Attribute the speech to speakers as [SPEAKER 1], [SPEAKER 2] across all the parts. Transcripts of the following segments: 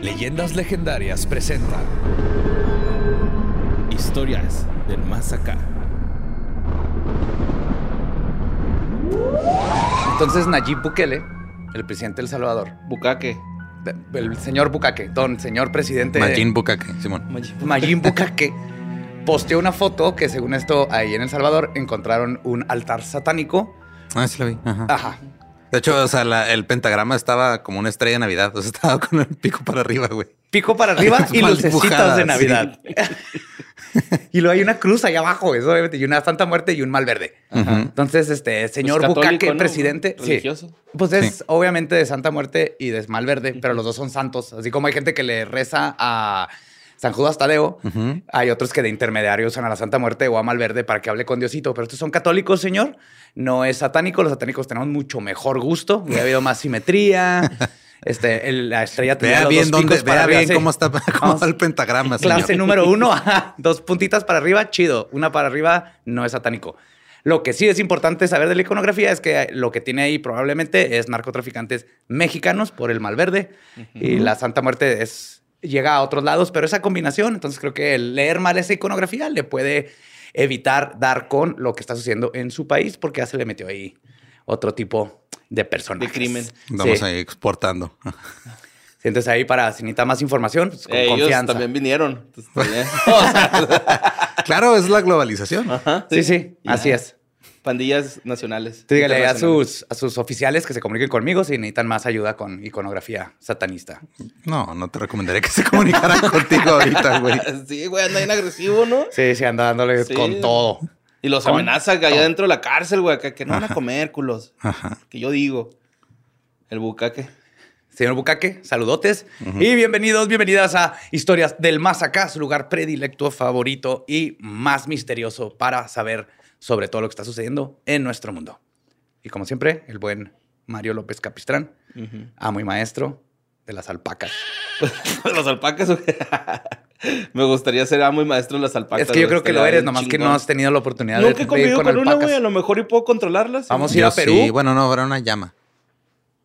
[SPEAKER 1] Leyendas Legendarias presenta
[SPEAKER 2] Historias del más acá.
[SPEAKER 3] Entonces Nayib Bukele, el presidente de El Salvador,
[SPEAKER 2] Bucaque.
[SPEAKER 3] de- el señor Bukake, don señor presidente
[SPEAKER 4] Majin Bukake, Simón.
[SPEAKER 3] Nayib Bukake, posteó una foto que según esto ahí en El Salvador encontraron un altar satánico.
[SPEAKER 4] Ah, sí la vi. Ajá.
[SPEAKER 3] Ajá.
[SPEAKER 4] De hecho, o sea, la- el pentagrama estaba como una estrella de Navidad. O sea, estaba con el pico para arriba, güey.
[SPEAKER 3] Pico para arriba y
[SPEAKER 4] Mal
[SPEAKER 3] lucecitas
[SPEAKER 4] dibujada,
[SPEAKER 3] de Navidad. y luego hay una cruz ahí abajo, eso obviamente, y una santa muerte y un mal verde.
[SPEAKER 4] Ujú.
[SPEAKER 3] Entonces, este señor
[SPEAKER 2] Pues, católico,
[SPEAKER 3] Bukake,
[SPEAKER 2] ¿no?
[SPEAKER 3] presidente. sí.
[SPEAKER 2] Religioso.
[SPEAKER 3] Pues es
[SPEAKER 4] Sí.
[SPEAKER 3] obviamente de Santa Muerte y de Malverde, pero los dos son santos. Así como hay gente que le reza a San Judas Tadeo,
[SPEAKER 4] Ujú.
[SPEAKER 3] hay otros que de intermediarios usan a la Santa Muerte o a Malverde para que hable con Diosito. Pero estos son católicos, señor. No es satánico. Los satánicos tenemos mucho mejor gusto. Hubiera habido más simetría. Este, el- la estrella tenía
[SPEAKER 4] Vea
[SPEAKER 3] los
[SPEAKER 4] bien
[SPEAKER 3] dos
[SPEAKER 4] dónde,
[SPEAKER 3] picos para
[SPEAKER 4] vea
[SPEAKER 3] arriba,
[SPEAKER 4] bien
[SPEAKER 3] sí.
[SPEAKER 4] cómo está, cómo
[SPEAKER 3] Vamos.
[SPEAKER 4] está el pentagrama, señor.
[SPEAKER 3] Clase número uno, ajá, dos puntitas para arriba, chido. Una para arriba no es satánico. Lo que sí es importante saber de la iconografía es que lo que tiene ahí probablemente es narcotraficantes mexicanos por el Malverde y la Santa Muerte es llega a otros lados, pero esa combinación, entonces creo que el leer mal esa iconografía le puede evitar dar con lo que está sucediendo en su país porque ya se le metió ahí otro tipo de personas.
[SPEAKER 2] De crimen.
[SPEAKER 4] Vamos
[SPEAKER 3] sí.
[SPEAKER 4] ahí exportando.
[SPEAKER 3] Entonces ahí para si necesita más información, pues, con
[SPEAKER 2] Eh, ellos
[SPEAKER 3] confianza.
[SPEAKER 2] también vinieron. Entonces, también. O sea,
[SPEAKER 4] Claro, es la globalización.
[SPEAKER 3] Ah.
[SPEAKER 2] ajá,
[SPEAKER 3] Sí, sí,
[SPEAKER 2] Y
[SPEAKER 3] así
[SPEAKER 2] ya.
[SPEAKER 3] es.
[SPEAKER 2] Pandillas nacionales.
[SPEAKER 3] Tú dígale a
[SPEAKER 2] internacionales.
[SPEAKER 3] sus, a sus oficiales que se comuniquen conmigo si necesitan más ayuda con iconografía satanista.
[SPEAKER 4] No, no te recomendaría que se comunicaran contigo ahorita, güey.
[SPEAKER 2] Sí, güey, anda bien agresivo, ¿no?
[SPEAKER 3] Sí, sí, anda dándole
[SPEAKER 2] Sí.
[SPEAKER 3] con todo.
[SPEAKER 2] Y los
[SPEAKER 3] Con
[SPEAKER 2] amenaza que allá dentro de la cárcel, güey, acá que no van a comer, culos.
[SPEAKER 4] Ajá.
[SPEAKER 2] Que yo digo. El bucaque.
[SPEAKER 3] Señor Bucaque, saludotes y bienvenidos, bienvenidas a Historias del Más Acá, su lugar predilecto, favorito y más misterioso para saber sobre todo lo que está sucediendo en nuestro mundo. Y como siempre, el buen Mario López Capistrán,
[SPEAKER 2] Ujú.
[SPEAKER 3] amo y maestro de las alpacas.
[SPEAKER 2] Los alpacas, güey. Me gustaría ser amo y maestro de las alpacas.
[SPEAKER 3] es que yo
[SPEAKER 2] güey,
[SPEAKER 3] creo que
[SPEAKER 2] estaría
[SPEAKER 3] lo eres,
[SPEAKER 2] bien
[SPEAKER 3] nomás que
[SPEAKER 2] chingón.
[SPEAKER 3] no has tenido la oportunidad
[SPEAKER 2] Nunca he
[SPEAKER 3] de, de ir
[SPEAKER 2] convivido
[SPEAKER 3] con,
[SPEAKER 2] con una, güey. A
[SPEAKER 3] alpacas.
[SPEAKER 2] lo mejor y puedo controlarlas.
[SPEAKER 3] Vamos a ir
[SPEAKER 4] Yo
[SPEAKER 3] a Perú.
[SPEAKER 4] sí. Bueno, no, habrá una llama.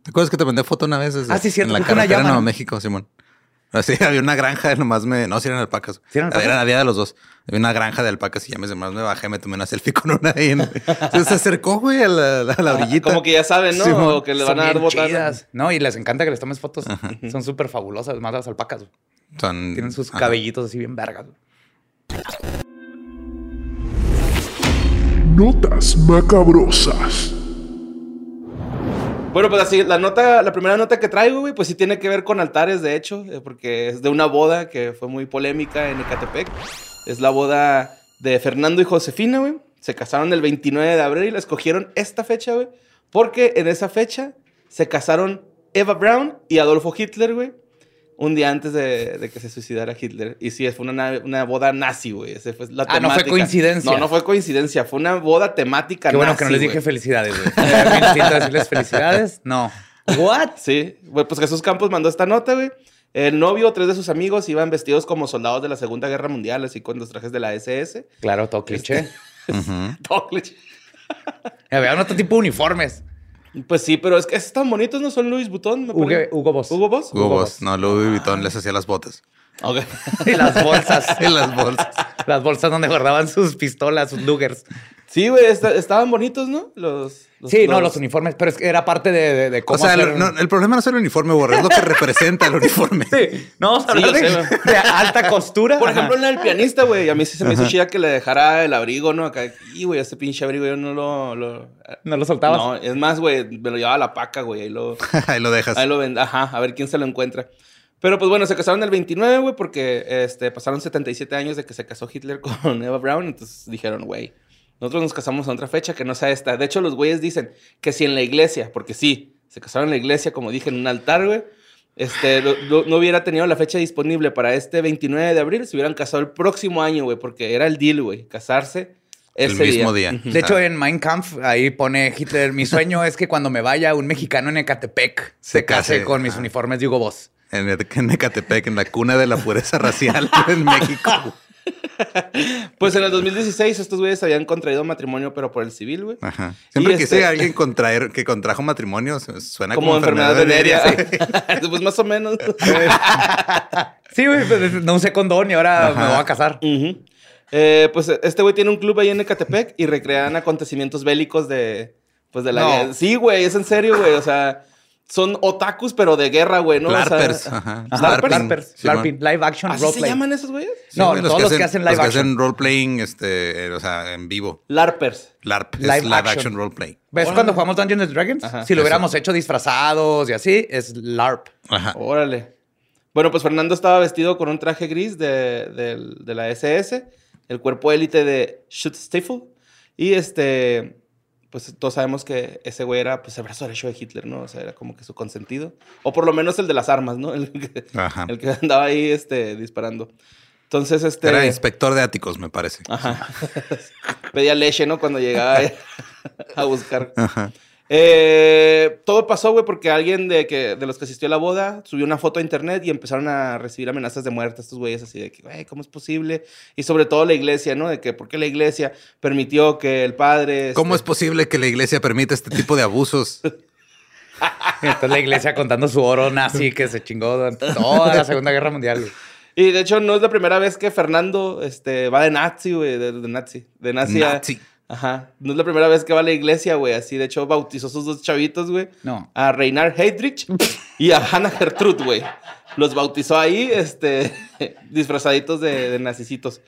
[SPEAKER 4] ¿Te acuerdas que te mandé foto una vez? desde-
[SPEAKER 3] Ah, sí, cierto,
[SPEAKER 4] En la
[SPEAKER 3] fue una
[SPEAKER 4] carretera
[SPEAKER 3] llama,
[SPEAKER 4] de Nuevo
[SPEAKER 3] ¿no?
[SPEAKER 4] México, Simón. Así, había una granja, nomás me... No, si eran alpacas.
[SPEAKER 3] ¿Sí eran alpacas?
[SPEAKER 4] Era la día de los dos. Había una granja de alpacas y ya me, nomás me bajé, me tomé una selfie con una ahí. en- Entonces se acercó, güey, a la,
[SPEAKER 3] Ah,
[SPEAKER 4] a la orillita.
[SPEAKER 2] Como que ya saben, ¿no?
[SPEAKER 4] Simón.
[SPEAKER 2] O que le
[SPEAKER 3] Son
[SPEAKER 2] van a dar
[SPEAKER 3] bien
[SPEAKER 2] botanas.
[SPEAKER 3] chidas. No, y les encanta que les tomes fotos. Son súper fabulosas, más las alpacas. güey.
[SPEAKER 4] Son-
[SPEAKER 3] Tienen sus
[SPEAKER 4] Mm, ajá.
[SPEAKER 3] cabellitos así bien vergas. güey.
[SPEAKER 5] Notas macabrosas.
[SPEAKER 2] Bueno, pues así, la nota, la primera nota que traigo, güey, pues sí tiene que ver con altares, de hecho, eh, porque es de una boda que fue muy polémica en Ecatepec. Es la boda de Fernando y Josefina, güey. Se casaron el 29 de abril y la escogieron esta fecha, güey, porque en esa fecha se casaron Eva Brown y Adolfo Hitler, güey. Un día antes de, de que se suicidara Hitler. Y sí, fue una, na- una boda nazi, güey. Esa fue la
[SPEAKER 3] Ah, no fue
[SPEAKER 2] temática.
[SPEAKER 3] coincidencia.
[SPEAKER 2] No, no fue coincidencia. Fue una boda temática
[SPEAKER 3] Qué bueno
[SPEAKER 2] nazi,
[SPEAKER 3] que no les dije
[SPEAKER 2] güey.
[SPEAKER 3] felicidades, güey. Bien siento decirles felicidades. No. ¿What?
[SPEAKER 2] Sí, güey, pues Jesús Campos mandó esta nota, güey. El novio, o tres de sus amigos iban vestidos como soldados de la Segunda Guerra Mundial, así con los trajes de la SS.
[SPEAKER 3] Claro, todo
[SPEAKER 4] Este.
[SPEAKER 3] cliché.
[SPEAKER 4] Ujú.
[SPEAKER 2] Todo cliché.
[SPEAKER 3] Había otro tipo de uniformes.
[SPEAKER 2] Pues sí, pero es que están bonitos, ¿no? Son Luis Butón. me
[SPEAKER 3] Hugo,
[SPEAKER 2] parece.
[SPEAKER 3] Hugo Boss.
[SPEAKER 2] Hugo Boss.
[SPEAKER 4] Hugo Boss. No, Louis Vuitton les hacía las botas.
[SPEAKER 2] Ok.
[SPEAKER 3] Y las bolsas.
[SPEAKER 4] Y las bolsas.
[SPEAKER 3] las bolsas donde guardaban sus pistolas, sus Lugers.
[SPEAKER 2] Sí, güey, esta- estaban bonitos, ¿no? Los,
[SPEAKER 3] Sí, no, los uniformes. Pero es que era parte de, de- de
[SPEAKER 4] O
[SPEAKER 3] cómo
[SPEAKER 4] sea,
[SPEAKER 3] hacer-
[SPEAKER 4] lo- no, el problema no es el uniforme, borra, es lo que representa el uniforme.
[SPEAKER 3] Sí, no, vamos a
[SPEAKER 2] Sí,
[SPEAKER 3] hablar
[SPEAKER 2] yo
[SPEAKER 3] de,
[SPEAKER 2] sé,
[SPEAKER 3] de alta costura.
[SPEAKER 2] Por
[SPEAKER 3] Ajá.
[SPEAKER 2] ejemplo, en la del pianista, güey, a mí sí se me hizo chida que le dejara el abrigo, ¿no? Acá, y güey, este pinche abrigo yo no lo... lo-
[SPEAKER 3] ¿No lo soltabas?
[SPEAKER 2] No, es más, güey, me lo llevaba la paca, güey, ahí lo...
[SPEAKER 4] Ahí lo dejas.
[SPEAKER 2] Ahí lo ven, ajá, a ver quién se lo encuentra. Pero pues bueno, se casaron el 29, güey, porque este, pasaron 77 años de que se casó Hitler con Eva Brown, entonces dijeron, güey, nosotros nos casamos a otra fecha que no sea esta. De hecho, los güeyes dicen que si en la iglesia, porque sí, se casaron en la iglesia, como dije, en un altar, güey, este, lo- lo- no hubiera tenido la fecha disponible para este 29 de abril, se hubieran casado el próximo año, güey, porque era el deal, güey, casarse
[SPEAKER 4] El
[SPEAKER 2] ese
[SPEAKER 4] mismo día.
[SPEAKER 3] De hecho, en Mein Kampf, ahí pone Hitler, mi sueño es que cuando me vaya un mexicano en Ecatepec se,
[SPEAKER 4] Se
[SPEAKER 3] case,
[SPEAKER 4] case. Ah.
[SPEAKER 3] con mis
[SPEAKER 4] Ajá.
[SPEAKER 3] uniformes de Hugo Boss.
[SPEAKER 4] En, en Ecatepec, en la cuna de la pureza racial en México.
[SPEAKER 2] Pues en el 2016 estos güeyes habían contraído matrimonio, pero por el civil, güey.
[SPEAKER 4] Ajá. Siempre
[SPEAKER 2] Y
[SPEAKER 4] que
[SPEAKER 2] este-
[SPEAKER 4] sea alguien contraer, que contrajo matrimonio, su- suena como,
[SPEAKER 2] Como enfermedad venérea.
[SPEAKER 4] sí.
[SPEAKER 2] pues más o menos.
[SPEAKER 3] Sí, güey, pues, no usé condón y ahora
[SPEAKER 4] Ajá.
[SPEAKER 3] me voy a casar.
[SPEAKER 2] Ujú. Eh, pues este güey tiene un club ahí en Ecatepec y recrean acontecimientos bélicos de. Pues de la
[SPEAKER 3] No.
[SPEAKER 2] guerra. Sí, güey, es en serio, güey. O sea, son otakus, pero de guerra, güey, ¿no? O sea,
[SPEAKER 4] Larpers, ajá.
[SPEAKER 3] Ajá,
[SPEAKER 4] Larping,
[SPEAKER 3] LARPers,
[SPEAKER 4] Simón.
[SPEAKER 3] LARPing, live action,
[SPEAKER 2] ¿Así se
[SPEAKER 3] roleplay.
[SPEAKER 2] llaman esos güeyes?
[SPEAKER 4] Sí,
[SPEAKER 3] No,
[SPEAKER 4] güey,
[SPEAKER 3] todos los que hacen live
[SPEAKER 4] los que
[SPEAKER 3] action.
[SPEAKER 4] hacen role playing, este, eh, o sea, en vivo.
[SPEAKER 2] LARPers.
[SPEAKER 4] LARP es
[SPEAKER 3] Live
[SPEAKER 4] live
[SPEAKER 3] action.
[SPEAKER 4] action, role play.
[SPEAKER 3] ¿Ves
[SPEAKER 2] Órale.
[SPEAKER 3] cuando jugamos Dungeons and Dragons?
[SPEAKER 2] Ajá.
[SPEAKER 3] si lo hubiéramos hecho disfrazados y así, es LARP.
[SPEAKER 4] Ajá.
[SPEAKER 2] Órale. Bueno, pues Fernando estaba vestido con un traje gris de, del- de la SS, el cuerpo élite de Shoot Stifle. Y este, pues todos sabemos que ese güey era pues el brazo derecho de Hitler, ¿no? O sea, era como que su consentido. O por lo menos el de las armas, ¿no? El que,
[SPEAKER 4] Ajá.
[SPEAKER 2] el que andaba ahí este, disparando. Entonces, este.
[SPEAKER 4] Era inspector de áticos, me parece.
[SPEAKER 3] Ah,
[SPEAKER 2] Ajá. Pedía leche, ¿no? Cuando llegaba a buscar.
[SPEAKER 4] Ajá.
[SPEAKER 2] Eh, todo pasó, güey, porque alguien de, que, de los que asistió a la boda subió una foto a internet y empezaron a recibir amenazas de muerte estos güeyes, así de que, güey, ¿cómo es posible? Y sobre todo la iglesia, ¿no? De que, ¿por qué la iglesia permitió que el padre.
[SPEAKER 4] ¿Cómo es
[SPEAKER 2] este,
[SPEAKER 4] posible que la iglesia permita este tipo de abusos?
[SPEAKER 3] Entonces la iglesia contando su oro nazi que se chingó durante toda la Segunda Guerra Mundial. güey.
[SPEAKER 2] Y de hecho, no es la primera vez que Fernando este, va de nazi, güey, de, de nazi. De nazi. a-
[SPEAKER 4] Nazi.
[SPEAKER 2] Ajá. No es la primera vez que va a la iglesia, güey, así. De hecho, bautizó a sus dos chavitos, güey.
[SPEAKER 3] No.
[SPEAKER 2] a Reinar Heydrich y a Hannah Gertrude, güey. Los bautizó ahí, este, disfrazaditos de, de nazicitos.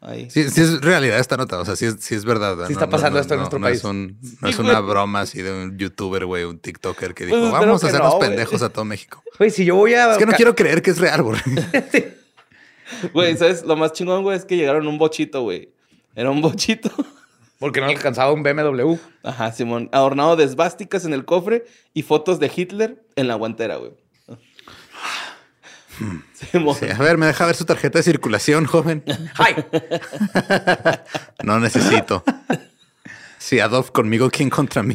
[SPEAKER 2] Ahí.
[SPEAKER 4] Sí, sí es realidad esta nota, o sea, sí es, sí es verdad. ¿verdad?
[SPEAKER 3] Sí está pasando esto en nuestro
[SPEAKER 4] no es
[SPEAKER 3] país.
[SPEAKER 4] un- no es
[SPEAKER 2] Sí,
[SPEAKER 4] una
[SPEAKER 2] güey.
[SPEAKER 4] broma así de un youtuber, güey, un tiktoker
[SPEAKER 2] Pues
[SPEAKER 4] que dijo,
[SPEAKER 2] espero
[SPEAKER 4] vamos a
[SPEAKER 2] que
[SPEAKER 4] hacernos
[SPEAKER 2] no, güey".
[SPEAKER 4] pendejos a todo México.
[SPEAKER 3] Güey, si yo voy a.
[SPEAKER 4] Es que no
[SPEAKER 3] ca-
[SPEAKER 4] quiero creer que es real, güey.
[SPEAKER 2] Güey, ¿sabes? Lo más chingón, güey, es que llegaron a un bochito, güey. Era un bochito.
[SPEAKER 3] Porque no alcanzaba un BMW.
[SPEAKER 2] Ajá, Simón. Adornado de esvásticas en el cofre y fotos de Hitler en la guantera, güey. Simón.
[SPEAKER 4] Sí, a ver, me deja ver su tarjeta de circulación, joven.
[SPEAKER 3] ¡Ay!
[SPEAKER 4] No necesito. Si Adolf conmigo, ¿quién contra mí?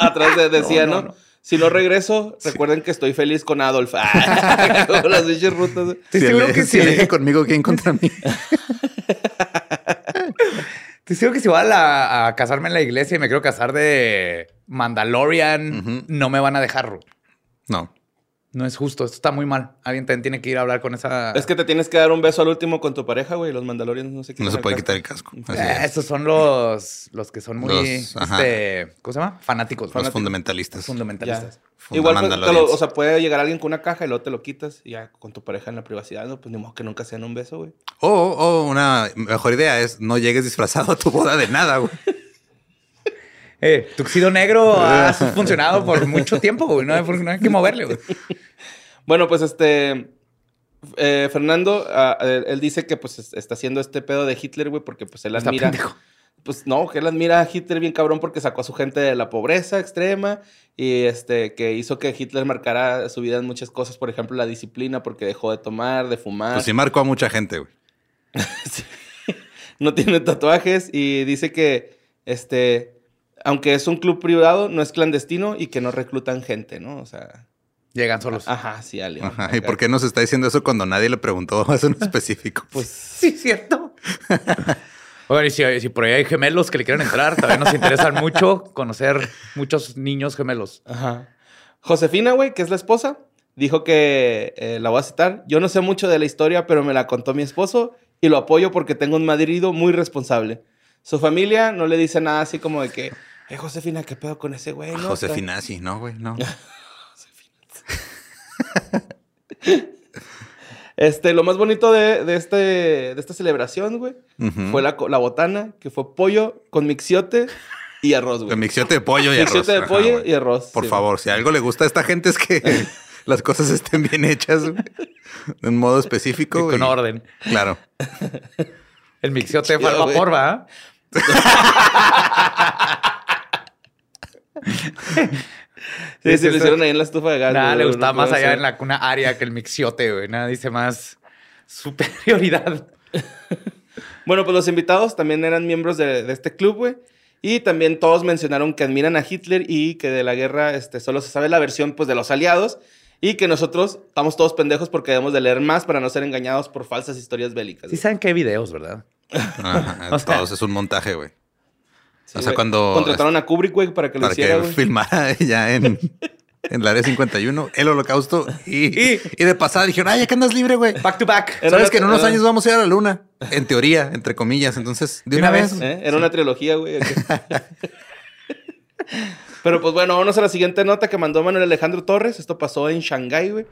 [SPEAKER 2] Atrás de- decía,
[SPEAKER 3] No,
[SPEAKER 2] no,
[SPEAKER 3] no, no.
[SPEAKER 2] Si no regreso, recuerden que estoy feliz con Adolf. Ah, como las bichas rutas. güey.
[SPEAKER 4] Si,
[SPEAKER 3] Estoy seguro
[SPEAKER 4] ele-
[SPEAKER 3] que
[SPEAKER 4] si
[SPEAKER 3] sí.
[SPEAKER 4] elige conmigo, ¿quién contra mí?
[SPEAKER 3] Te digo que si voy a, la- a casarme en la iglesia y me quiero casar de Mandalorian,
[SPEAKER 4] Ujú.
[SPEAKER 3] no me van a dejar. güey.
[SPEAKER 4] No.
[SPEAKER 3] No es justo. Esto está muy mal. Alguien también tiene que ir a hablar con esa.
[SPEAKER 2] Es que te tienes que dar un beso al último con tu pareja, güey. Los mandalorianos no se quitan
[SPEAKER 4] No se
[SPEAKER 2] el
[SPEAKER 4] puede
[SPEAKER 2] casco.
[SPEAKER 4] quitar el casco. Así
[SPEAKER 3] Eh,
[SPEAKER 4] es.
[SPEAKER 3] estos son los, los que son muy.
[SPEAKER 4] Los- ajá.
[SPEAKER 3] este, ¿Cómo se llama? Fanáticos.
[SPEAKER 4] Los
[SPEAKER 3] güey.
[SPEAKER 4] fundamentalistas.
[SPEAKER 3] fundamentalistas.
[SPEAKER 2] Ya. Igual, pues, te lo-
[SPEAKER 4] Fundamentalistas.
[SPEAKER 2] o sea, puede llegar alguien con una caja y luego te lo quitas y ya con tu pareja en la privacidad, ¿no? Pues ni modo que nunca sean un beso, güey.
[SPEAKER 4] O o una mejor idea es no llegues disfrazado a tu boda de nada, güey.
[SPEAKER 3] Eh, tuxido negro ha funcionado por mucho tiempo, güey. No, hay por- no hay que moverle, güey.
[SPEAKER 2] Bueno, pues este. eh, Fernando, ah, él, él dice que pues es- está haciendo este pedo de Hitler, güey, porque pues él
[SPEAKER 3] Está
[SPEAKER 2] admira.
[SPEAKER 3] pendejo.
[SPEAKER 2] Pues no, que él admira a Hitler bien cabrón porque sacó a su gente de la pobreza extrema y este que hizo que Hitler marcara su vida en muchas cosas, por ejemplo, la disciplina porque dejó de tomar, de
[SPEAKER 3] Ah.
[SPEAKER 2] fumar.
[SPEAKER 4] Pues sí marcó a mucha gente, güey.
[SPEAKER 2] no tiene tatuajes y dice que, este, aunque es un club privado, no es clandestino y que no reclutan gente, ¿no? O sea,
[SPEAKER 3] Llegan solos.
[SPEAKER 2] ajá, sí, Ale.
[SPEAKER 4] Ajá. ¿Y por qué nos está diciendo eso cuando nadie le preguntó eso en específico?
[SPEAKER 2] Pues
[SPEAKER 3] Sí, cierto. Oigan, y si, si por ahí hay gemelos que le quieren entrar, también nos interesan mucho conocer muchos niños gemelos.
[SPEAKER 2] Ajá. Josefina, güey, que es la esposa, dijo que, eh, la voy a citar, yo no sé mucho de la historia, pero me la contó mi esposo y lo apoyo porque tengo un madrido muy responsable. Su familia no le dice nada así como de que, eh, Josefina, ¿qué pedo con ese güey?
[SPEAKER 4] Ah,
[SPEAKER 2] no?
[SPEAKER 4] Josefina, sí, no, güey, no.
[SPEAKER 2] Este, lo más bonito de, de este, de esta celebración, güey,
[SPEAKER 4] Ujú.
[SPEAKER 2] fue la, co- la botana, que fue pollo con mixiote y arroz,
[SPEAKER 4] El
[SPEAKER 2] güey.
[SPEAKER 4] mixiote de pollo y arroz.
[SPEAKER 2] Mixiote de
[SPEAKER 4] Ajá,
[SPEAKER 2] pollo
[SPEAKER 4] güey.
[SPEAKER 2] y arroz.
[SPEAKER 4] Por
[SPEAKER 2] sí, güey.
[SPEAKER 4] favor, si algo le gusta a esta gente es que las cosas estén bien hechas güey. de un modo específico.
[SPEAKER 3] Con
[SPEAKER 4] güey.
[SPEAKER 3] orden.
[SPEAKER 4] Claro.
[SPEAKER 3] El ¿eh? mixiote
[SPEAKER 2] Qué
[SPEAKER 3] fue al
[SPEAKER 2] chido, güey.
[SPEAKER 3] vapor, ¿va?
[SPEAKER 2] Sí, sí, lo hicieron ahí en la estufa de gas.
[SPEAKER 3] Nada,
[SPEAKER 2] güey,
[SPEAKER 3] le
[SPEAKER 2] no
[SPEAKER 3] gustaba más
[SPEAKER 2] puedo
[SPEAKER 3] allá
[SPEAKER 2] hacer.
[SPEAKER 3] en la cuna área que el mixiote, güey. Nada dice más superioridad.
[SPEAKER 2] Bueno, pues los invitados también eran miembros de, de este club, güey. Y también todos mencionaron que admiran a Hitler y que de la guerra este, solo se sabe la versión pues, de los aliados Y que nosotros estamos todos pendejos porque debemos de leer más para no ser engañados por falsas historias bélicas.
[SPEAKER 3] Sí saben que hay videos, ¿verdad?
[SPEAKER 4] Ajá,
[SPEAKER 3] O sea-
[SPEAKER 4] todos es un montaje, güey.
[SPEAKER 2] Sí,
[SPEAKER 4] o sea,
[SPEAKER 2] güey.
[SPEAKER 4] cuando.
[SPEAKER 2] Contrataron a Kubrick, güey, para que lo
[SPEAKER 4] para
[SPEAKER 2] hiciera,
[SPEAKER 4] que
[SPEAKER 2] güey.
[SPEAKER 4] filmara ya en, en el área 51, el holocausto. Y,
[SPEAKER 3] Y-
[SPEAKER 4] y, de pasada dijeron, ay, ya que andas libre, güey.
[SPEAKER 3] Back to back.
[SPEAKER 2] Era
[SPEAKER 4] Sabes
[SPEAKER 2] una-
[SPEAKER 4] que en unos
[SPEAKER 2] era-
[SPEAKER 4] años vamos a ir a la luna. En teoría, entre comillas. Entonces, de una, vez.
[SPEAKER 2] ¿Eh? Era una trilogía, güey. Pero pues bueno, vámonos a la siguiente nota que mandó Manuel Alejandro Torres. Esto pasó en Shanghái, güey.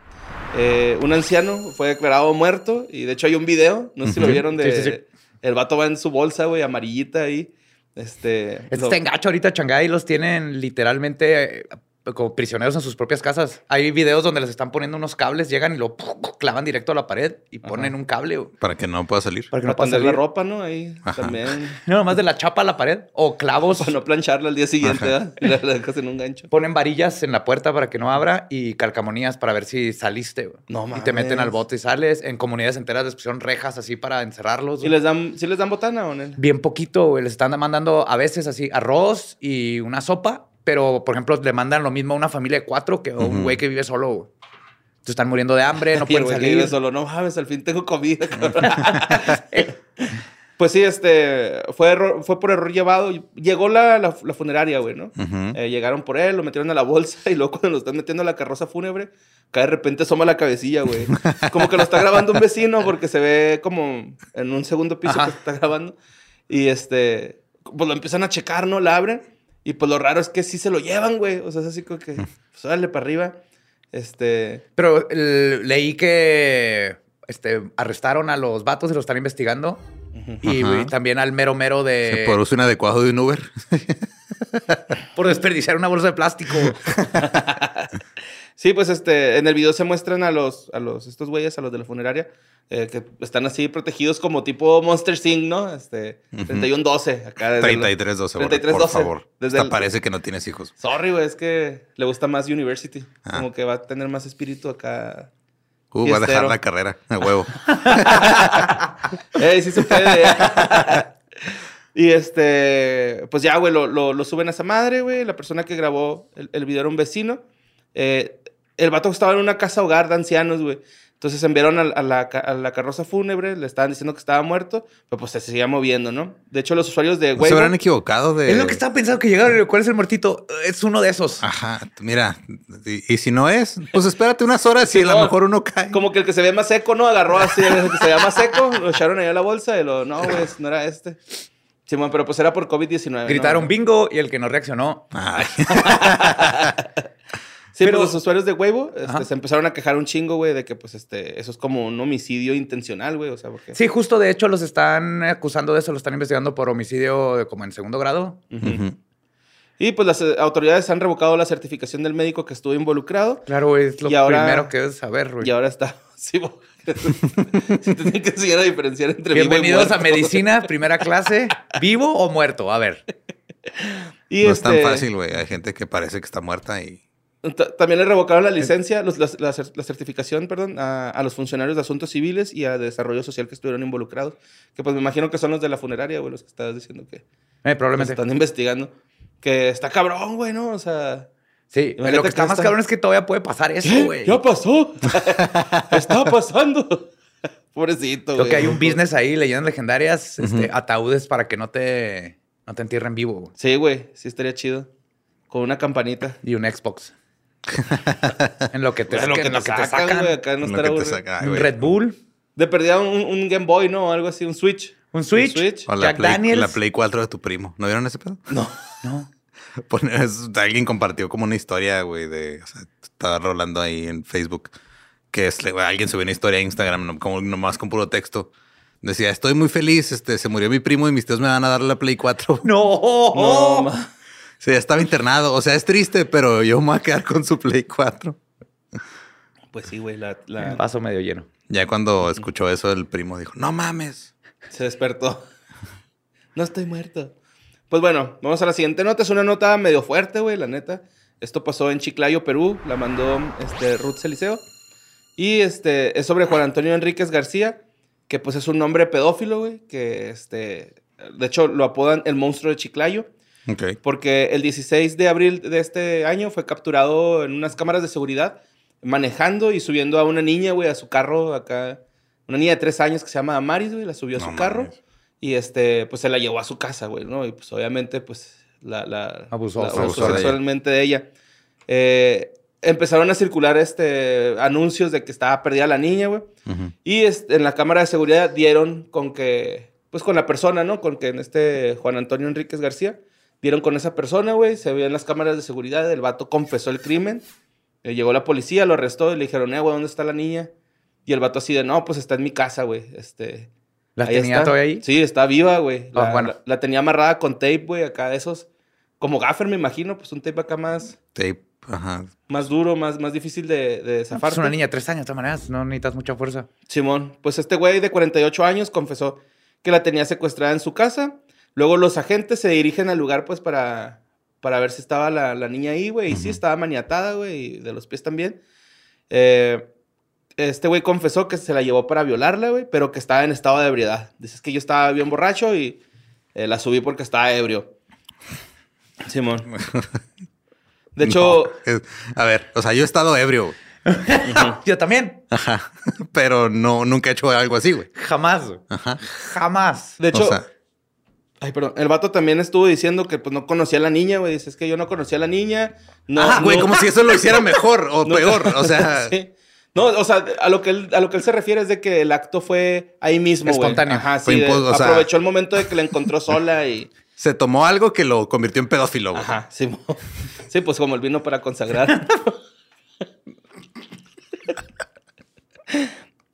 [SPEAKER 2] Eh, un anciano fue declarado muerto y de hecho hay un video, no sé si lo vieron, de
[SPEAKER 3] Sí, sí, sí.
[SPEAKER 2] el vato va en su bolsa, güey, amarillita ahí. Este,
[SPEAKER 3] Este
[SPEAKER 2] lo-
[SPEAKER 3] está en gacho ahorita, Shanghái. Los tienen literalmente eh, como prisioneros en sus propias casas. Hay videos donde les están poniendo unos cables, llegan y lo ¡pum! clavan directo a la pared y ponen un cable güey,
[SPEAKER 4] Para que no pueda salir.
[SPEAKER 3] para que
[SPEAKER 2] para
[SPEAKER 3] no pase
[SPEAKER 2] tender la
[SPEAKER 3] la
[SPEAKER 2] ropa, ¿no? Ahí
[SPEAKER 4] Ajá.
[SPEAKER 2] también.
[SPEAKER 3] No, nomás de la chapa a la pared o clavos.
[SPEAKER 2] Para no plancharla al día siguiente, ¿verdad? Y la la dejas en un gancho.
[SPEAKER 3] Ponen varillas en la puerta para que no abra y calcamonías para ver si saliste. güey.
[SPEAKER 2] No
[SPEAKER 3] y te meten
[SPEAKER 2] mames.
[SPEAKER 3] al bote y sales. En comunidades enteras les pusieron rejas así para encerrarlos.
[SPEAKER 2] ¿Y
[SPEAKER 3] güey.
[SPEAKER 2] les dan, ¿Sí les dan botana o no?
[SPEAKER 3] Bien poquito, güey. Les están mandando a veces así arroz y una sopa, pero por ejemplo, le mandan lo mismo a una familia de cuatro que a un
[SPEAKER 4] Ujú.
[SPEAKER 3] güey que vive solo, güey. Entonces están muriendo de hambre, no
[SPEAKER 2] Y el
[SPEAKER 3] pueden
[SPEAKER 2] güey que vive
[SPEAKER 3] salir.
[SPEAKER 2] solo, no mames, al fin tengo comida, cabrón. Pues sí, este, fue, error- fue por error llevado. Llegó la, la- la funeraria, güey, ¿no?
[SPEAKER 4] Ujú.
[SPEAKER 2] Eh, llegaron por él, lo metieron a la bolsa y luego cuando lo están metiendo a la carroza fúnebre, cae de repente asoma la cabecilla, güey. Como que lo está grabando un vecino porque se ve como en un segundo piso
[SPEAKER 3] Ajá.
[SPEAKER 2] que está grabando. Y este, pues lo empiezan a checar, ¿no? La abren y pues lo raro es que sí se lo llevan, güey. O sea, es así como que, pues dale para arriba. Este,
[SPEAKER 3] Pero el- leí que este, arrestaron a los vatos y los están investigando. Y
[SPEAKER 4] Ajá.
[SPEAKER 3] güey, también al mero mero de.
[SPEAKER 4] Se produce un adecuado de un Uber.
[SPEAKER 3] por desperdiciar una bolsa de plástico.
[SPEAKER 2] Sí, pues este, en el video se muestran a los, a los, estos güeyes, a los de la funeraria, eh, que están así protegidos como tipo Monster Inc, ¿no? Este,
[SPEAKER 4] Ujú.
[SPEAKER 2] 31-12, acá. desde el-
[SPEAKER 4] 33 12,
[SPEAKER 2] 33,
[SPEAKER 4] por
[SPEAKER 2] 12,
[SPEAKER 4] favor.
[SPEAKER 2] Desde
[SPEAKER 4] Hasta
[SPEAKER 2] el-
[SPEAKER 4] parece que no tienes hijos.
[SPEAKER 2] Sorry, güey, es que le gusta más University.
[SPEAKER 4] Ah.
[SPEAKER 2] Como que va a tener más espíritu acá.
[SPEAKER 4] Uh, va a dejar
[SPEAKER 2] Fiestero.
[SPEAKER 4] la carrera. A huevo.
[SPEAKER 2] ¡Ey, sí se puede! y este, pues ya, güey, lo, lo- lo suben a esa madre, güey. La persona que grabó el, el video era un vecino. Eh, el vato estaba en una casa hogar de ancianos, güey. Entonces enviaron a, a la, ca- a la carroza fúnebre, le estaban diciendo que estaba muerto, pero pues se seguía moviendo, ¿no? De hecho, los usuarios de
[SPEAKER 4] ¿No se habrán
[SPEAKER 2] Weibo...
[SPEAKER 4] equivocado
[SPEAKER 2] este
[SPEAKER 4] de.
[SPEAKER 3] es lo que estaba pensando que llegaron. ¿Cuál es el muertito? Es uno de esos.
[SPEAKER 2] Ah,
[SPEAKER 4] Ajá, mira, y, y si no es, pues espérate unas horas y a lo
[SPEAKER 2] no.
[SPEAKER 4] mejor uno cae.
[SPEAKER 2] Como que el que se ve más seco, ¿no? Agarró así el que se veía más seco, lo echaron ahí a la bolsa y lo... No, güey, ese no era este. Simón, pero pues era por COVID-19. ¿no? Ah.
[SPEAKER 3] Gritaron bingo y el que no reaccionó.
[SPEAKER 4] Ay,
[SPEAKER 2] Sí,
[SPEAKER 3] Pero-
[SPEAKER 2] pero los usuarios de Weibo este,
[SPEAKER 3] Ajá.
[SPEAKER 2] se empezaron a quejar un chingo, güey, de que pues este, eso es como un homicidio intencional, güey, o sea, porque...
[SPEAKER 3] Sí, justo de hecho los están acusando de eso, los están investigando por homicidio eh, como en segundo grado.
[SPEAKER 2] Ujú. Y pues las eh, autoridades han revocado la certificación del médico que estuvo involucrado
[SPEAKER 3] Claro, es lo
[SPEAKER 2] Y ahora-
[SPEAKER 3] primero que es saber, güey.
[SPEAKER 2] y ahora está... Sí, bo- sí, te tienen que enseñar a diferenciar entre vivo y
[SPEAKER 3] Bienvenidos a
[SPEAKER 2] muerto.
[SPEAKER 3] medicina, primera clase, vivo o muerto. A ver,
[SPEAKER 2] Y
[SPEAKER 4] no es tan
[SPEAKER 2] este,
[SPEAKER 4] fácil, güey. Hay gente que parece que está muerta y.
[SPEAKER 2] ta- También le revocaron la
[SPEAKER 3] Eh.
[SPEAKER 2] licencia, los- las- la, cer- la certificación, perdón, a, a los funcionarios de asuntos civiles y a de desarrollo social que estuvieron involucrados. Que pues me imagino que son los de la funeraria, güey, los que estabas diciendo que...
[SPEAKER 3] Eh,
[SPEAKER 2] Nos
[SPEAKER 3] probablemente.
[SPEAKER 2] están investigando. Que está cabrón, güey, ¿no? O sea.
[SPEAKER 3] Sí,
[SPEAKER 2] Imagínate
[SPEAKER 3] lo que
[SPEAKER 2] que
[SPEAKER 3] está más
[SPEAKER 2] está-
[SPEAKER 3] cabrón es que todavía puede pasar eso, güey.
[SPEAKER 2] ¿Ya pasó? está pasando. Pobrecito,
[SPEAKER 3] Creo
[SPEAKER 2] güey.
[SPEAKER 3] que hay un business ahí, leyendas legendarias, este, ataúdes para que no te, no te entierren vivo güey.
[SPEAKER 2] Sí, güey. Sí, estaría chido. Con una campanita.
[SPEAKER 3] y un Xbox. en lo que te,
[SPEAKER 2] Lo
[SPEAKER 3] en lo que te
[SPEAKER 2] sacan,
[SPEAKER 3] sacan,
[SPEAKER 2] güey, acá no
[SPEAKER 4] lo
[SPEAKER 2] estará
[SPEAKER 4] que te
[SPEAKER 2] aburrido.
[SPEAKER 4] saca,
[SPEAKER 3] un
[SPEAKER 4] güey.
[SPEAKER 3] Red Bull,
[SPEAKER 2] De perdida un, un Game Boy, ¿no? Algo así, un Switch.
[SPEAKER 3] un Switch,
[SPEAKER 2] Switch?
[SPEAKER 4] O la
[SPEAKER 3] Jack
[SPEAKER 4] Play,
[SPEAKER 3] Daniels.
[SPEAKER 4] La Play 4 de tu primo. ¿No vieron ese pedo?
[SPEAKER 2] No.
[SPEAKER 3] No.
[SPEAKER 4] Pone- Pues, es- alguien compartió como una historia, güey, de. O sea, estaba rolando ahí en Facebook. Que es, güey, alguien subió una historia a Instagram, no- como nomás con puro texto. Decía, estoy muy feliz, este, se murió mi primo y mis tíos me van a dar la Play 4.
[SPEAKER 3] Oh,
[SPEAKER 2] No,
[SPEAKER 3] No.
[SPEAKER 2] ma-
[SPEAKER 4] Sí, ya estaba internado. O sea, es triste, pero yo me voy a quedar con su Play 4.
[SPEAKER 2] Pues sí, güey. La, la-
[SPEAKER 3] Un vaso medio lleno.
[SPEAKER 4] Ya cuando escuchó eso, el primo dijo, no mames.
[SPEAKER 2] Se despertó. No estoy muerto. Pues bueno, vamos a la siguiente nota. Es una nota medio fuerte, güey, la neta. Esto pasó en Chiclayo, Perú. La mandó este, Ruth Eliseo. Y este, es sobre Juan Antonio Enríquez García, que pues es un nombre pedófilo, güey. Que este, de hecho lo apodan el monstruo de Chiclayo.
[SPEAKER 4] Ok.
[SPEAKER 2] Porque el 16 de abril de este año fue capturado en unas cámaras de seguridad manejando y subiendo a una niña, güey, a su carro acá. Una niña de tres años que se llama Amaris, güey, la subió a
[SPEAKER 4] No
[SPEAKER 2] su carro.
[SPEAKER 4] mames.
[SPEAKER 2] Y este, pues se la llevó a su casa, güey, ¿no? Y pues obviamente, pues la. la
[SPEAKER 3] Abusó.
[SPEAKER 2] la
[SPEAKER 4] Abusó de ella.
[SPEAKER 2] sexualmente de ella. Eh, empezaron a circular este, anuncios de que estaba perdida la niña, güey.
[SPEAKER 4] Ujú.
[SPEAKER 2] Y este, en la cámara de seguridad dieron con que, pues con la persona, ¿no? Con que en este Juan Antonio Enríquez García, dieron con esa persona, güey. Se vio en las cámaras de seguridad, el vato confesó el crimen. Eh, llegó la policía, lo arrestó y le dijeron, eh, güey, ¿dónde está la niña? Y el vato así de, no, pues está en mi casa, güey. Este,
[SPEAKER 3] ¿La
[SPEAKER 2] ahí
[SPEAKER 3] tenía
[SPEAKER 2] está".
[SPEAKER 3] todavía ahí?
[SPEAKER 2] Sí, está viva, güey.
[SPEAKER 3] Ah,
[SPEAKER 2] La,
[SPEAKER 3] bueno.
[SPEAKER 2] la- la tenía amarrada con tape, güey, acá de esos. Como gaffer, me imagino, pues un tape acá más,
[SPEAKER 4] Tape, ajá.
[SPEAKER 2] más duro, más, más difícil de, de
[SPEAKER 3] No,
[SPEAKER 2] zafar.
[SPEAKER 3] pues, Es una niña de tres años, de todas maneras, no necesitas mucha fuerza.
[SPEAKER 2] Simón, pues este güey de 48 años confesó que la tenía secuestrada en su casa. Luego los agentes se dirigen al lugar pues para, para ver si estaba la, la niña ahí, güey. Y sí,
[SPEAKER 4] Ujú.
[SPEAKER 2] estaba maniatada, güey, y de los pies también. Eh, este güey confesó que se la llevó para violarla, güey, pero que estaba en estado de ebriedad. Dices que yo estaba bien borracho y eh, la subí porque estaba ebrio. Simón. De hecho,
[SPEAKER 4] No, es- a ver, o sea, yo he estado ebrio, güey.
[SPEAKER 3] Yo también.
[SPEAKER 4] Ajá. Pero no, nunca he hecho algo así, güey.
[SPEAKER 3] Jamás. güey.
[SPEAKER 4] Ajá.
[SPEAKER 3] Jamás.
[SPEAKER 2] de hecho,
[SPEAKER 4] o sea,
[SPEAKER 2] Ay, perdón. El vato también estuvo diciendo que pues no conocía a la niña, güey. Dice, es que yo no conocía a la niña. No,
[SPEAKER 4] ah, güey,
[SPEAKER 2] no-
[SPEAKER 4] como si eso lo hiciera mejor o
[SPEAKER 2] no-
[SPEAKER 4] peor. O sea,
[SPEAKER 2] Sí. No, o sea, a lo, que él, a lo que él se refiere es de que el acto fue ahí mismo, güey.
[SPEAKER 3] Espontáneo.
[SPEAKER 2] Ajá,
[SPEAKER 4] Fue
[SPEAKER 2] sí. de-
[SPEAKER 4] impos- o sea-
[SPEAKER 2] aprovechó el momento de que la encontró sola y...
[SPEAKER 4] se tomó algo que lo convirtió en pedófilo, güey.
[SPEAKER 2] Ajá, sí. mo- Sí, pues como el vino para consagrar.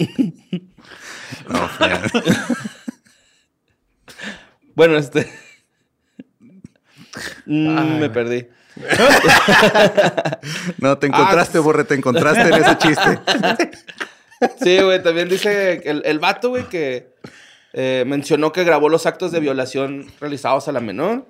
[SPEAKER 4] No, ya.
[SPEAKER 2] Bueno, este... Mm,
[SPEAKER 3] Ay,
[SPEAKER 2] me
[SPEAKER 3] güey.
[SPEAKER 2] perdí.
[SPEAKER 4] No,
[SPEAKER 2] Ah,
[SPEAKER 4] te encontraste, Borre, te encontraste en ese chiste.
[SPEAKER 2] Sí, güey, también dice que el, el vato, güey, que eh, mencionó que grabó los actos de violación realizados a la menor.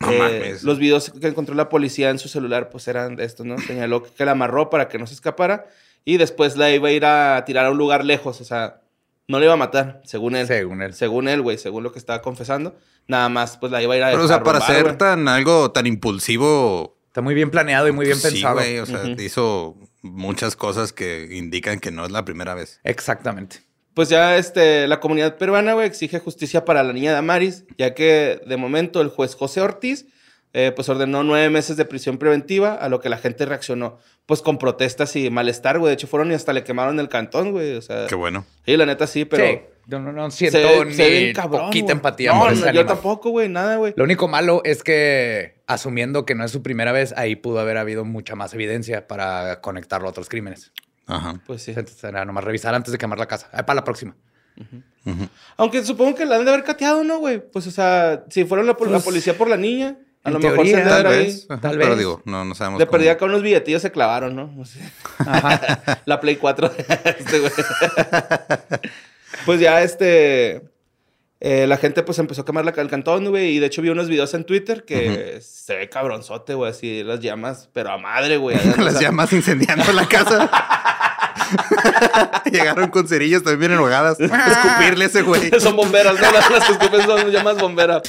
[SPEAKER 4] No
[SPEAKER 2] Eh,
[SPEAKER 4] mames.
[SPEAKER 2] Los videos que encontró la policía en su celular, pues eran de estos, ¿no? Señaló que la amarró para que no se escapara y después la iba a ir a tirar a un lugar lejos, o sea, no la iba a matar, según él.
[SPEAKER 3] Según él.
[SPEAKER 2] Según él, güey, según lo que estaba confesando. Nada más, pues la iba a ir a
[SPEAKER 4] Pero, o sea,
[SPEAKER 2] a
[SPEAKER 4] para
[SPEAKER 2] robar,
[SPEAKER 4] ser
[SPEAKER 2] güey.
[SPEAKER 4] tan algo tan impulsivo. pues
[SPEAKER 3] Está muy bien planeado y muy bien
[SPEAKER 4] sí,
[SPEAKER 3] pensado.
[SPEAKER 4] güey, o sea,
[SPEAKER 2] Ujú.
[SPEAKER 4] hizo muchas cosas que indican que no es la primera vez.
[SPEAKER 3] Exactamente.
[SPEAKER 2] Pues ya este, la comunidad peruana, güey, exige justicia para la niña de Amaris, ya que de momento el juez José Ortiz, eh, pues ordenó nueve meses de prisión preventiva, a lo que la gente reaccionó, pues con protestas y malestar, güey. De hecho, fueron y hasta le quemaron el cantón, güey. O sea,
[SPEAKER 4] Qué bueno.
[SPEAKER 2] sí, la neta sí, pero.
[SPEAKER 3] sí. No, no, no siento
[SPEAKER 2] ve-
[SPEAKER 3] ni
[SPEAKER 2] ve bien cabrón,
[SPEAKER 3] poquita
[SPEAKER 2] güey.
[SPEAKER 3] empatía
[SPEAKER 2] No,
[SPEAKER 3] por
[SPEAKER 2] no,
[SPEAKER 3] ese
[SPEAKER 2] yo
[SPEAKER 3] animal.
[SPEAKER 2] tampoco, güey, nada, güey.
[SPEAKER 3] Lo único malo es que, asumiendo que no es su primera vez, ahí pudo haber habido mucha más evidencia para conectarlo a otros crímenes.
[SPEAKER 4] Ajá.
[SPEAKER 2] Pues sí.
[SPEAKER 3] Entonces era nomás revisar antes de quemar la casa. Ah, para la próxima.
[SPEAKER 4] Ujú.
[SPEAKER 2] Aunque supongo que la han de haber cateado, ¿no, güey? Pues, o sea, si fueron la, pol- la
[SPEAKER 3] Pues,
[SPEAKER 2] policía por la niña, a
[SPEAKER 3] en
[SPEAKER 2] lo mejor se
[SPEAKER 3] teoría,
[SPEAKER 2] han de
[SPEAKER 4] Tal
[SPEAKER 2] haber ahí-
[SPEAKER 4] vez. ajá,
[SPEAKER 3] tal
[SPEAKER 4] Pero
[SPEAKER 3] vez.
[SPEAKER 4] digo, no, no sabemos.
[SPEAKER 2] De
[SPEAKER 4] cómo-
[SPEAKER 2] perdida con unos billetillos se clavaron, ¿no? No sé. La Play 4 de este güey. pues ya este. eh, la gente pues empezó a quemar la, el cantón, güey. Y de hecho vi unos videos en Twitter que se ve cabronzote, güey. Así las llamas, pero a madre, güey. O
[SPEAKER 4] Las
[SPEAKER 2] sea,
[SPEAKER 4] llamas incendiando la casa. Llegaron con cerillas también bien enojadas. Escupirle a ese güey.
[SPEAKER 2] Son bomberas, ¿no? Las, las que escupen son llamas bomberas.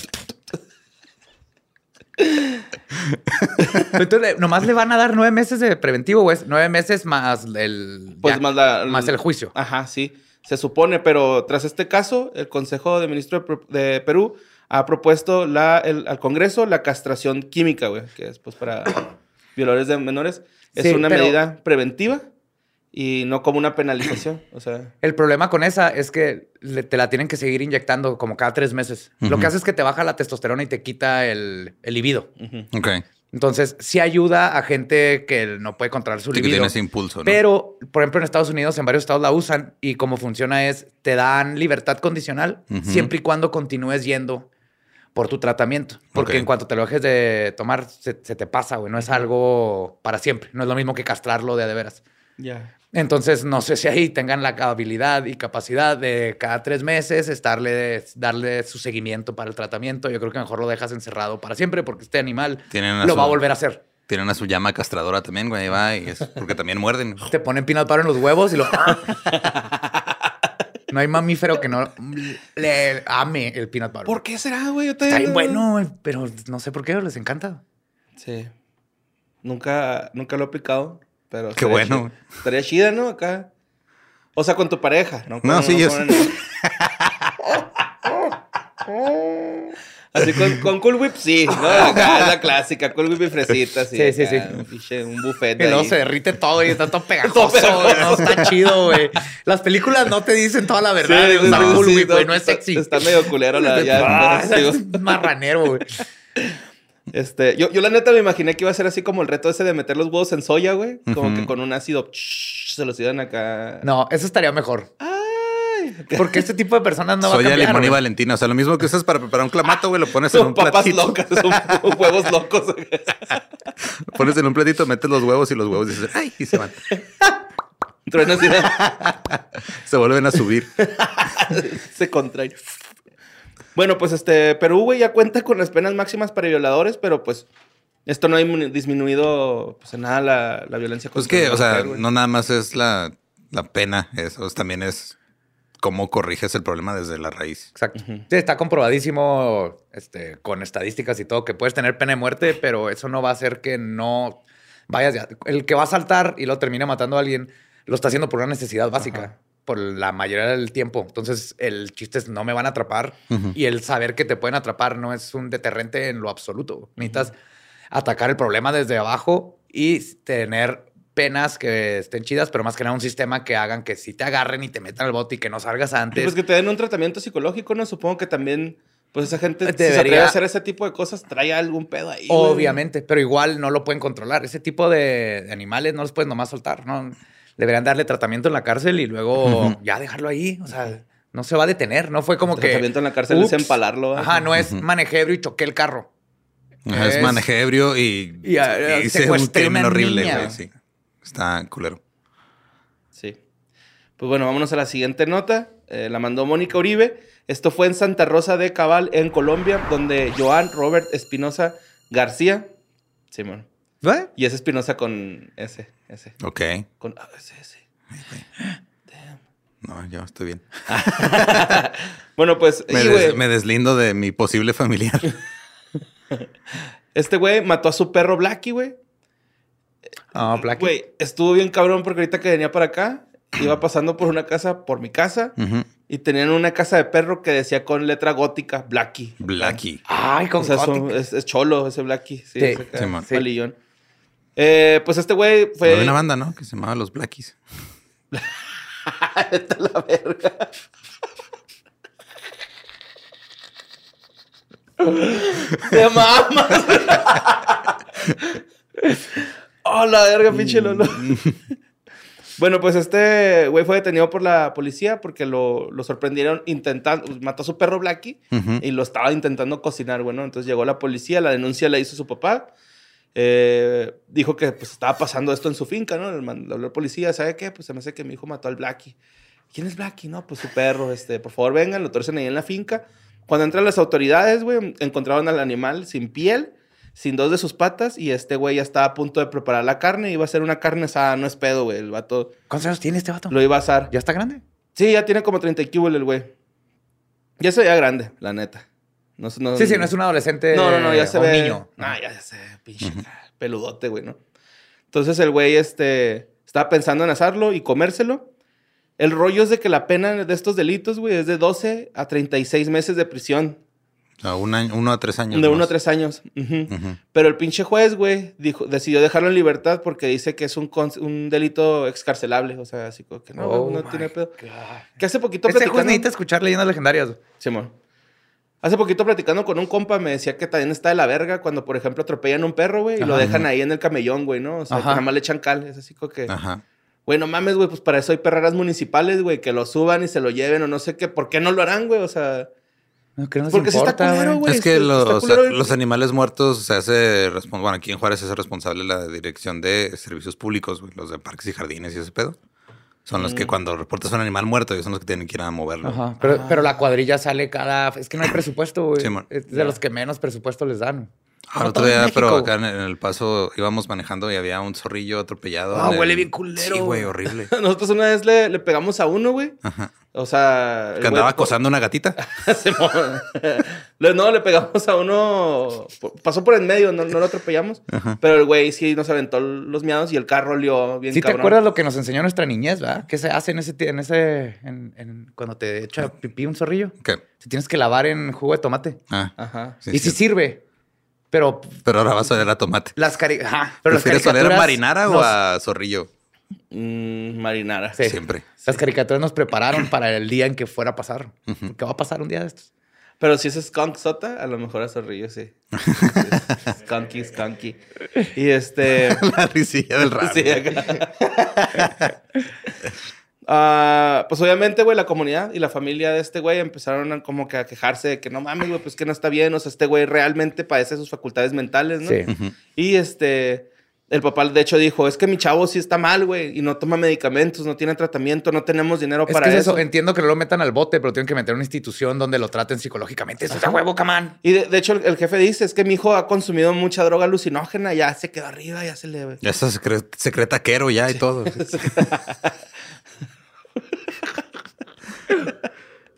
[SPEAKER 3] Entonces, eh, nomás le van a dar nueve meses de preventivo, güey. Nueve meses más el.
[SPEAKER 2] Pues
[SPEAKER 3] ya,
[SPEAKER 2] más, la-
[SPEAKER 3] más el juicio.
[SPEAKER 2] Ajá, sí. Se supone, pero tras este caso, el Consejo de Ministros de, Pro- de Perú ha propuesto la- el- al Congreso la castración química, güey, que es pues para violadores de menores. Es
[SPEAKER 3] Sí,
[SPEAKER 2] una
[SPEAKER 3] pero-
[SPEAKER 2] medida preventiva y no como una penalización. O sea,
[SPEAKER 3] El problema con esa es que le- te la tienen que seguir inyectando como cada tres meses. Lo
[SPEAKER 4] Ujú.
[SPEAKER 3] que hace es que te baja la testosterona y te quita el, el libido.
[SPEAKER 2] ujú.
[SPEAKER 4] Ok.
[SPEAKER 3] Entonces, sí ayuda a gente que no puede controlar su
[SPEAKER 4] Sí, que
[SPEAKER 3] libido.
[SPEAKER 4] tiene ese impulso, ¿no?
[SPEAKER 3] Pero, por ejemplo, en Estados Unidos, en varios estados la usan y cómo funciona es, te dan libertad condicional
[SPEAKER 4] Ujú.
[SPEAKER 3] siempre y cuando continúes yendo por tu tratamiento. Porque
[SPEAKER 4] Ok.
[SPEAKER 3] en cuanto te lo dejes de tomar, se, se te pasa, güey. No es algo para siempre. No es lo mismo que castrarlo de a de veras.
[SPEAKER 2] ya.
[SPEAKER 3] Entonces, no sé si ahí tengan la habilidad y capacidad de cada tres meses estarle, darle su seguimiento para el tratamiento. Yo creo que mejor lo dejas encerrado para siempre porque este animal
[SPEAKER 4] Tienen a
[SPEAKER 3] lo
[SPEAKER 4] su-
[SPEAKER 3] va a volver a hacer.
[SPEAKER 4] Tienen a su llama castradora también, güey. Ahí va. Y es porque también muerden.
[SPEAKER 3] Te ponen pinal paro en los huevos y lo. no hay mamífero que no le ame el peanut butter.
[SPEAKER 2] ¿Por qué será, güey? Yo
[SPEAKER 3] Está
[SPEAKER 2] todavía
[SPEAKER 3] bien
[SPEAKER 2] no-
[SPEAKER 3] bueno, güey, pero no sé por qué les encanta.
[SPEAKER 2] Sí. Nunca, nunca lo he aplicado. Pero
[SPEAKER 4] Qué
[SPEAKER 2] estaría
[SPEAKER 4] bueno,
[SPEAKER 2] chi-
[SPEAKER 4] güey.
[SPEAKER 2] Estaría chida, ¿no? Acá. O sea, con tu pareja, ¿no? Con-
[SPEAKER 4] No, sí, yo
[SPEAKER 2] con- Así con, con Cool Whip, sí, ¿no? Acá es la clásica, Cool Whip y fresita, sí.
[SPEAKER 3] Sí, sí,
[SPEAKER 2] acá,
[SPEAKER 3] sí.
[SPEAKER 2] Un, pinche- un
[SPEAKER 3] Y
[SPEAKER 2] buffet
[SPEAKER 3] luego
[SPEAKER 2] ahí.
[SPEAKER 3] se derrite todo y está todo pegajoso, güey. No está chido, güey. Las películas no te dicen toda la verdad.
[SPEAKER 2] Sí,
[SPEAKER 3] güey.
[SPEAKER 2] sí,
[SPEAKER 3] Está
[SPEAKER 2] sí,
[SPEAKER 3] cool,
[SPEAKER 2] sí,
[SPEAKER 3] güey,
[SPEAKER 2] no,
[SPEAKER 3] güey, no es
[SPEAKER 2] está-
[SPEAKER 3] sexy.
[SPEAKER 2] Está medio culero la ya.
[SPEAKER 3] Ah,
[SPEAKER 2] sí, güey.
[SPEAKER 3] es marranero, güey.
[SPEAKER 2] Este, yo, yo la neta me imaginé que iba a ser así como el reto ese de meter los huevos en soya, güey. Como que con un ácido ch- se los iban acá.
[SPEAKER 3] No, eso estaría mejor.
[SPEAKER 2] Ay,
[SPEAKER 3] Porque este tipo de personas no va a
[SPEAKER 4] Soya,
[SPEAKER 3] cambiar.
[SPEAKER 4] limón y
[SPEAKER 3] güey.
[SPEAKER 4] Valentina. O sea, lo mismo que usas para preparar un clamato, güey, lo pones en
[SPEAKER 2] son
[SPEAKER 4] un
[SPEAKER 2] papas
[SPEAKER 4] platito.
[SPEAKER 2] locas, son huevos locos.
[SPEAKER 4] Lo Pones en un platito, metes los huevos y los huevos dices, ay, y se van.
[SPEAKER 2] Truena así,
[SPEAKER 4] Se vuelven a subir.
[SPEAKER 2] se contrae. Bueno, pues este, Perú, güey, ya cuenta con las penas máximas para violadores, pero pues esto no ha disminu- disminuido pues en nada la, la violencia
[SPEAKER 4] Pues
[SPEAKER 2] contra
[SPEAKER 4] que,
[SPEAKER 2] la
[SPEAKER 4] o sea,
[SPEAKER 2] mujer, güey.
[SPEAKER 4] no nada más es la, la pena, eso es- también es cómo corriges el problema desde la raíz.
[SPEAKER 3] Exacto. Sí, está comprobadísimo este, con estadísticas y todo que puedes tener pena de muerte, pero eso no va a hacer que no vayas. ya- El que va a saltar y lo termina matando a alguien, lo está haciendo por una necesidad básica. Por la mayoría del tiempo. Entonces, el chiste es no me van a atrapar y el saber que te pueden atrapar no es un deterrente en lo absoluto. Necesitas atacar el problema desde abajo y tener penas que estén chidas, pero más que nada un sistema que hagan que si te agarren y te metan al bote y que no salgas antes.
[SPEAKER 2] Pues que te den un tratamiento psicológico, ¿no? Supongo que también, pues esa gente, si se
[SPEAKER 3] Debería-
[SPEAKER 2] atreve a hacer ese tipo de cosas, trae algún pedo ahí. güey.
[SPEAKER 3] Obviamente, pero igual no lo pueden controlar. Ese tipo de de animales no los puedes nomás soltar, ¿no? Deberían darle tratamiento en la cárcel y luego ya dejarlo ahí. O sea, no se va a detener. No fue como que.
[SPEAKER 2] Tratamiento en la cárcel es
[SPEAKER 3] ups.
[SPEAKER 2] empalarlo, ¿verdad?
[SPEAKER 3] Ajá, no es manejé ebrio y choqué el carro.
[SPEAKER 4] Ajá, Es,
[SPEAKER 3] Es-
[SPEAKER 4] manejé ebrio y,
[SPEAKER 3] Y, ah,
[SPEAKER 4] y hice un
[SPEAKER 3] secuestré
[SPEAKER 4] crimen
[SPEAKER 3] una
[SPEAKER 4] horrible,
[SPEAKER 3] niña.
[SPEAKER 4] güey, sí. Está culero.
[SPEAKER 2] Sí. Pues bueno, vámonos a la siguiente nota. Eh, la mandó Mónica Uribe. Esto fue en Santa Rosa de Cabal, en Colombia, donde Joan Robert Espinosa García. Sí, bueno. Y es Espinosa con ese, ese.
[SPEAKER 4] Ok.
[SPEAKER 2] Con ah, ese, ese.
[SPEAKER 4] No, yo estoy bien.
[SPEAKER 2] Bueno, pues.
[SPEAKER 4] Me,
[SPEAKER 2] y,
[SPEAKER 4] des-
[SPEAKER 2] güey,
[SPEAKER 4] me deslindo de mi posible familiar.
[SPEAKER 2] Este güey mató a su perro Blackie, güey.
[SPEAKER 3] Ah, Blacky.
[SPEAKER 2] Güey, estuvo bien cabrón porque ahorita que venía para acá, iba pasando por una casa, por mi casa,
[SPEAKER 4] Ujú.
[SPEAKER 2] y tenían una casa de perro que decía con letra gótica, Blackie.
[SPEAKER 4] Blackie.
[SPEAKER 3] Ay, con
[SPEAKER 2] O sea, son-
[SPEAKER 3] Gothic.
[SPEAKER 2] es, es cholo ese Blackie. Sí,
[SPEAKER 3] Sí.
[SPEAKER 2] es acá,
[SPEAKER 4] Simón.
[SPEAKER 2] es malillón. Eh, pues este güey
[SPEAKER 4] Había
[SPEAKER 2] fue.
[SPEAKER 4] una banda, ¿no? Que se llamaba Los Blackies.
[SPEAKER 2] Vete a la verga. Te mamas. oh, la verga,
[SPEAKER 4] Mm.
[SPEAKER 2] pinche Lolo. bueno, pues este güey fue detenido por la policía porque lo, lo sorprendieron intentando. Mató a su perro Blackie
[SPEAKER 4] Ujú.
[SPEAKER 2] y lo estaba intentando cocinar, bueno. Entonces llegó la policía, la denuncia la hizo su papá. Eh, dijo que pues estaba pasando esto en su finca, ¿no? Le mandó- le habló al policía, ¿sabe qué? Pues se me hace que mi hijo mató al Blackie. ¿Quién es Blackie? No, pues su perro, este, por favor vengan, lo torcen ahí en la finca. Cuando entran las autoridades, güey, encontraron al animal sin piel, sin dos de sus patas y este güey ya estaba a punto de preparar la carne, iba a ser una carne asada, no es pedo, güey, el vato
[SPEAKER 3] ¿Cuántos años tiene este vato?
[SPEAKER 2] lo iba a asar.
[SPEAKER 3] ¿Ya está grande?
[SPEAKER 2] Sí, ya tiene como 30 y cubo el güey. Ya se veía grande, la neta. No, sé,
[SPEAKER 3] Sí, sí, no es un adolescente.
[SPEAKER 2] no, no, no, ya se
[SPEAKER 3] o un
[SPEAKER 2] ve.
[SPEAKER 3] niño.
[SPEAKER 2] No, ya, se ve, pinche acá, peludote, güey, ¿no? Entonces el güey este, estaba pensando en asarlo y comérselo. El rollo es de que la pena de estos delitos, güey, es de 12 a 36 meses de prisión.
[SPEAKER 4] A un año, uno a tres años.
[SPEAKER 2] De 1 a
[SPEAKER 4] más.
[SPEAKER 2] 3 años. Ujú.
[SPEAKER 4] Ujú.
[SPEAKER 2] Pero el pinche juez, güey, dijo, decidió dejarlo en libertad porque dice que es un, cons- un delito excarcelable. O sea, así como que no,
[SPEAKER 3] Oh
[SPEAKER 2] no
[SPEAKER 3] my
[SPEAKER 2] tiene pedo.
[SPEAKER 3] God.
[SPEAKER 2] Que hace poquito
[SPEAKER 3] Este juez
[SPEAKER 2] platicando-
[SPEAKER 3] necesita escuchar leyendas legendarias.
[SPEAKER 2] Simón. Hace poquito platicando con un compa me decía que también está de la verga cuando, por ejemplo, atropellan un perro, güey, y lo
[SPEAKER 3] Ajá.
[SPEAKER 2] dejan ahí en el camellón, güey, ¿no? O sea, que
[SPEAKER 3] Ajá.
[SPEAKER 2] nada más le echan cal. Es así como que,
[SPEAKER 4] Ajá.
[SPEAKER 2] güey, no mames, güey, pues para eso hay perreras municipales, güey, que lo suban y se lo lleven o no sé qué. ¿Por qué no lo harán, güey? O sea,
[SPEAKER 3] No, que no les
[SPEAKER 2] Porque sí está
[SPEAKER 3] importa,
[SPEAKER 2] culero, güey.
[SPEAKER 4] es que
[SPEAKER 2] está-
[SPEAKER 4] los,
[SPEAKER 2] está
[SPEAKER 4] o sea,
[SPEAKER 2] culero el-
[SPEAKER 4] los animales muertos se hace responsable. Bueno, aquí en Juárez se hace responsable la dirección de servicios públicos, güey, los de parques y jardines y ese pedo. Son los que cuando reportas un animal muerto, ellos son los que tienen que ir a moverlo.
[SPEAKER 3] Ajá, pero,
[SPEAKER 2] Ah.
[SPEAKER 3] pero la cuadrilla sale cada... Es que no hay presupuesto, güey.
[SPEAKER 4] Sí, man.
[SPEAKER 3] es de los que menos presupuesto les dan.
[SPEAKER 4] Ah, el
[SPEAKER 3] No,
[SPEAKER 4] otro
[SPEAKER 3] todo en
[SPEAKER 4] día, pero
[SPEAKER 3] México.
[SPEAKER 4] acá en, en El Paso íbamos manejando y había un zorrillo atropellado.
[SPEAKER 3] Ah,
[SPEAKER 4] en el-
[SPEAKER 3] huele bien culero.
[SPEAKER 4] Sí, güey, horrible.
[SPEAKER 2] Nosotros una vez le, le pegamos a uno, güey.
[SPEAKER 4] Ajá.
[SPEAKER 2] O sea. el
[SPEAKER 4] Que andaba
[SPEAKER 2] güey-
[SPEAKER 4] acosando una gatita.
[SPEAKER 2] Simón. Le- no, le pegamos a uno. po- Pasó por en medio, no, no lo atropellamos. Pero el güey sí nos aventó los miados y el carro olió bien
[SPEAKER 3] Sí te
[SPEAKER 2] cabrón.
[SPEAKER 3] acuerdas lo que nos enseñó nuestra niñez, ¿verdad? ¿Qué se hace en ese, ti- en ese, en- en- cuando te echa pipí un zorrillo?
[SPEAKER 4] ¿Qué?
[SPEAKER 3] Te tienes que lavar en jugo de tomate.
[SPEAKER 4] Ah,
[SPEAKER 2] Ajá.
[SPEAKER 4] sí,
[SPEAKER 3] y sí,
[SPEAKER 4] sí.
[SPEAKER 3] sirve. Pero
[SPEAKER 4] Pero ahora vas a oler a tomate.
[SPEAKER 3] las cari ajá, pero las
[SPEAKER 4] ¿Prefieres oler
[SPEAKER 3] caricaturas
[SPEAKER 4] a marinara o
[SPEAKER 3] nos-
[SPEAKER 4] a zorrillo?
[SPEAKER 2] Mm, marinara.
[SPEAKER 3] Sí.
[SPEAKER 4] Siempre.
[SPEAKER 3] Las caricaturas nos prepararon para el día en que fuera a pasar. ¿Qué va a pasar un día de estos?
[SPEAKER 2] Pero si es skunk sota, a lo mejor a zorrillo sí. skunky, skunky. Y este.
[SPEAKER 4] La risilla del raro.
[SPEAKER 2] Sí, acá. Ah, pues obviamente, güey, la comunidad y la familia de este güey empezaron a- como que a quejarse de que no mames, güey, pues que no está bien. O sea, este güey realmente padece sus facultades mentales, ¿no?
[SPEAKER 3] Sí.
[SPEAKER 2] Y este, el papá de hecho dijo, es que mi chavo sí está mal, güey, y no toma medicamentos, no tiene tratamiento, no tenemos dinero
[SPEAKER 3] Es
[SPEAKER 2] para
[SPEAKER 3] que es
[SPEAKER 2] eso.
[SPEAKER 3] eso. Entiendo que no lo metan al bote, pero tienen que meter una institución donde lo traten psicológicamente. Eso está huevo, camán.
[SPEAKER 2] Y de, de hecho el, el jefe dice, es que mi hijo ha consumido mucha droga alucinógena, ya se quedó arriba, ya se le...
[SPEAKER 4] Ya está secre- secretaquero ya y todo.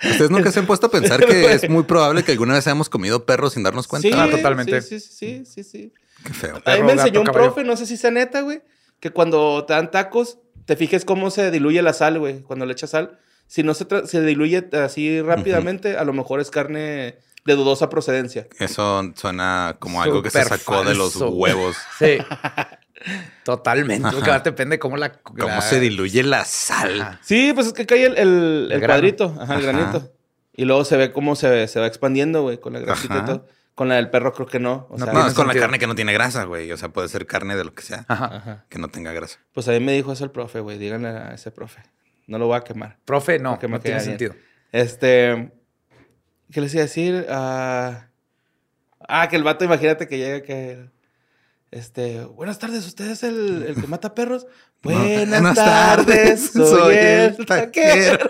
[SPEAKER 4] Ustedes nunca se han puesto a pensar que es muy probable que alguna vez hayamos comido perro sin darnos cuenta.
[SPEAKER 2] Sí,
[SPEAKER 3] Ah, totalmente.
[SPEAKER 2] Sí, sí, sí, sí, sí.
[SPEAKER 4] Qué
[SPEAKER 2] A
[SPEAKER 4] feo.
[SPEAKER 2] mí
[SPEAKER 3] Perro,
[SPEAKER 2] me
[SPEAKER 3] gato,
[SPEAKER 2] enseñó un
[SPEAKER 3] caballo.
[SPEAKER 2] profe, no sé si sea neta, güey, que cuando te dan tacos, te fijes cómo se diluye la sal, güey, cuando le echas sal. Si no se, tra- se diluye así rápidamente, a lo mejor es carne de dudosa procedencia.
[SPEAKER 4] Eso suena como algo que se
[SPEAKER 3] Súper
[SPEAKER 4] sacó de los
[SPEAKER 3] falso.
[SPEAKER 4] huevos.
[SPEAKER 3] Sí. Totalmente. Porque ahora depende cómo la.
[SPEAKER 4] ¿Cómo
[SPEAKER 3] la-
[SPEAKER 4] se diluye la sal?
[SPEAKER 3] Ajá.
[SPEAKER 2] Sí, pues es que cae el, el,
[SPEAKER 3] El
[SPEAKER 2] el
[SPEAKER 3] grano.
[SPEAKER 2] cuadrito, ajá, el
[SPEAKER 4] Ajá.
[SPEAKER 2] granito. Y luego se ve cómo se, se va expandiendo, güey, con la grasita
[SPEAKER 4] Ajá.
[SPEAKER 2] y todo. Con la del perro creo que no. O
[SPEAKER 3] No,
[SPEAKER 2] sea,
[SPEAKER 4] No,
[SPEAKER 3] tiene
[SPEAKER 4] es con la
[SPEAKER 3] sentido. Ah.
[SPEAKER 4] carne que no tiene grasa, güey. O sea, puede ser carne de lo que sea
[SPEAKER 3] Ajá.
[SPEAKER 2] ajá.
[SPEAKER 4] que no tenga grasa.
[SPEAKER 2] Pues a mí me dijo eso el profe, güey. Díganle a ese profe. No lo voy a quemar.
[SPEAKER 3] Profe, no.
[SPEAKER 2] Porque me
[SPEAKER 3] no tiene
[SPEAKER 2] queda bien.
[SPEAKER 3] sentido.
[SPEAKER 2] Este. ¿Qué les iba a decir? Ah, ah, que el vato, imagínate que llega que. Este, buenas tardes, ¿usted es el, el que mata perros? Buenas, tardes, soy, el taquero.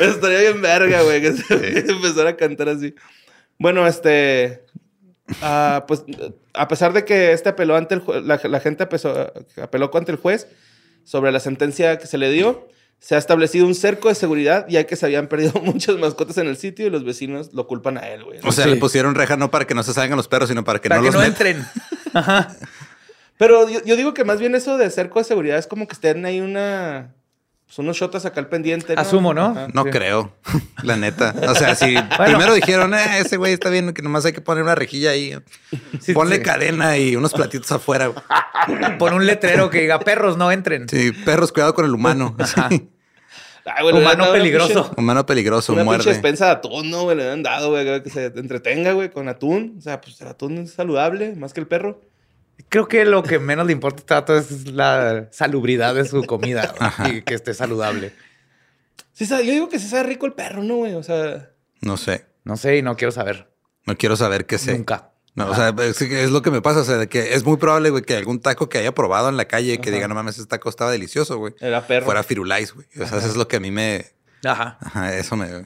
[SPEAKER 2] Estaría bien verga, güey, que se empezara a cantar así. Bueno, este... ah, pues a pesar de que este apeló ante el jue- la, la gente apesó- apeló ante el juez sobre la sentencia que se le dio, se ha establecido un cerco de seguridad ya que se habían perdido muchas mascotas en el sitio y los vecinos lo culpan a él, güey.
[SPEAKER 4] O sea,
[SPEAKER 3] Sí.
[SPEAKER 4] le pusieron reja no para que no se salgan los perros, sino para que
[SPEAKER 3] para
[SPEAKER 4] no
[SPEAKER 3] que
[SPEAKER 4] los
[SPEAKER 3] no
[SPEAKER 4] metan.
[SPEAKER 3] entren.
[SPEAKER 2] Pero yo, yo digo que más bien eso de cerco de seguridad es como que estén ahí una... Pues unos shotas acá al pendiente. ¿no?
[SPEAKER 3] Asumo, ¿no?
[SPEAKER 2] Ajá.
[SPEAKER 4] No
[SPEAKER 3] Sí.
[SPEAKER 4] creo, la neta. O sea, si primero dijeron, "Eh, ese güey está bien, que nomás hay que poner una rejilla ahí.
[SPEAKER 3] Sí,
[SPEAKER 4] Ponle
[SPEAKER 3] sí.
[SPEAKER 4] cadena y unos platitos afuera. güey.
[SPEAKER 3] Pon un letrero que diga perros no entren.
[SPEAKER 4] Sí, perros, cuidado con el humano. Sí.
[SPEAKER 2] Ay, güey, le
[SPEAKER 3] Humano
[SPEAKER 2] hubieran dado una
[SPEAKER 3] peligroso.
[SPEAKER 2] pinche-
[SPEAKER 4] Humano peligroso,
[SPEAKER 2] Una pinche
[SPEAKER 4] muerde.
[SPEAKER 2] despensa de atún, ¿no, güey? Le han dado, güey, que se entretenga, güey, con atún. O sea, pues el atún es saludable, más que el perro.
[SPEAKER 3] Creo que lo que menos le importa a Tato es la salubridad de su comida güey, y que esté saludable.
[SPEAKER 2] Sí sabe- yo digo que sí sabe rico el perro, ¿no, güey? O sea,
[SPEAKER 4] No sé.
[SPEAKER 3] No sé y no quiero saber.
[SPEAKER 4] No quiero saber qué sé.
[SPEAKER 3] Nunca.
[SPEAKER 4] No, o sea, es, es lo que me pasa. O sea, de que es muy probable, güey, que algún taco que haya probado en la calle que diga, no mames, este taco estaba delicioso, güey.
[SPEAKER 2] era perro.
[SPEAKER 4] Fuera firulais, güey. O sea, eso es lo que a mí me.
[SPEAKER 3] Ajá.
[SPEAKER 4] Ajá, eso me.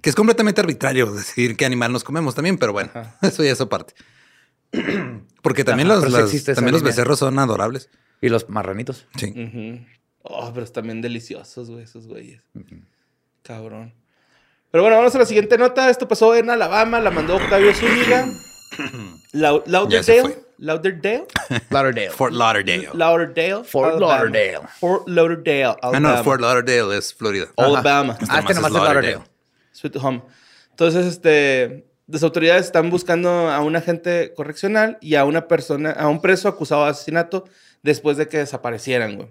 [SPEAKER 4] Que es completamente arbitrario decidir qué animal nos comemos también, pero bueno, eso ya es aparte. Porque también
[SPEAKER 3] Ajá,
[SPEAKER 4] los,
[SPEAKER 3] pero sí
[SPEAKER 4] las-
[SPEAKER 3] existe esa
[SPEAKER 4] también los
[SPEAKER 3] línea. Mm.
[SPEAKER 4] becerros son adorables.
[SPEAKER 3] Y los marranitos.
[SPEAKER 4] Sí.
[SPEAKER 2] Ujú. Oh, pero también deliciosos, güey, esos güeyes. Cabrón. Pero bueno, vamos a la siguiente nota. Esto pasó en Alabama, la mandó Octavio Zúñiga. Lau-
[SPEAKER 4] Ya se
[SPEAKER 2] Lauderdale.
[SPEAKER 4] fue.
[SPEAKER 2] Lauderdale.
[SPEAKER 3] Lauderdale.
[SPEAKER 4] Fort Lauderdale.
[SPEAKER 2] Lauderdale.
[SPEAKER 3] Fort
[SPEAKER 2] Alabama.
[SPEAKER 3] Lauderdale.
[SPEAKER 2] Fort Lauderdale.
[SPEAKER 4] ah, no,
[SPEAKER 2] Alabama.
[SPEAKER 4] Fort Lauderdale es Florida.
[SPEAKER 2] Alabama.
[SPEAKER 4] Este
[SPEAKER 3] Ah, este nomás es Lauderdale.
[SPEAKER 2] Sweet Home. Entonces, este, las autoridades están buscando a un agente correccional y a una persona, a un preso acusado de asesinato después de que desaparecieran, güey.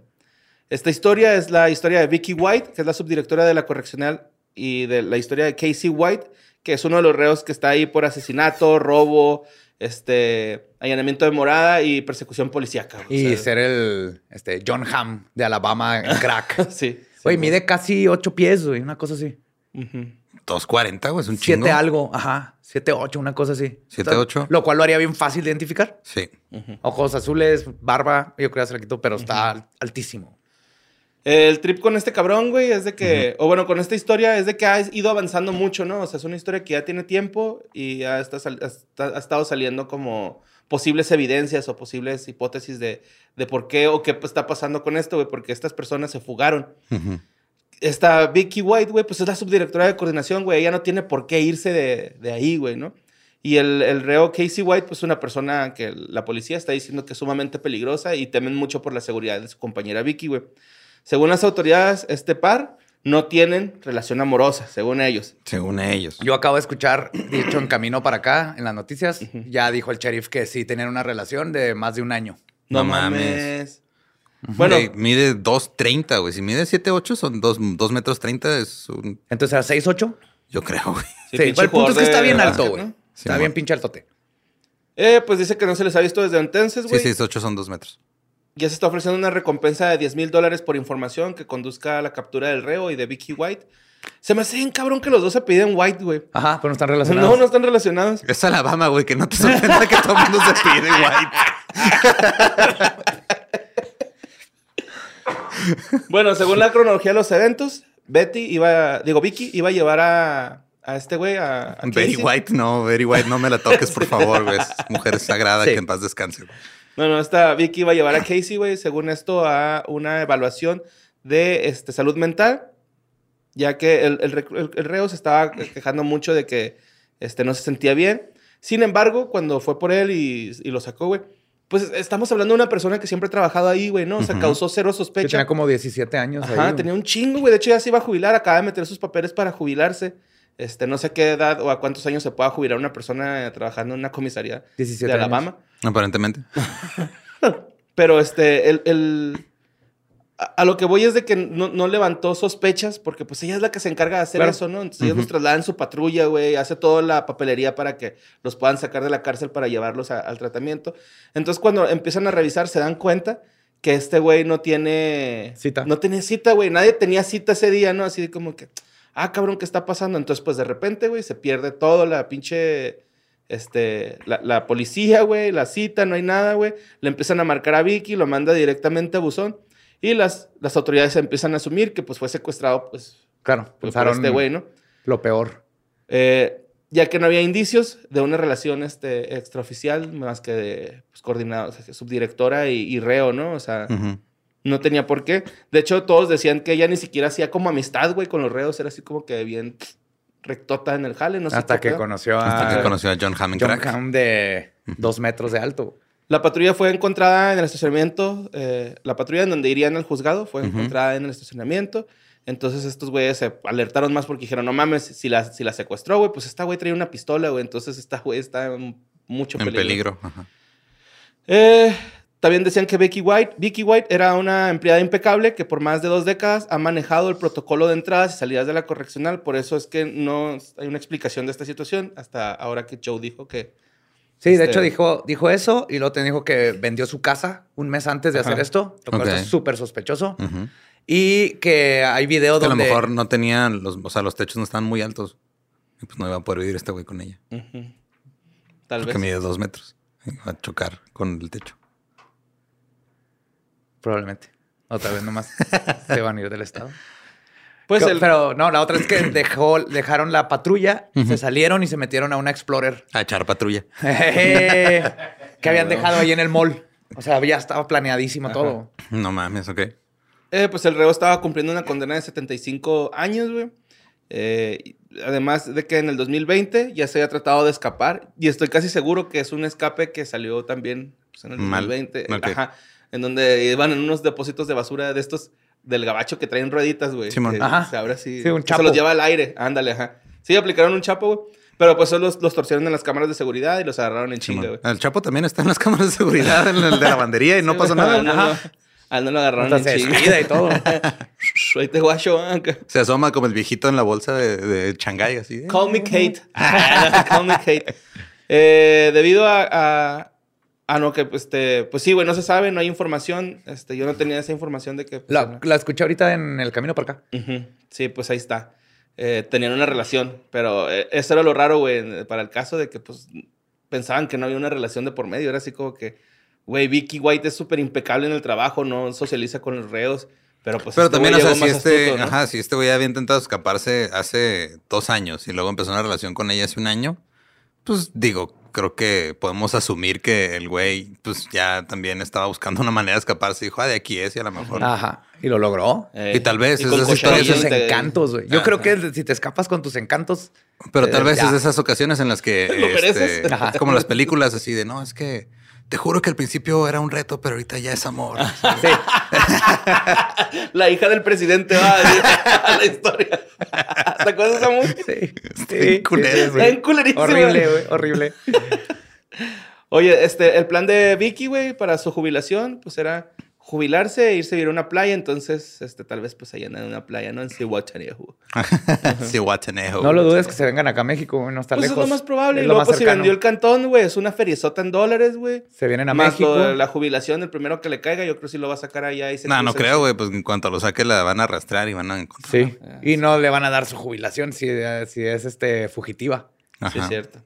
[SPEAKER 2] Esta historia es la historia de Vicky White, que es la subdirectora de la correccional, y de la historia de Casey White, que es uno de los reos que está ahí por asesinato, robo, este, allanamiento de morada y persecución policíaca. güey. O
[SPEAKER 3] Y
[SPEAKER 2] sea,
[SPEAKER 3] ser el este, John Ham de Alabama en crack.
[SPEAKER 2] Sí.
[SPEAKER 3] Güey,
[SPEAKER 2] sí,
[SPEAKER 3] mide casi ocho pies, güey, una cosa así.
[SPEAKER 2] güey. Ujú.
[SPEAKER 4] 240, güey, es un chingo.
[SPEAKER 3] Siete algo, ajá. Siete ocho, una cosa así.
[SPEAKER 4] Siete, ocho.
[SPEAKER 3] Lo cual lo haría bien fácil de identificar.
[SPEAKER 4] Sí.
[SPEAKER 3] Ojos azules, barba, yo creo que ya se la quito, pero está al- altísimo.
[SPEAKER 2] El trip con este cabrón, güey, es de que, o bueno, con esta historia es de que ha ido avanzando mucho, ¿no? O sea, es una historia que ya tiene tiempo y ya está sal- está- ha estado saliendo como posibles evidencias o posibles hipótesis de, de por qué o qué está pasando con esto, güey, porque estas personas se fugaron. Esta Vicky White, güey, pues es la subdirectora de coordinación, güey, ella no tiene por qué irse de, de ahí, güey, ¿no? Y el, el reo Casey White, pues una persona que la policía está diciendo que es sumamente peligrosa y temen mucho por la seguridad de su compañera Vicky, güey. Según las autoridades, este par no tienen relación amorosa, según ellos.
[SPEAKER 4] Según ellos.
[SPEAKER 3] Yo acabo de escuchar, dicho en camino para acá, en las noticias, ya dijo el sheriff que sí tenían una relación de más de un año.
[SPEAKER 4] No mames.
[SPEAKER 2] Bueno,
[SPEAKER 4] Güey, mide 2.30, güey. Si mide 7.8 son 2, metros 30. Es un...
[SPEAKER 3] Entonces era 6-8.
[SPEAKER 4] Yo creo, güey.
[SPEAKER 2] Sí,
[SPEAKER 3] Sí, pero
[SPEAKER 2] pinche
[SPEAKER 3] el punto es que
[SPEAKER 2] jugador
[SPEAKER 3] está
[SPEAKER 2] de
[SPEAKER 3] bien alto,
[SPEAKER 2] básquet,
[SPEAKER 3] güey.
[SPEAKER 2] ¿no?
[SPEAKER 3] Está
[SPEAKER 4] Sí,
[SPEAKER 3] bien
[SPEAKER 4] man.
[SPEAKER 3] pinche altote.
[SPEAKER 2] eh, pues dice que no se les ha visto desde entonces,
[SPEAKER 4] Sí,
[SPEAKER 2] güey.
[SPEAKER 4] 6.8 son 2 metros.
[SPEAKER 2] Ya se está ofreciendo una recompensa de 10 mil dólares por información que conduzca a la captura del reo y de Vicky White. Se me hace bien cabrón que los dos se piden White, güey.
[SPEAKER 3] Ajá, pero no están relacionados.
[SPEAKER 2] No, no están relacionados.
[SPEAKER 4] Es Alabama, güey, que no te sorprenda que todo el mundo se pide, güey.
[SPEAKER 2] Bueno, según la cronología de los eventos, Betty iba, digo, Vicky iba a llevar a, a este güey, a, a
[SPEAKER 4] Very
[SPEAKER 2] Casey.
[SPEAKER 4] White, no, Very White, no me la toques, por favor, güey. Es mujer sagrada,
[SPEAKER 3] Sí.
[SPEAKER 4] que en paz descanse. güey.
[SPEAKER 2] No, no, esta Vicky iba a llevar a Casey, güey, según esto, a una evaluación de este, salud mental, ya que el, el rec- el- el reo se estaba quejando mucho de que este, no se sentía bien. Sin embargo, cuando fue por él y, y lo sacó, güey, pues estamos hablando de una persona que siempre ha trabajado ahí, güey, ¿no? O sea,
[SPEAKER 4] Ujú.
[SPEAKER 2] causó cero
[SPEAKER 3] Que
[SPEAKER 2] sospecha.
[SPEAKER 3] tenía como 17 años. ahí,
[SPEAKER 2] Ajá,
[SPEAKER 3] güey.
[SPEAKER 2] tenía un chingo, güey. De hecho, ya se iba a jubilar, acaba de meter sus papeles para jubilarse. Este, no sé a qué edad o a cuántos años se pueda jubilar una persona eh, trabajando en una comisaría
[SPEAKER 3] 17
[SPEAKER 2] de
[SPEAKER 3] años.
[SPEAKER 2] Alabama.
[SPEAKER 4] Aparentemente.
[SPEAKER 2] Pero este, el. el- a, a lo que voy es de que no, no levantó sospechas, porque pues ella es la que se encarga de hacer
[SPEAKER 3] Claro.
[SPEAKER 2] eso, ¿no? Entonces ellos los trasladan su patrulla, güey, hace toda la papelería para que los puedan sacar de la cárcel para llevarlos a- al tratamiento. Entonces cuando empiezan a revisar, se dan cuenta que este güey no tiene.
[SPEAKER 3] Cita.
[SPEAKER 2] No tenía cita, güey. Nadie tenía cita ese día, ¿no? Así como que. Ah, cabrón, ¿qué está pasando? Entonces, pues de repente, güey, se pierde todo la pinche este, la, la policía, güey, la cita, no hay nada, güey. Le empiezan a marcar a Vicky, lo manda directamente a Buzón. Y las, las autoridades empiezan a asumir que pues fue secuestrado, pues,
[SPEAKER 3] Claro,
[SPEAKER 2] pues, por
[SPEAKER 3] pensaron
[SPEAKER 2] este güey, ¿no?
[SPEAKER 3] lo peor.
[SPEAKER 2] Eh, ya que no había indicios de una relación este, extraoficial más que de pues, coordinado, o sea, subdirectora y, y reo, ¿no? O sea,
[SPEAKER 4] Ujú.
[SPEAKER 2] no tenía por qué. De hecho, todos decían que ella ni siquiera hacía como amistad, güey, con los reos. Era así como que bien rectota en el jale, no sé
[SPEAKER 3] hasta
[SPEAKER 2] qué
[SPEAKER 3] que
[SPEAKER 2] pedo.
[SPEAKER 3] conoció a.
[SPEAKER 4] Hasta que conoció a John Hammond
[SPEAKER 3] Ah, John
[SPEAKER 4] Crack.
[SPEAKER 3] Hamm de dos metros de alto.
[SPEAKER 2] La patrulla fue encontrada en el estacionamiento. eh, la patrulla en donde irían al juzgado fue
[SPEAKER 4] Ujú.
[SPEAKER 2] encontrada en el estacionamiento. Entonces estos güeyes se alertaron más porque dijeron, no mames, si la, si la secuestró, güey, pues esta güey traía una pistola, güey. Entonces esta güey está en mucho
[SPEAKER 4] En
[SPEAKER 2] peligro.
[SPEAKER 4] peligro. Ajá.
[SPEAKER 2] Eh, también decían que Vicky White, Vicky White era una empleada impecable que por más de dos décadas ha manejado el protocolo de entradas y salidas de la correccional. Por eso es que no hay una explicación de esta situación hasta ahora que Joe dijo que
[SPEAKER 3] Sí, de
[SPEAKER 2] Este-
[SPEAKER 3] hecho dijo, dijo eso y luego te dijo que vendió su casa un mes antes de
[SPEAKER 2] Ajá.
[SPEAKER 3] hacer esto, lo cual
[SPEAKER 4] Ok.
[SPEAKER 3] es súper sospechoso.
[SPEAKER 4] Ujú.
[SPEAKER 3] Y que hay video
[SPEAKER 4] Que a lo
[SPEAKER 3] donde...
[SPEAKER 4] mejor no tenían, los, o sea, los techos no estaban muy altos. Y pues no iba a poder vivir este güey con ella.
[SPEAKER 2] ujú, tal
[SPEAKER 4] Porque
[SPEAKER 2] vez...
[SPEAKER 4] mide dos metros. Iba a chocar con el techo.
[SPEAKER 3] Probablemente. Otra vez nomás se van a ir del estado.
[SPEAKER 2] Pues
[SPEAKER 3] Co-
[SPEAKER 2] el-
[SPEAKER 3] Pero no, la otra es que dejó, dejaron la patrulla, se salieron y se metieron a una Explorer
[SPEAKER 4] A echar patrulla.
[SPEAKER 3] que habían dejado ahí en el mall. O sea, ya estaba planeadísimo todo.
[SPEAKER 4] No mames, ok.
[SPEAKER 2] Eh, pues el reo estaba cumpliendo una condena de 75 años, güey. Eh, y además de que en el 2020 ya se había tratado de escapar. Y estoy casi seguro que es un escape que salió también pues, en el
[SPEAKER 4] Mal.
[SPEAKER 2] 2020.
[SPEAKER 4] Ok.
[SPEAKER 2] Ajá. En donde iban en unos depósitos de basura de estos del gabacho que traen rueditas, güey.
[SPEAKER 4] Simón.
[SPEAKER 2] que
[SPEAKER 3] Ajá.
[SPEAKER 2] Se abre así.
[SPEAKER 3] Sí, un
[SPEAKER 2] que
[SPEAKER 3] chapo.
[SPEAKER 2] Se los lleva al aire. Ándale, ajá. Sí, aplicaron un chapo, güey. Pero pues solo los, los torcieron en las cámaras de seguridad y los agarraron en chinga, güey.
[SPEAKER 4] Simón. El Chapo también está en las cámaras de seguridad, en el de la bandería y no
[SPEAKER 2] Sí,
[SPEAKER 4] pasa
[SPEAKER 2] güey,
[SPEAKER 4] nada.
[SPEAKER 2] a él no lo- A él no lo agarraron
[SPEAKER 3] Hasta
[SPEAKER 2] en
[SPEAKER 3] se
[SPEAKER 2] chinga.
[SPEAKER 3] despida y todo.
[SPEAKER 2] Ahí te guacho, acá.
[SPEAKER 4] Se asoma como el viejito en la bolsa de, de Shanghái, así. eh.
[SPEAKER 2] Call me Kate. Call me Kate. Eh, debido a, a, a lo que, pues, este, pues sí, güey, no se sabe, no hay información. Este, yo no tenía esa información de que. pues,
[SPEAKER 3] La,
[SPEAKER 2] era-
[SPEAKER 3] la escuché ahorita en el camino para acá.
[SPEAKER 2] Ujú. Sí, pues ahí está. Eh, tenían una relación, pero eh, eso era lo raro, güey, en- para el caso de que, pues, pensaban que no había una relación de por medio. Era así como que, güey, Vicky White es súper impecable en el trabajo, no socializa con los reos. Pero pues
[SPEAKER 4] Pero
[SPEAKER 2] este
[SPEAKER 4] también, o
[SPEAKER 2] güey
[SPEAKER 4] sea,
[SPEAKER 2] llegó
[SPEAKER 4] si
[SPEAKER 2] más
[SPEAKER 4] este,
[SPEAKER 2] astuto, ¿no?
[SPEAKER 4] ajá, si este güey había intentado escaparse hace dos años y luego empezó una relación con ella hace un año, pues digo, creo que podemos asumir que el güey, pues ya también estaba buscando una manera de escaparse. Dijo, ah, de aquí es y a lo mejor.
[SPEAKER 2] Ah,
[SPEAKER 3] Ajá. Y lo logró.
[SPEAKER 2] Eh,
[SPEAKER 4] Y tal vez
[SPEAKER 2] con
[SPEAKER 4] esas
[SPEAKER 3] Con
[SPEAKER 4] historias-
[SPEAKER 2] cucharillas
[SPEAKER 3] tus
[SPEAKER 2] te-
[SPEAKER 3] encantos, güey. Yo
[SPEAKER 4] Ah,
[SPEAKER 3] creo que si te escapas con tus encantos,
[SPEAKER 4] Pero
[SPEAKER 3] Eh,
[SPEAKER 4] tal vez
[SPEAKER 3] ya.
[SPEAKER 4] es de esas ocasiones en las que.
[SPEAKER 2] Lo mereces.
[SPEAKER 4] este,
[SPEAKER 3] Ajá.
[SPEAKER 4] es como las películas así de no, es que te juro que al principio era un reto, pero ahorita ya es amor.
[SPEAKER 3] sí.
[SPEAKER 2] La hija del presidente va a decir a la historia. ¿Te acuerdas de esa música?
[SPEAKER 3] Sí.
[SPEAKER 4] bien culero,
[SPEAKER 2] güey. Está bien culerísimo.
[SPEAKER 3] Horrible, güey. Horrible.
[SPEAKER 2] Oye, este, el plan de Vicky, güey, para su jubilación, pues era jubilarse e irse a vivir a una playa. Entonces, este, tal vez, pues, ahí andan en una playa, ¿no? En Cihuatanejo.
[SPEAKER 4] Sí, Guatanejo.
[SPEAKER 3] No lo dudes que se vengan acá a México, güey. No está
[SPEAKER 2] Pues
[SPEAKER 3] lejos.
[SPEAKER 2] es lo más probable.
[SPEAKER 3] Es
[SPEAKER 2] y
[SPEAKER 3] lo
[SPEAKER 2] luego,
[SPEAKER 3] más
[SPEAKER 2] pues, si
[SPEAKER 3] cercano.
[SPEAKER 2] vendió el cantón, güey, es una feriezota en dólares, güey.
[SPEAKER 3] Se vienen a
[SPEAKER 2] Más
[SPEAKER 3] México.
[SPEAKER 2] lo de la jubilación, el primero que le caiga, yo creo que sí lo va a sacar allá. Y se
[SPEAKER 4] No, no
[SPEAKER 2] cruza.
[SPEAKER 4] creo, güey. Pues en cuanto lo saque, la van a arrastrar y van a encontrar.
[SPEAKER 3] Sí.
[SPEAKER 2] Ah,
[SPEAKER 3] Y no le van a dar su jubilación si, si es este fugitiva.
[SPEAKER 2] Sí,
[SPEAKER 4] Ajá.
[SPEAKER 2] es cierto.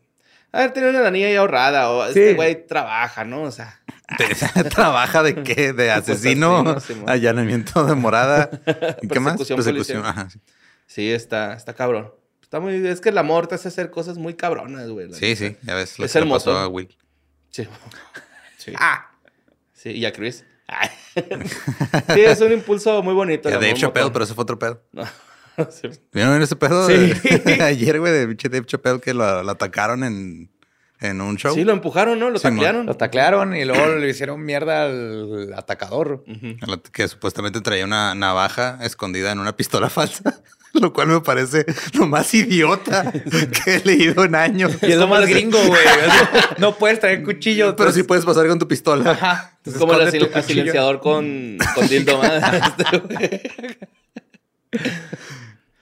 [SPEAKER 2] A ver, tiene una lanilla ahí ahorrada. O
[SPEAKER 3] Sí.
[SPEAKER 2] este güey trabaja, ¿no? O sea,
[SPEAKER 4] Te- ¿Trabaja de qué? ¿De asesino?
[SPEAKER 2] asesino, Simón.
[SPEAKER 4] allanamiento de morada. ¿Y ¿Qué más?
[SPEAKER 2] Persecución policial.
[SPEAKER 4] ajá, sí.
[SPEAKER 2] sí, está, está cabrón. Está muy... Es que el amor te hace hacer cosas muy cabronas, güey. la
[SPEAKER 4] Sí,
[SPEAKER 2] neta.
[SPEAKER 4] sí, ya ves.
[SPEAKER 2] Es
[SPEAKER 4] que le
[SPEAKER 2] hermoso.
[SPEAKER 4] pasó a Will.
[SPEAKER 2] Sí. Sí.
[SPEAKER 3] Ah.
[SPEAKER 2] Sí, y a Chris. Ay. sí, es un impulso muy bonito.
[SPEAKER 4] Y a
[SPEAKER 2] el
[SPEAKER 4] Dave
[SPEAKER 2] amor
[SPEAKER 4] Chappelle,
[SPEAKER 2] mutuo.
[SPEAKER 4] pero eso fue otro pedo.
[SPEAKER 2] No, sí.
[SPEAKER 4] ¿Vieron ese pedo?
[SPEAKER 3] Sí.
[SPEAKER 4] de- ayer, güey, de pinche Dave Chappelle que lo, lo atacaron en, en un show.
[SPEAKER 2] Sí, lo empujaron, ¿no? Lo
[SPEAKER 4] Simón.
[SPEAKER 2] taclearon.
[SPEAKER 3] Lo taclearon y luego le hicieron mierda al atacador.
[SPEAKER 2] Ujú.
[SPEAKER 4] A la Que supuestamente traía una navaja escondida en una pistola falsa. Lo cual me parece lo más idiota que he leído en años.
[SPEAKER 3] Y es lo más gringo, güey. Es- No puedes traer cuchillo.
[SPEAKER 4] Pero
[SPEAKER 3] si
[SPEAKER 4] sí puedes pasar con tu pistola.
[SPEAKER 3] Ajá.
[SPEAKER 2] Es como el
[SPEAKER 4] Esconde
[SPEAKER 2] asil-
[SPEAKER 4] tu cuchillo.
[SPEAKER 2] silenciador con, con dildo. ¿verdad? Este, güey.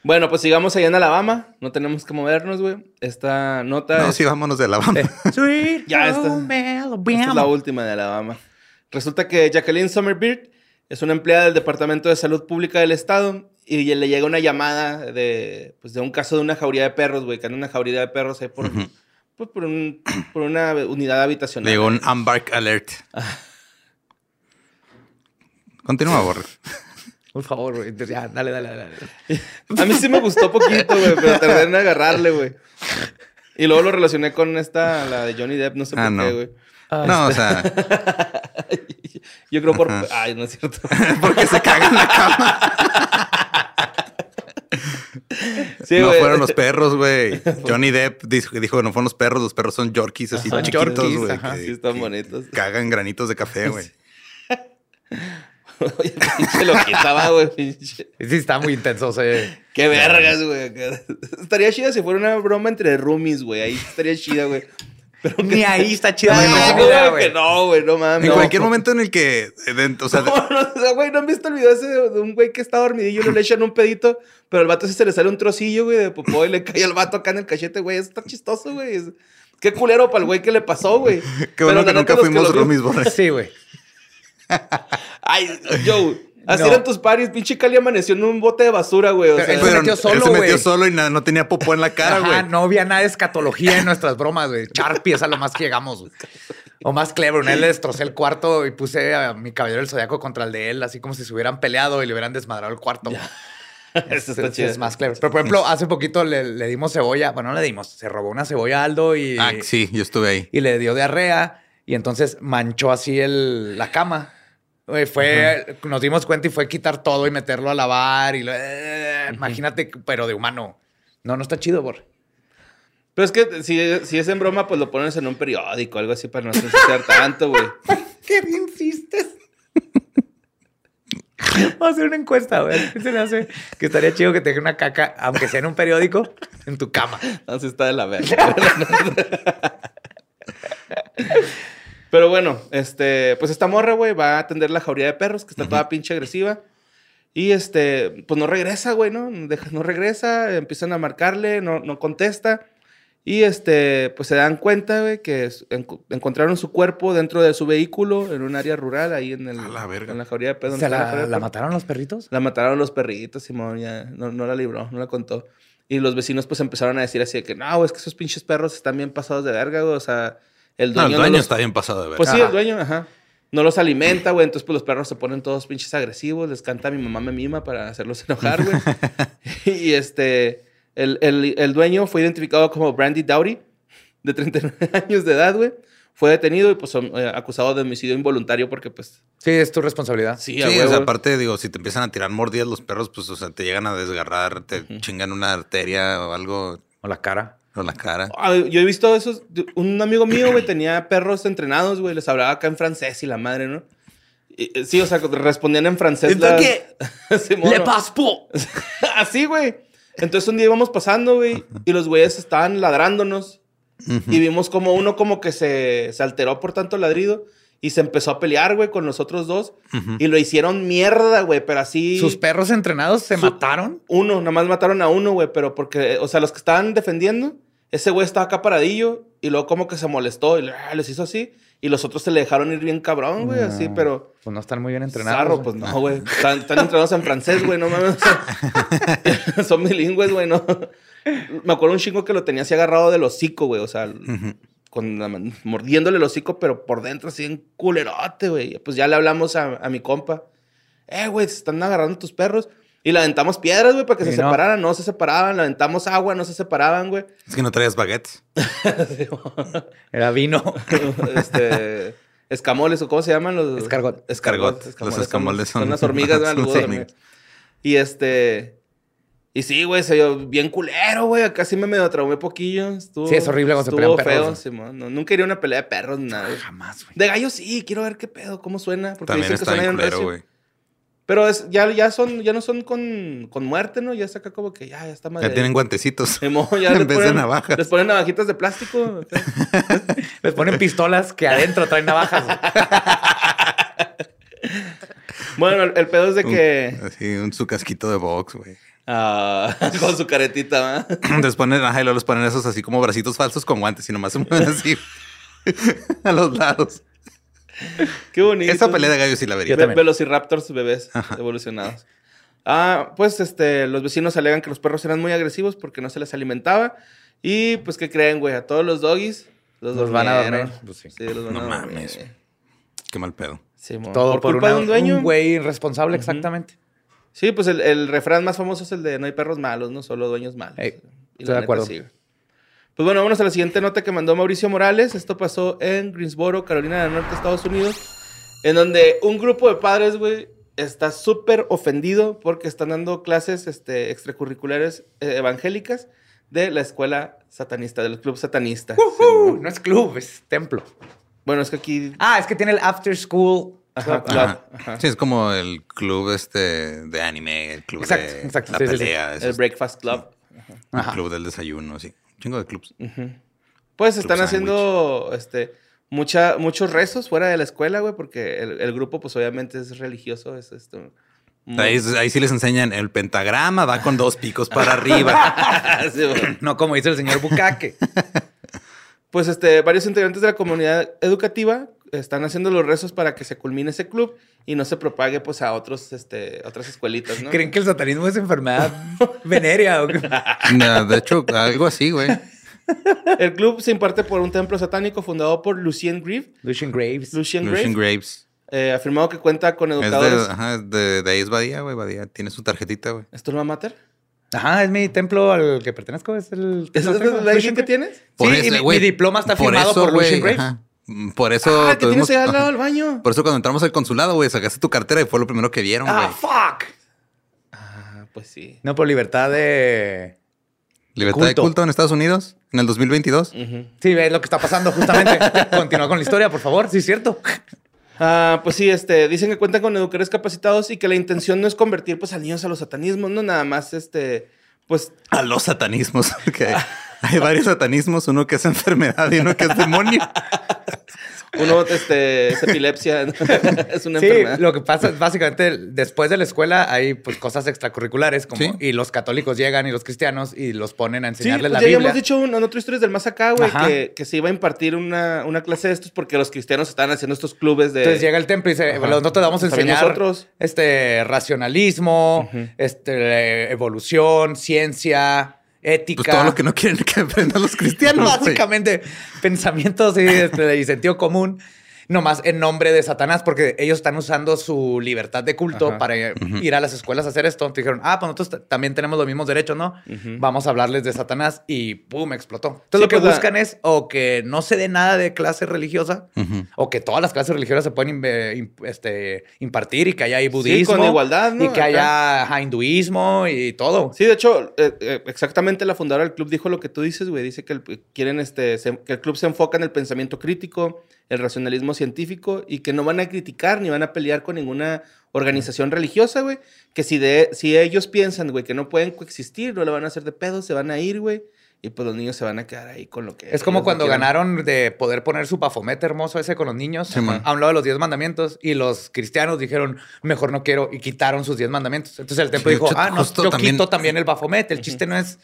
[SPEAKER 2] bueno, pues sigamos allá en Alabama. No tenemos que movernos, güey. Esta nota
[SPEAKER 4] No,
[SPEAKER 2] es,
[SPEAKER 4] sí, vámonos de la banda.
[SPEAKER 3] Sweet
[SPEAKER 2] Ya está. esta es la
[SPEAKER 3] Alabama.
[SPEAKER 2] última de Alabama. Resulta que Jacqueline Summerbeard es una empleada del Departamento de Salud Pública del Estado y le llega una llamada de, pues, de un caso de una jauría de perros, güey, que en una jauría de perros ahí por,
[SPEAKER 4] Ujú.
[SPEAKER 2] pues, por, un- por una unidad habitacional.
[SPEAKER 4] Le llegó un Ambark Alert. Continúa, Borre.
[SPEAKER 3] Por favor, güey. Ya, dale, dale, dale. dale.
[SPEAKER 2] A mí sí me gustó poquito, güey, pero tardé en agarrarle, güey. Y luego lo relacioné con esta, la de Johnny Depp, no sé
[SPEAKER 4] Ah,
[SPEAKER 2] por
[SPEAKER 4] no.
[SPEAKER 2] qué, güey. Ah.
[SPEAKER 4] No, o sea,
[SPEAKER 2] Yo creo por...
[SPEAKER 4] Ajá.
[SPEAKER 2] Ay, no es cierto.
[SPEAKER 4] porque se caga en la cama.
[SPEAKER 2] Sí,
[SPEAKER 4] no
[SPEAKER 2] güey.
[SPEAKER 4] fueron los perros, güey. Johnny Depp dijo, dijo que no fueron los perros, los perros son yorkies así
[SPEAKER 3] Ajá,
[SPEAKER 4] chiquitos,
[SPEAKER 3] yorkies,
[SPEAKER 4] güey.
[SPEAKER 3] ajá.
[SPEAKER 4] que-
[SPEAKER 2] Sí, están
[SPEAKER 4] que
[SPEAKER 2] bonitos.
[SPEAKER 4] Cagan granitos de café, güey.
[SPEAKER 2] Oye, pinche lo quitaba, güey, pinche.
[SPEAKER 3] Sí, está muy intenso. o sea,
[SPEAKER 2] Qué vergas, güey. acá. Estaría chida si fuera una broma entre roomies, güey. Ahí estaría chida, güey.
[SPEAKER 3] Ni ahí está chida.
[SPEAKER 2] Ay,
[SPEAKER 3] la
[SPEAKER 2] no,
[SPEAKER 3] novela,
[SPEAKER 2] güey,
[SPEAKER 3] güey.
[SPEAKER 2] que no, güey, no mames.
[SPEAKER 4] En
[SPEAKER 2] No.
[SPEAKER 4] cualquier momento en el que. eh, de- o sea, de-
[SPEAKER 2] No, no, o sea, güey, ¿no han visto el video ese de de un güey que está dormidillo y le echan un pedito? Pero al vato sí se le sale un trocillo, güey, de popó y le cae al vato acá en el cachete, güey. Eso está chistoso, güey. Es- Qué culero para el güey que le pasó, güey.
[SPEAKER 4] qué
[SPEAKER 2] Pero
[SPEAKER 4] bueno
[SPEAKER 2] la
[SPEAKER 4] que
[SPEAKER 2] neta,
[SPEAKER 4] nunca
[SPEAKER 2] los lo
[SPEAKER 4] fuimos
[SPEAKER 2] vimos-
[SPEAKER 4] roomies, Borre.
[SPEAKER 3] Sí, güey.
[SPEAKER 2] Ay, yo, así
[SPEAKER 3] No.
[SPEAKER 2] eran tus paris. Pinche Cali amaneció en un bote de basura, güey. O
[SPEAKER 3] Pero
[SPEAKER 2] sea,
[SPEAKER 3] él se
[SPEAKER 4] Pero
[SPEAKER 3] metió
[SPEAKER 4] él
[SPEAKER 3] solo,
[SPEAKER 4] se metió
[SPEAKER 3] güey.
[SPEAKER 4] solo y na- no tenía popó en la cara,
[SPEAKER 3] Ajá,
[SPEAKER 4] güey.
[SPEAKER 3] no había nada de escatología en nuestras bromas, güey. Sharpie es a lo más que llegamos, güey. O más clever. Una vez le destrocé el cuarto y puse a mi caballero del zodiaco contra el de él, así como si se hubieran peleado y le hubieran desmadrado el cuarto. güey.
[SPEAKER 2] Eso
[SPEAKER 3] Es,
[SPEAKER 2] está
[SPEAKER 3] es-
[SPEAKER 2] chido.
[SPEAKER 3] es más clever. Pero, por ejemplo, hace poquito le, le dimos cebolla. Bueno, no le dimos. Se robó una cebolla a Aldo y,
[SPEAKER 4] Ah, sí, yo estuve ahí.
[SPEAKER 3] y le dio diarrea. Y entonces manchó así el, la cama. Güey, fue, nos dimos cuenta y fue quitar todo y meterlo a lavar. Y lo- eh, Imagínate, pero de humano. No, no está chido, Bor.
[SPEAKER 2] Pero es que si, si es en broma, pues lo pones en un periódico, algo así, para no sensibilizar tanto, güey.
[SPEAKER 3] ¿Qué me insistes? Vamos a hacer una encuesta, a ver. ¿Qué se le hace? Que estaría chido que te deje una caca, aunque sea en un periódico, en tu cama.
[SPEAKER 2] Entonces está de la verga. Pero bueno, este, pues esta morra, güey, va a atender la jauría de perros, que está toda pinche agresiva. Y este, pues no regresa, güey, ¿no? Deja- no regresa, empiezan a marcarle, no, no contesta. Y este, pues se dan cuenta, güey, que es- enco- encontraron su cuerpo dentro de su vehículo en un área rural, ahí en, el,
[SPEAKER 4] A la verga.
[SPEAKER 2] en la jauría de perros.
[SPEAKER 3] O
[SPEAKER 2] donde
[SPEAKER 3] sea,
[SPEAKER 2] está la jauría
[SPEAKER 3] ¿la,
[SPEAKER 2] de
[SPEAKER 3] la
[SPEAKER 2] perros.
[SPEAKER 3] mataron los perritos?
[SPEAKER 2] La mataron los perritos, Simón, ya no, no la libró, no la contó. Y los vecinos pues empezaron a decir así de que, no, es que esos pinches perros están bien pasados de verga, güey. O sea, el
[SPEAKER 4] No,
[SPEAKER 2] dueño...
[SPEAKER 4] el
[SPEAKER 2] no
[SPEAKER 4] dueño
[SPEAKER 2] los-
[SPEAKER 4] está bien pasado de ver.
[SPEAKER 2] Pues sí,
[SPEAKER 3] Ajá.
[SPEAKER 2] el dueño, ajá. no los alimenta, güey. Entonces, pues los perros se ponen todos pinches agresivos. Les canta mi mamá me mima para hacerlos enojar, güey. y este, el, el- el dueño fue identificado como Brandy Dowdy, de 39 años de edad, güey. Fue detenido y pues eh, acusado de homicidio involuntario porque pues...
[SPEAKER 3] Sí, es tu responsabilidad.
[SPEAKER 2] Sí,
[SPEAKER 4] Sí,
[SPEAKER 2] a
[SPEAKER 4] o sea,
[SPEAKER 2] huevo.
[SPEAKER 4] aparte, digo, si te empiezan a tirar mordidas los perros, pues, o sea, te llegan a desgarrar, te chingan una arteria o algo,
[SPEAKER 3] O la cara.
[SPEAKER 4] o la cara.
[SPEAKER 2] Ah, Yo he visto esos. Un amigo mío, güey, tenía perros entrenados, güey. Les hablaba acá en francés y la madre, ¿no? Y, eh, sí, o sea, respondían en francés.
[SPEAKER 3] ¿Esto
[SPEAKER 2] las-
[SPEAKER 3] qué?
[SPEAKER 2] Simón, ¿no?
[SPEAKER 3] paspo!
[SPEAKER 2] Así, güey. Entonces un día íbamos pasando, güey, y los güeyes estaban ladrándonos. Y vimos como uno como que se, se alteró por tanto ladrido y se empezó a pelear, güey, con los otros dos. Y lo hicieron mierda, güey, pero así...
[SPEAKER 3] ¿Sus perros entrenados se
[SPEAKER 2] Su-
[SPEAKER 3] mataron?
[SPEAKER 2] Uno, nada más mataron a uno, güey, pero porque, o sea, los que estaban defendiendo, ese güey estaba acá paradillo y luego como que se molestó y ah, les hizo así y los otros se le dejaron ir bien cabrón, güey, así,
[SPEAKER 3] No,
[SPEAKER 2] pero...
[SPEAKER 3] Pues no están muy bien entrenados.
[SPEAKER 2] Sarro,
[SPEAKER 3] güey.
[SPEAKER 2] pues no, güey. Están, están entrenados en francés, güey, no mames. son bilingües, güey, no. Me acuerdo un chingo que lo tenía así agarrado del hocico, güey, o sea, con la man- mordiéndole el hocico, pero por dentro así en culerote, güey. Pues ya le hablamos a, a mi compa. Eh, güey, se están agarrando tus perros. Y le aventamos piedras, güey, para que
[SPEAKER 3] Y
[SPEAKER 2] se
[SPEAKER 3] no.
[SPEAKER 2] separaran. No se separaban. Le aventamos agua, no se separaban, güey.
[SPEAKER 4] Es que no traías baguettes.
[SPEAKER 3] Era vino.
[SPEAKER 2] este, escamoles o cómo se llaman los
[SPEAKER 3] Escargot.
[SPEAKER 4] Escargot. Los escamoles
[SPEAKER 2] son,
[SPEAKER 4] son-
[SPEAKER 2] las hormigas, ¿verdad?
[SPEAKER 4] son
[SPEAKER 2] Los
[SPEAKER 4] las
[SPEAKER 2] huevos de
[SPEAKER 4] hormigas.
[SPEAKER 2] hormiga. Y este y sí, güey, se vio bien culero, güey, acá sí me medio traumé poquillo, estuvo
[SPEAKER 3] Sí, es horrible cuando se
[SPEAKER 2] estuvo
[SPEAKER 3] pelean perros,
[SPEAKER 2] feo,
[SPEAKER 3] güey.
[SPEAKER 2] Simón. No, nunca iría a una pelea de perros ni nada. güey.
[SPEAKER 3] Jamás, güey.
[SPEAKER 2] De gallos sí, quiero ver qué pedo, cómo suena, porque
[SPEAKER 4] También
[SPEAKER 2] dicen que
[SPEAKER 4] está
[SPEAKER 2] suena
[SPEAKER 4] bien
[SPEAKER 2] bien recio.
[SPEAKER 4] culero, güey.
[SPEAKER 2] Pero es, ya, ya son, ya no son con, con muerte, ¿no? Ya está acá como que ya, ya está madre.
[SPEAKER 4] Ya tienen guantecitos.
[SPEAKER 2] Simón, ya
[SPEAKER 4] en
[SPEAKER 2] les
[SPEAKER 4] vez de
[SPEAKER 2] ponen-
[SPEAKER 4] navajas.
[SPEAKER 2] Les ponen navajitas de plástico.
[SPEAKER 3] Les ponen pistolas que adentro traen navajas. güey.
[SPEAKER 2] bueno, el, el pedo es de que...
[SPEAKER 4] Un- así, un, su casquito de box, güey.
[SPEAKER 2] Ah, con su caretita, ¿va?
[SPEAKER 4] Les ponen, ajá, y luego les ponen esos así como bracitos falsos con guantes y nomás se mueven así a los lados.
[SPEAKER 2] Qué bonito.
[SPEAKER 4] Esa pelea de gallos sí la
[SPEAKER 2] Ve-
[SPEAKER 4] vería.
[SPEAKER 3] también.
[SPEAKER 2] Velociraptors bebés evolucionados. Ah, pues este, los vecinos alegan que los perros eran muy agresivos porque no se les alimentaba. Y pues, ¿qué creen, güey? A todos los doggies los,
[SPEAKER 3] Los van a
[SPEAKER 2] durmieron.
[SPEAKER 3] dormir, pues, sí.
[SPEAKER 2] los van
[SPEAKER 4] No
[SPEAKER 2] a dormir.
[SPEAKER 4] mames. Qué mal pedo.
[SPEAKER 2] Sí, mo.
[SPEAKER 3] Todo
[SPEAKER 2] por,
[SPEAKER 3] por,
[SPEAKER 2] culpa
[SPEAKER 3] una-
[SPEAKER 2] de un dueño.
[SPEAKER 3] güey irresponsable, exactamente.
[SPEAKER 2] Sí, pues el, el refrán más famoso es el de no hay perros malos, no solo dueños malos.
[SPEAKER 3] Ey,
[SPEAKER 2] Y
[SPEAKER 3] estoy
[SPEAKER 2] la
[SPEAKER 3] de
[SPEAKER 2] neta,
[SPEAKER 3] acuerdo.
[SPEAKER 2] sí, güey. Pues bueno, vámonos a la siguiente nota que mandó Mauricio Morales. Esto pasó en Greensboro, Carolina del Norte, Estados Unidos, en donde un grupo de padres, güey, está súper ofendido porque están dando clases este, extracurriculares eh, evangélicas de la escuela satanista, del club satanista.
[SPEAKER 3] Ujú, No es club, es templo.
[SPEAKER 2] Bueno, es que aquí...
[SPEAKER 3] Ah, es que tiene el after school.
[SPEAKER 2] Ah, Ajá,
[SPEAKER 3] club.
[SPEAKER 2] claro.
[SPEAKER 4] Ajá. Sí, es como el club este de anime, el club
[SPEAKER 3] Exacto,
[SPEAKER 4] de
[SPEAKER 3] exacto,
[SPEAKER 4] la
[SPEAKER 3] sí, sí, sí.
[SPEAKER 4] pelea, esos-
[SPEAKER 2] El Breakfast Club.
[SPEAKER 4] el
[SPEAKER 3] Ajá.
[SPEAKER 4] club del desayuno, sí. Un chingo de clubs.
[SPEAKER 2] Pues están
[SPEAKER 4] Club
[SPEAKER 2] haciendo este, mucha, muchos rezos fuera de la escuela, güey, porque el, el grupo, pues obviamente es religioso, es este. muy-
[SPEAKER 4] Ahí, ahí sí les enseñan el pentagrama, va con dos picos para arriba.
[SPEAKER 2] Sí, güey.
[SPEAKER 3] No como dice el señor Bucaque.
[SPEAKER 2] pues este, varios integrantes de la comunidad educativa están haciendo los rezos para que se culmine ese club y no se propague pues a otros, este, otras escuelitas, ¿no?
[SPEAKER 3] ¿Creen que el satanismo es enfermedad venérea? o qué?
[SPEAKER 4] No, de hecho, algo así, güey.
[SPEAKER 2] El club se imparte por un templo satánico fundado por Lucien Grieve,
[SPEAKER 3] Lucian Graves.
[SPEAKER 2] Lucien Grieve,
[SPEAKER 4] Lucian Graves.
[SPEAKER 2] eh, afirmado que cuenta con
[SPEAKER 4] Es
[SPEAKER 2] educadores.
[SPEAKER 4] de, ajá, es de, de ahí es Badía, güey. Badía tiene su tarjetita, güey.
[SPEAKER 2] ¿Es tu alma mater?
[SPEAKER 3] Ajá, es mi templo al que pertenezco. Es el.
[SPEAKER 2] ¿Es
[SPEAKER 3] no sé,
[SPEAKER 2] la
[SPEAKER 3] Lucian
[SPEAKER 2] ID que
[SPEAKER 3] Graves.
[SPEAKER 2] tienes?
[SPEAKER 4] Por
[SPEAKER 3] Sí, y mi-
[SPEAKER 4] güey,
[SPEAKER 3] mi diploma está firmado por
[SPEAKER 4] güey,
[SPEAKER 3] Lucian Graves.
[SPEAKER 4] ajá. Mm, Por eso.
[SPEAKER 2] ah, el que
[SPEAKER 4] tuvimos-
[SPEAKER 2] tienes ahí al lado
[SPEAKER 4] ajá.
[SPEAKER 2] del baño.
[SPEAKER 4] Por eso cuando entramos al consulado, güey, sacaste tu cartera y fue lo primero que vieron, güey.
[SPEAKER 3] ¡Ah, fuck!
[SPEAKER 2] Ah, pues sí.
[SPEAKER 3] No, por libertad de.
[SPEAKER 4] Libertad de
[SPEAKER 3] culto.
[SPEAKER 4] culto en Estados Unidos en el 2022.
[SPEAKER 3] Sí, ves lo que está pasando justamente. Continúa con la historia, por favor. Sí, es cierto.
[SPEAKER 2] Ah, pues sí, este, dicen que cuentan con educadores capacitados y que la intención no es convertir pues a niños a los satanismos, no nada más este, pues
[SPEAKER 4] A los satanismos. porque hay- hay varios satanismos, uno que es enfermedad y uno que es demonio.
[SPEAKER 2] uno este es epilepsia, ¿no? es una
[SPEAKER 3] Sí,
[SPEAKER 2] enfermedad. pues,
[SPEAKER 3] lo que pasa es básicamente después de la escuela hay pues cosas extracurriculares como
[SPEAKER 4] Sí.
[SPEAKER 3] y los católicos llegan y los cristianos y los ponen
[SPEAKER 2] Sí,
[SPEAKER 3] a
[SPEAKER 2] pues
[SPEAKER 3] enseñarles
[SPEAKER 2] ya
[SPEAKER 3] la Biblia.
[SPEAKER 2] habíamos dicho un- en otro historias del más acá, güey,
[SPEAKER 3] Ajá.
[SPEAKER 2] que, que se iba a impartir una, una clase de estos porque los cristianos estaban haciendo estos clubes de
[SPEAKER 3] Entonces llega el templo y dice,
[SPEAKER 2] Este, Ajá.
[SPEAKER 3] "Los- no te vamos a
[SPEAKER 2] También
[SPEAKER 3] enseñar
[SPEAKER 2] nosotros.
[SPEAKER 3] este racionalismo, este evolución, ciencia, ética.
[SPEAKER 4] Pues todo lo que no quieren que aprendan los cristianos. güey.
[SPEAKER 3] Básicamente, pensamientos y, este, y sentido común. nomás en nombre de Satanás, porque ellos están usando su libertad de culto
[SPEAKER 2] Ajá.
[SPEAKER 3] para eh, ir a las escuelas a hacer esto. Entonces dijeron, ah, pues nosotros t- también tenemos los mismos derechos, ¿no? Vamos a hablarles de Satanás y ¡pum! explotó. Entonces
[SPEAKER 2] Sí,
[SPEAKER 3] lo que
[SPEAKER 2] pues, la-
[SPEAKER 3] buscan es o que no se dé nada de clase religiosa,
[SPEAKER 4] Ujú.
[SPEAKER 3] o que todas las clases religiosas se pueden inve- imp- este, impartir y que haya ahí budismo.
[SPEAKER 2] con igualdad, ¿no?
[SPEAKER 3] Y que
[SPEAKER 2] Acá.
[SPEAKER 3] haya ajá, hinduismo y todo.
[SPEAKER 2] Sí, de hecho, eh, eh, exactamente la fundadora del club dijo lo que tú dices, güey. Dice que el, quieren este, se- que el club se enfoca en el pensamiento crítico, el racionalismo científico y que no van a criticar ni van a pelear con ninguna organización religiosa, güey. Que si, de, si ellos piensan, güey, que no pueden coexistir, no le van a hacer de pedo, se van a ir, güey. Y pues los niños se van a quedar ahí con lo que.
[SPEAKER 3] Es como
[SPEAKER 2] ellos no
[SPEAKER 3] cuando
[SPEAKER 2] quieran.
[SPEAKER 3] ganaron de poder poner su bafomete hermoso ese con los niños
[SPEAKER 4] Simón.
[SPEAKER 3] a un lado de los diez mandamientos y los cristianos dijeron, mejor no quiero y quitaron sus diez mandamientos. Entonces el templo
[SPEAKER 4] De
[SPEAKER 3] dijo,
[SPEAKER 4] hecho,
[SPEAKER 3] ah, no,
[SPEAKER 4] justo
[SPEAKER 3] yo
[SPEAKER 4] también-
[SPEAKER 3] quito también el bafomete. El chiste no es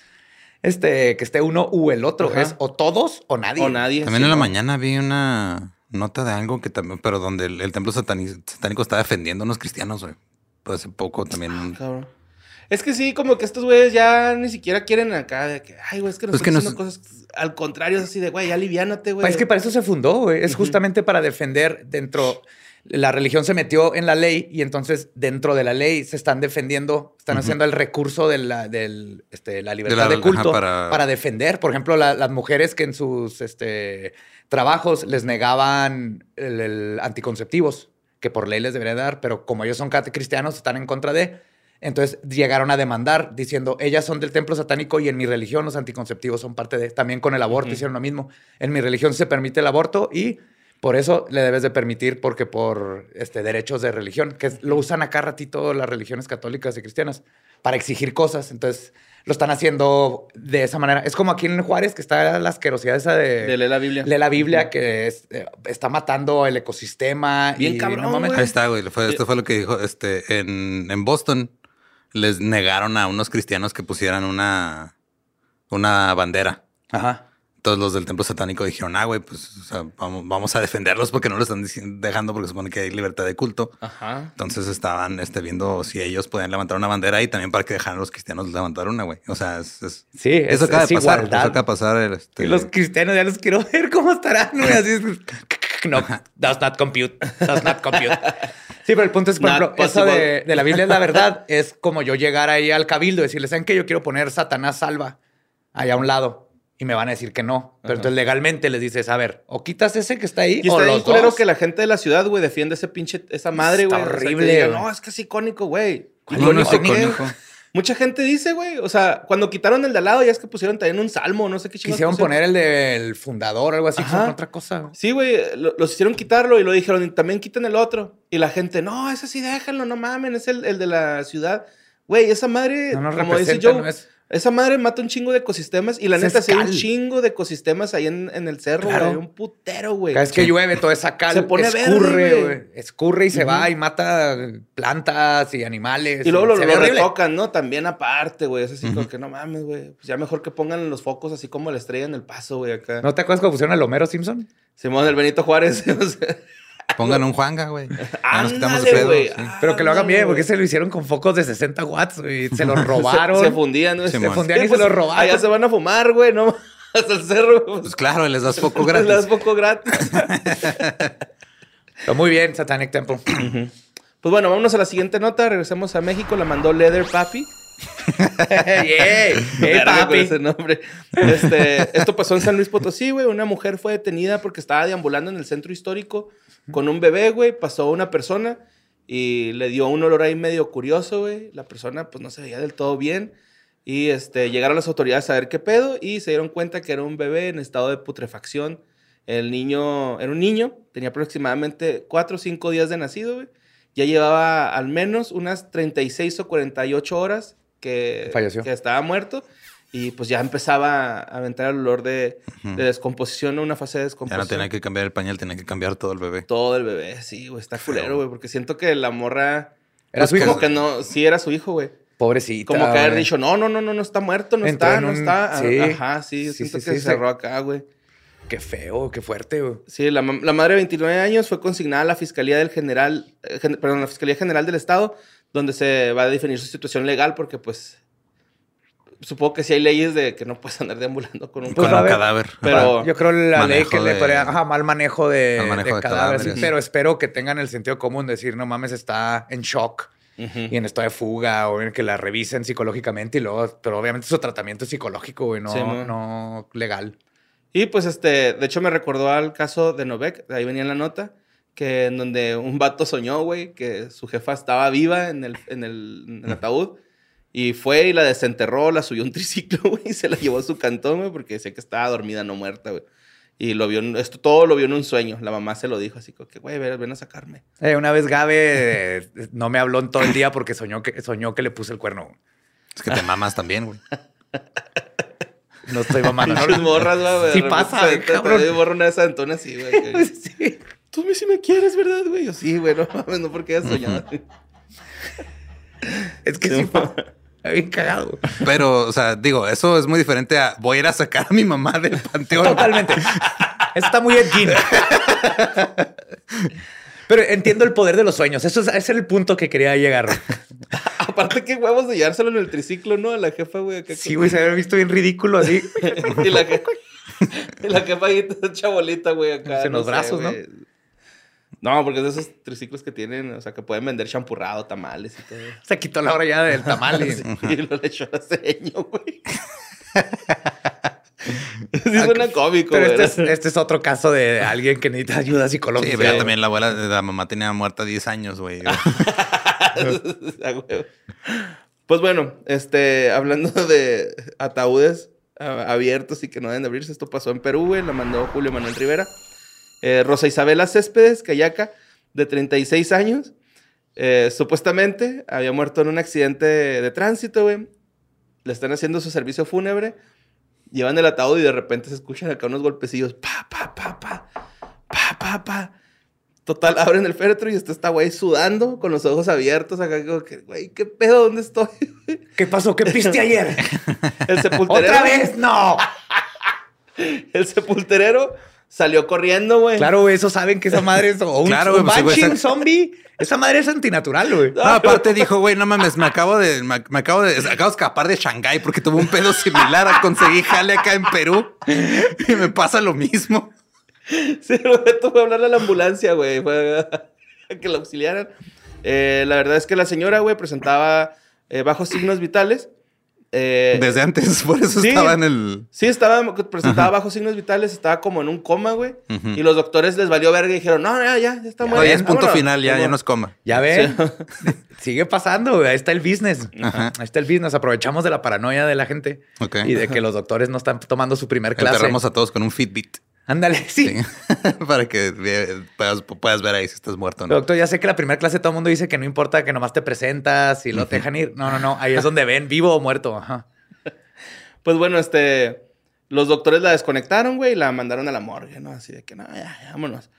[SPEAKER 3] este que esté uno u el otro,
[SPEAKER 2] Ajá.
[SPEAKER 3] es o todos o nadie.
[SPEAKER 2] O nadie.
[SPEAKER 4] También en la
[SPEAKER 2] Simón.
[SPEAKER 4] mañana vi una nota de algo que también, pero donde el, el templo satani- satánico está defendiendo a unos cristianos, güey. Pues hace poco también.
[SPEAKER 2] Cabrón. Es que sí, como que estos güeyes ya ni siquiera quieren acá de que, ay, güey, es que nos
[SPEAKER 4] Pues que
[SPEAKER 2] están
[SPEAKER 4] nos-
[SPEAKER 2] haciendo cosas al contrario, es así de, güey, ya aliviánate, güey.
[SPEAKER 3] Pues Es que para eso se fundó, güey. Es justamente para defender dentro. La religión se metió en la ley y entonces dentro de la ley se están defendiendo, están haciendo el recurso de la, del, este, la libertad
[SPEAKER 4] la-
[SPEAKER 3] de culto
[SPEAKER 4] ajá,
[SPEAKER 3] para...
[SPEAKER 4] para-
[SPEAKER 3] defender. Por ejemplo, la- las mujeres que en sus este, trabajos les negaban el, el anticonceptivos, que por ley les debería dar, pero como ellos son cate- cristianos, están en contra de. Entonces llegaron a demandar diciendo, ellas son del templo satánico y en mi religión los anticonceptivos son parte de... También con el aborto hicieron lo mismo. En mi religión se permite el aborto y por eso le debes de permitir porque por este, derechos de religión, que es- lo usan acá ratito las religiones católicas y cristianas para exigir cosas. Entonces lo están haciendo de esa manera. Es como aquí en Juárez que está la asquerosidad esa de...
[SPEAKER 2] De leer la Biblia.
[SPEAKER 3] Lee Eh, la Biblia que es- eh, está matando el ecosistema.
[SPEAKER 2] Bien
[SPEAKER 3] y,
[SPEAKER 2] cabrón,
[SPEAKER 3] no mames,
[SPEAKER 4] Ahí está, güey. Fue- esto fue lo que dijo este, en, en Boston. Les negaron a unos cristianos que pusieran una, una bandera.
[SPEAKER 3] Ajá.
[SPEAKER 4] Todos los del templo satánico dijeron, ah, güey, pues o sea, vamos, vamos a defenderlos porque no lo están dici- dejando porque supone que hay libertad de culto.
[SPEAKER 2] Ajá.
[SPEAKER 4] Entonces estaban este, viendo si ellos podían levantar una bandera y también para que dejaran a los cristianos levantar una, güey. O sea, es, es-
[SPEAKER 3] Sí, es-
[SPEAKER 4] eso acaba
[SPEAKER 3] es
[SPEAKER 4] de pasar.
[SPEAKER 3] igualdad.
[SPEAKER 4] Eso acaba de pasar. este,
[SPEAKER 3] Y los cristianos ya los quiero ver cómo estarán. güey, Así es. No, does not compute. Does not compute. Sí, pero el punto es, por
[SPEAKER 2] Not
[SPEAKER 3] ejemplo, eso
[SPEAKER 2] possible.
[SPEAKER 3] de, de la Biblia es la verdad. Es como yo llegar ahí al cabildo y decirles, ¿saben qué? Yo quiero poner Satanás salva allá a un lado. Y me van a decir que no. Pero entonces legalmente les dices, a ver, o quitas ese que está ahí
[SPEAKER 2] Y
[SPEAKER 3] o
[SPEAKER 2] está bien
[SPEAKER 3] los
[SPEAKER 2] culero
[SPEAKER 3] dos.
[SPEAKER 2] que la gente de la ciudad, güey, defiende ese pinche, esa madre,
[SPEAKER 3] Está
[SPEAKER 2] güey. O sea, que
[SPEAKER 3] horrible,
[SPEAKER 2] digan,
[SPEAKER 3] güey.
[SPEAKER 2] no, es que es icónico, güey.
[SPEAKER 4] No, no es
[SPEAKER 2] ¿Icónico qué?
[SPEAKER 4] icónico.
[SPEAKER 2] Mucha gente dice, güey, o sea, cuando quitaron el de al lado, ya es que pusieron también un salmo, no sé qué chingados.
[SPEAKER 3] Quisieron
[SPEAKER 2] pusieron.
[SPEAKER 3] poner el del fundador o algo así, que
[SPEAKER 2] Ajá.
[SPEAKER 3] son otra cosa. güey.
[SPEAKER 2] Sí, güey, lo- los hicieron quitarlo y lo dijeron, y también quiten el otro. Y la gente, no, ese sí déjalo, no mamen, es el, el de la ciudad. Güey, esa madre,
[SPEAKER 3] No nos
[SPEAKER 2] como dice
[SPEAKER 3] representa,
[SPEAKER 2] Joe,
[SPEAKER 3] no es-
[SPEAKER 2] esa madre mata un chingo de ecosistemas. Y la
[SPEAKER 3] Es
[SPEAKER 2] neta, sí hay un
[SPEAKER 3] escal.
[SPEAKER 2] chingo de ecosistemas ahí en, en el cerro,
[SPEAKER 3] Claro.
[SPEAKER 2] güey. Un putero, güey.
[SPEAKER 3] Cada vez que llueve, toda esa cal
[SPEAKER 2] Se pone verde,
[SPEAKER 3] escurre,
[SPEAKER 2] güey.
[SPEAKER 3] güey. Escurre y se va y mata plantas y animales.
[SPEAKER 2] Y luego lo,
[SPEAKER 3] se
[SPEAKER 2] lo
[SPEAKER 3] ve horrible.
[SPEAKER 2] retocan, ¿no? También aparte, güey. Es así como que no mames, güey. Pues ya mejor que pongan los focos así como la estrella en el paso, güey, acá.
[SPEAKER 3] ¿No te acuerdas cuando pusieron al Homero Simpson?
[SPEAKER 2] Simón del Benito Juárez. o sea,
[SPEAKER 4] Pongan un Juanga, güey.
[SPEAKER 3] Ah,
[SPEAKER 4] Ya nos quitamos de
[SPEAKER 2] ándale,
[SPEAKER 4] pedo,
[SPEAKER 2] güey.
[SPEAKER 4] sí.
[SPEAKER 2] Ah,
[SPEAKER 3] Pero que lo hagan
[SPEAKER 2] ándale,
[SPEAKER 3] bien, porque
[SPEAKER 2] güey.
[SPEAKER 3] se lo hicieron con focos de 60 watts, güey. Se los
[SPEAKER 2] Se-
[SPEAKER 3] robaron.
[SPEAKER 2] Se, fundían, güey.
[SPEAKER 4] Simón. Se
[SPEAKER 3] fundían y se los robaron.
[SPEAKER 2] Allá se van a fumar, güey, ¿no? Hasta el cerro. güey.
[SPEAKER 4] Pues claro, les das poco
[SPEAKER 2] Les das
[SPEAKER 4] gratis.
[SPEAKER 2] foco gratis.
[SPEAKER 3] Pero muy bien, Satanic Temple.
[SPEAKER 2] Pues bueno, vámonos a la siguiente nota. Regresamos a México. La mandó Leather Papi.
[SPEAKER 3] yeah. Hey,
[SPEAKER 2] Verga pues, con
[SPEAKER 3] papi.
[SPEAKER 2] ese nombre. Este, esto pasó en San Luis Potosí, güey. Una mujer fue detenida porque estaba deambulando en el centro histórico con un bebé, güey. Pasó una persona y le dio un olor ahí medio curioso, güey. La persona, pues, no se veía del todo bien. Y este, llegaron las autoridades a ver qué pedo y se dieron cuenta que era un bebé en estado de putrefacción. El niño, era un niño, tenía aproximadamente 4 o 5 días de nacido, güey. Ya llevaba al menos unas 36 o 48 horas que,
[SPEAKER 3] Falleció.
[SPEAKER 2] que estaba muerto. Y pues ya empezaba a aventar el olor de, de descomposición, ¿no? una fase de
[SPEAKER 4] Ya
[SPEAKER 2] descomposición.
[SPEAKER 4] no tenía que cambiar el pañal, tenía que cambiar todo el bebé.
[SPEAKER 2] Todo el bebé, sí, güey. Está culero, güey. Porque siento que la morra...
[SPEAKER 3] Era su
[SPEAKER 2] pues,
[SPEAKER 3] hijo.
[SPEAKER 2] Como que no... Sí, era su hijo, güey.
[SPEAKER 3] Pobrecita.
[SPEAKER 2] Como que haber
[SPEAKER 3] güey.
[SPEAKER 2] dicho, no, no, no, no, no está muerto, no
[SPEAKER 3] Entró
[SPEAKER 2] está,
[SPEAKER 3] en
[SPEAKER 2] no
[SPEAKER 3] un-
[SPEAKER 2] está. Ah,
[SPEAKER 3] sí.
[SPEAKER 2] Ajá, sí. yo
[SPEAKER 3] Sí,
[SPEAKER 2] siento
[SPEAKER 3] sí,
[SPEAKER 2] que
[SPEAKER 3] sí,
[SPEAKER 2] se
[SPEAKER 3] sí.
[SPEAKER 2] cerró acá, güey.
[SPEAKER 3] Qué feo, qué fuerte, güey.
[SPEAKER 2] Sí, la, mam- la madre de 29 años fue consignada a la Fiscalía del General, eh, gen- perdón, la Fiscalía General del Estado, donde se va a definir su situación legal porque, pues, supongo que sí hay leyes de que no puedes andar deambulando con un
[SPEAKER 3] Pues,
[SPEAKER 4] con
[SPEAKER 3] a
[SPEAKER 4] un
[SPEAKER 3] ver,
[SPEAKER 4] cadáver.
[SPEAKER 2] pero-
[SPEAKER 3] Yo creo la ley
[SPEAKER 4] Manejo
[SPEAKER 3] que le
[SPEAKER 4] de-
[SPEAKER 3] podría. Ajá, mal manejo de,
[SPEAKER 4] Mal manejo
[SPEAKER 3] de
[SPEAKER 4] de
[SPEAKER 3] cadáveres.
[SPEAKER 4] cadáveres.
[SPEAKER 3] Pero espero que tengan el sentido común de decir, no mames, está en shock y en estado de fuga o en que la revisen psicológicamente y luego. Pero obviamente su tratamiento es psicológico y no,
[SPEAKER 2] Sí, mo.
[SPEAKER 3] no legal.
[SPEAKER 2] Y pues este, de hecho me recordó al caso de Novek, de ahí venía en la nota, que en donde un vato soñó, güey, que su jefa estaba viva en el, en el, en el ataúd. Y fue y la desenterró, la subió a un triciclo, güey, y se la llevó a su cantón, güey, porque decía que estaba dormida, no muerta, güey. Y lo vio, en- esto todo lo vio en un sueño. La mamá se lo dijo así, como que, güey, ven, ven a sacarme.
[SPEAKER 3] Eh, una vez Gabe eh, no me habló en todo el día porque soñó que, soñó que le puse el cuerno.
[SPEAKER 4] Es que te mamas también, güey.
[SPEAKER 3] No estoy mamando. no
[SPEAKER 2] Pinches
[SPEAKER 3] lo-
[SPEAKER 2] morras, güey. de
[SPEAKER 3] Sí
[SPEAKER 2] repente
[SPEAKER 3] pasa,
[SPEAKER 2] se-
[SPEAKER 3] güey,
[SPEAKER 2] te- te-
[SPEAKER 3] cabrón.
[SPEAKER 2] Yo borro una de esas Antonas así, güey. que-
[SPEAKER 3] Sí.
[SPEAKER 2] Tú me sí me quieres, ¿verdad, güey? Yo sí, güey, no mames, no porque hayas soñado.
[SPEAKER 3] Es que sí, pa- está bien cagado.
[SPEAKER 4] Pero, o sea, digo, eso es muy diferente a voy a ir a sacar a mi mamá del panteón.
[SPEAKER 3] Totalmente. Eso está muy Ed Gein. Pero entiendo el poder de los sueños. Eso es, ese era el punto que quería llegar.
[SPEAKER 2] Aparte, qué huevos de llevárselo en el triciclo, ¿no? A la jefa, güey. acá
[SPEAKER 3] Sí, güey, se había visto bien ridículo así.
[SPEAKER 2] con- y la jefa. Y la jefa ahí está chabolita, güey, acá.
[SPEAKER 3] Pues En los brazos, ¿no?
[SPEAKER 2] güey. No, porque es de esos triciclos que tienen, o sea, que pueden vender champurrado, tamales y todo.
[SPEAKER 3] Se quitó la hora ya del tamal. y-
[SPEAKER 2] Sí, Y lo le echó la seño, güey. Sí, suena cómico,
[SPEAKER 3] Pero
[SPEAKER 2] güey.
[SPEAKER 3] este es, este es otro caso de alguien que necesita ayuda
[SPEAKER 4] Sí,
[SPEAKER 3] psicológica.
[SPEAKER 4] pero también la abuela, la mamá tenía muerta 10 años, güey.
[SPEAKER 2] A huevo. Pues bueno, este, hablando de ataúdes a- abiertos y que no deben de abrirse, esto pasó en Perú, güey, la mandó Julio Manuel Rivera. Eh, Rosa Isabela Céspedes, Cayaca, de 36 años, eh, supuestamente había muerto en un accidente de tránsito, güey. Le están haciendo su servicio fúnebre, llevan el ataúd y de repente se escuchan acá unos golpecillos, pa, pa, pa, pa, pa, pa, pa. Total, abren el féretro y está esta güey sudando con los ojos abiertos. Acá como que, güey, ¿qué pedo? ¿Dónde estoy?
[SPEAKER 3] ¿Qué pasó? ¿Qué piste ayer?
[SPEAKER 2] El sepulterero.
[SPEAKER 3] ¡Otra vez! ¡No!
[SPEAKER 2] El sepulterero salió corriendo, güey.
[SPEAKER 3] Claro, güey, eso saben que esa madre es o un,
[SPEAKER 4] Claro, güey,
[SPEAKER 3] un
[SPEAKER 4] pues sí, güey,
[SPEAKER 3] banshee,
[SPEAKER 4] está-
[SPEAKER 3] un zombie. Esa madre es antinatural, güey.
[SPEAKER 4] No, aparte dijo, güey, no mames, me acabo de, me, me acabo de, acabo de escapar de Shanghái porque tuve un pedo similar. Conseguí jale acá en Perú y me pasa lo mismo.
[SPEAKER 2] Sí, el momento fue a hablarle a la ambulancia, güey. Fue a- a que la auxiliaran. Eh, la verdad es que la señora, güey, presentaba eh, bajos signos vitales. Eh,
[SPEAKER 4] Desde antes, por eso
[SPEAKER 2] Sí.
[SPEAKER 4] estaba en el.
[SPEAKER 2] Sí, estaba, presentaba bajos signos vitales, estaba como en un coma, güey.
[SPEAKER 4] Ujú.
[SPEAKER 2] Y los doctores les valió verga y dijeron, no, ya, ya, ya está
[SPEAKER 4] No,
[SPEAKER 2] muerta.
[SPEAKER 4] ya es punto
[SPEAKER 2] vámonos".
[SPEAKER 4] final, ya, ya
[SPEAKER 2] Como-
[SPEAKER 4] nos coma.
[SPEAKER 3] Ya ven, sigue pasando, güey. Ahí está el business.
[SPEAKER 4] Ajá.
[SPEAKER 3] Ahí está el business. Aprovechamos de la paranoia de la gente
[SPEAKER 4] Ok.
[SPEAKER 3] y de que los doctores no están tomando su primer clase.
[SPEAKER 4] Enterramos a todos con un Fitbit.
[SPEAKER 3] Ándale, sí.
[SPEAKER 4] Sí. Para que ve- puedas, puedas ver ahí si estás muerto o no.
[SPEAKER 3] Doctor, ya sé que la primera clase todo el mundo dice que no importa, que nomás te presentas y lo te dejan ir. No, no, no. Ahí es donde ven vivo o muerto. Ajá.
[SPEAKER 2] Pues bueno, este. Los doctores la desconectaron, güey, y la mandaron a la morgue, ¿no? Así de que, no, ya, ya, vámonos.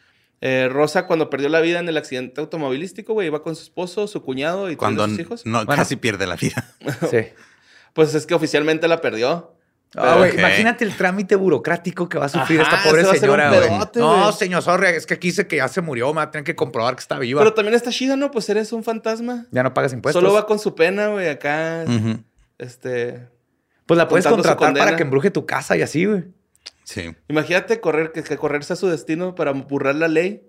[SPEAKER 2] Eh, Rosa, cuando perdió la vida en el accidente automovilístico, güey, iba con su esposo, su cuñado y
[SPEAKER 4] Cuando
[SPEAKER 2] todos sus hijos.
[SPEAKER 4] no,
[SPEAKER 3] Bueno.
[SPEAKER 4] casi pierde la vida.
[SPEAKER 3] Sí.
[SPEAKER 2] Pues es que oficialmente la perdió.
[SPEAKER 3] Ah, güey,
[SPEAKER 4] Ok.
[SPEAKER 3] Imagínate el trámite burocrático que va a sufrir
[SPEAKER 2] Ajá,
[SPEAKER 3] esta pobre
[SPEAKER 2] ese va a ser un
[SPEAKER 3] señora. güey.
[SPEAKER 2] pedote,
[SPEAKER 3] No,
[SPEAKER 2] güey.
[SPEAKER 3] señor, sorry, es que aquí dice que ya se murió. Me va a tener que comprobar que está viva.
[SPEAKER 2] Pero también está chida, ¿no? Pues eres un fantasma.
[SPEAKER 3] ya no pagas impuestos.
[SPEAKER 2] Solo va con su pena, güey, acá.
[SPEAKER 4] Pues, Ujú.
[SPEAKER 2] Este.
[SPEAKER 3] Pues la puedes
[SPEAKER 2] contando su
[SPEAKER 3] contratar para
[SPEAKER 2] condena.
[SPEAKER 3] que embruje tu casa y así, güey.
[SPEAKER 4] Sí.
[SPEAKER 2] Imagínate correr, que, que correrse a su destino para burlar la ley.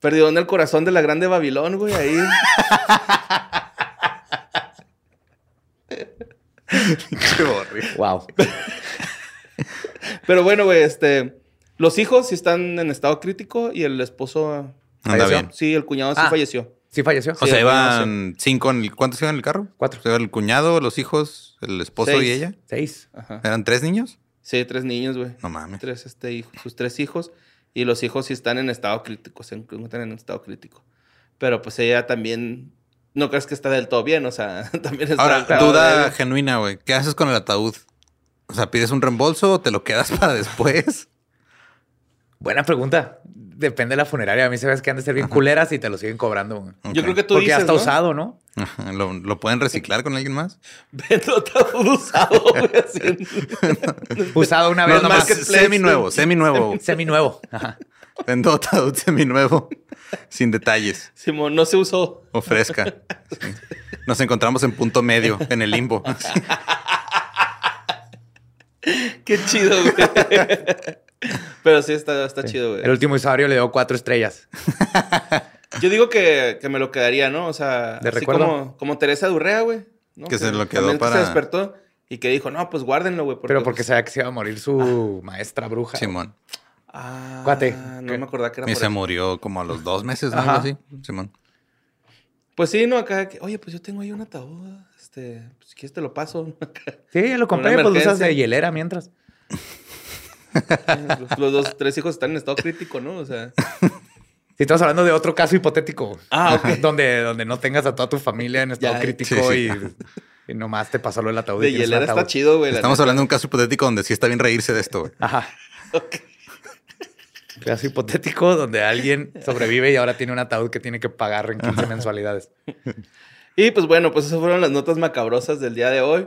[SPEAKER 2] Perdió en el corazón de la grande Babilón, güey, ahí.
[SPEAKER 4] Qué horrible.
[SPEAKER 3] Wow.
[SPEAKER 2] Pero bueno, güey, este. Los hijos sí están en estado crítico y el esposo.
[SPEAKER 4] Anda
[SPEAKER 3] Falleció.
[SPEAKER 4] bien.
[SPEAKER 2] Sí, el cuñado sí
[SPEAKER 3] Ah.
[SPEAKER 2] falleció.
[SPEAKER 3] Sí falleció.
[SPEAKER 4] O
[SPEAKER 2] Sí,
[SPEAKER 4] sea,
[SPEAKER 2] el
[SPEAKER 4] iban cinco. En el- ¿Cuántos iban en el carro?
[SPEAKER 3] Cuatro.
[SPEAKER 4] O sea, el cuñado, los hijos, el esposo
[SPEAKER 2] Seis.
[SPEAKER 4] y ella.
[SPEAKER 3] Seis.
[SPEAKER 2] Ajá.
[SPEAKER 4] ¿Eran tres niños?
[SPEAKER 2] Sí, tres niños, güey.
[SPEAKER 4] No mames.
[SPEAKER 2] Tres, este, hijo- sus tres hijos. Y los hijos sí están en estado crítico, se encuentran en estado crítico. Pero pues ella también. No crees que está del todo bien, o sea, también está.
[SPEAKER 4] Ahora,
[SPEAKER 2] al cabo
[SPEAKER 4] duda
[SPEAKER 2] de-
[SPEAKER 4] genuina, güey. ¿Qué haces con el ataúd? O sea, ¿pides un reembolso o te lo quedas para después?
[SPEAKER 3] Buena pregunta. Depende de la funeraria. A mí se me hace que han de ser bien culeras y te lo siguen cobrando. güey.
[SPEAKER 4] Ok.
[SPEAKER 2] Yo creo que tú
[SPEAKER 3] Porque ya
[SPEAKER 2] dices.
[SPEAKER 3] está
[SPEAKER 2] ¿no?
[SPEAKER 3] usado, ¿no?
[SPEAKER 4] Ajá. ¿Lo, lo pueden reciclar con alguien más?
[SPEAKER 2] Vendo ataúd usado, güey. así en-
[SPEAKER 3] Usado una vez
[SPEAKER 4] No, nomás
[SPEAKER 3] nomás.
[SPEAKER 2] marketplace.
[SPEAKER 4] semi nuevo, semi nuevo.
[SPEAKER 3] Semi nuevo. Ajá.
[SPEAKER 4] Vendo ataúd semi nuevo. Sin detalles.
[SPEAKER 2] Simón, no se usó.
[SPEAKER 4] o fresca. Sí. Nos encontramos en punto medio, en el limbo.
[SPEAKER 2] Qué chido, güey. Pero sí, está, está chido,
[SPEAKER 3] El
[SPEAKER 2] güey.
[SPEAKER 3] último usuario le dio cuatro estrellas.
[SPEAKER 2] Yo digo que, que me lo quedaría, ¿no? O sea,
[SPEAKER 3] ¿De
[SPEAKER 2] así
[SPEAKER 3] recuerdo?
[SPEAKER 2] como, como Teresa Durrea, güey. ¿no?
[SPEAKER 4] Que se lo quedó
[SPEAKER 2] también
[SPEAKER 4] para-
[SPEAKER 2] Se despertó y que dijo, no, pues guárdenlo, güey.
[SPEAKER 3] Pero porque
[SPEAKER 2] pues-
[SPEAKER 3] sabía que se iba a morir su maestra bruja.
[SPEAKER 4] Simón.
[SPEAKER 2] Ah,
[SPEAKER 3] Cuate,
[SPEAKER 2] No
[SPEAKER 3] que-
[SPEAKER 2] me acordaba que era por
[SPEAKER 4] Y se
[SPEAKER 2] eso.
[SPEAKER 4] murió como a los dos meses, ¿no?
[SPEAKER 3] Ajá.
[SPEAKER 4] Algo así. Simón.
[SPEAKER 2] Pues sí, no, acá. que, Oye, pues yo tengo ahí un ataúd. Este, pues, si quieres te lo paso.
[SPEAKER 3] Sí, lo compré,
[SPEAKER 2] Una
[SPEAKER 3] pues lo usas
[SPEAKER 2] emergencia.
[SPEAKER 3] de hielera mientras.
[SPEAKER 2] los, los dos, tres hijos están en estado crítico, ¿no? O sea.
[SPEAKER 3] Si estamos hablando de otro caso hipotético.
[SPEAKER 2] Ah, ok.
[SPEAKER 3] Donde, donde no tengas a toda tu familia en estado
[SPEAKER 2] Ya,
[SPEAKER 3] crítico
[SPEAKER 4] sí,
[SPEAKER 3] Y, y nomás te pasó lo del ataúd. y
[SPEAKER 2] De
[SPEAKER 3] tienes un
[SPEAKER 2] hielera está
[SPEAKER 3] ataúd.
[SPEAKER 2] chido, güey. la
[SPEAKER 4] Estamos
[SPEAKER 2] neta. Ah.
[SPEAKER 4] hablando de un caso hipotético donde sí está bien reírse de esto, güey.
[SPEAKER 3] Ajá. Caso hipotético donde alguien sobrevive y ahora tiene un ataúd que tiene que pagar en 15 mensualidades.
[SPEAKER 2] Y pues bueno, pues esas fueron las notas macabrosas del día de hoy.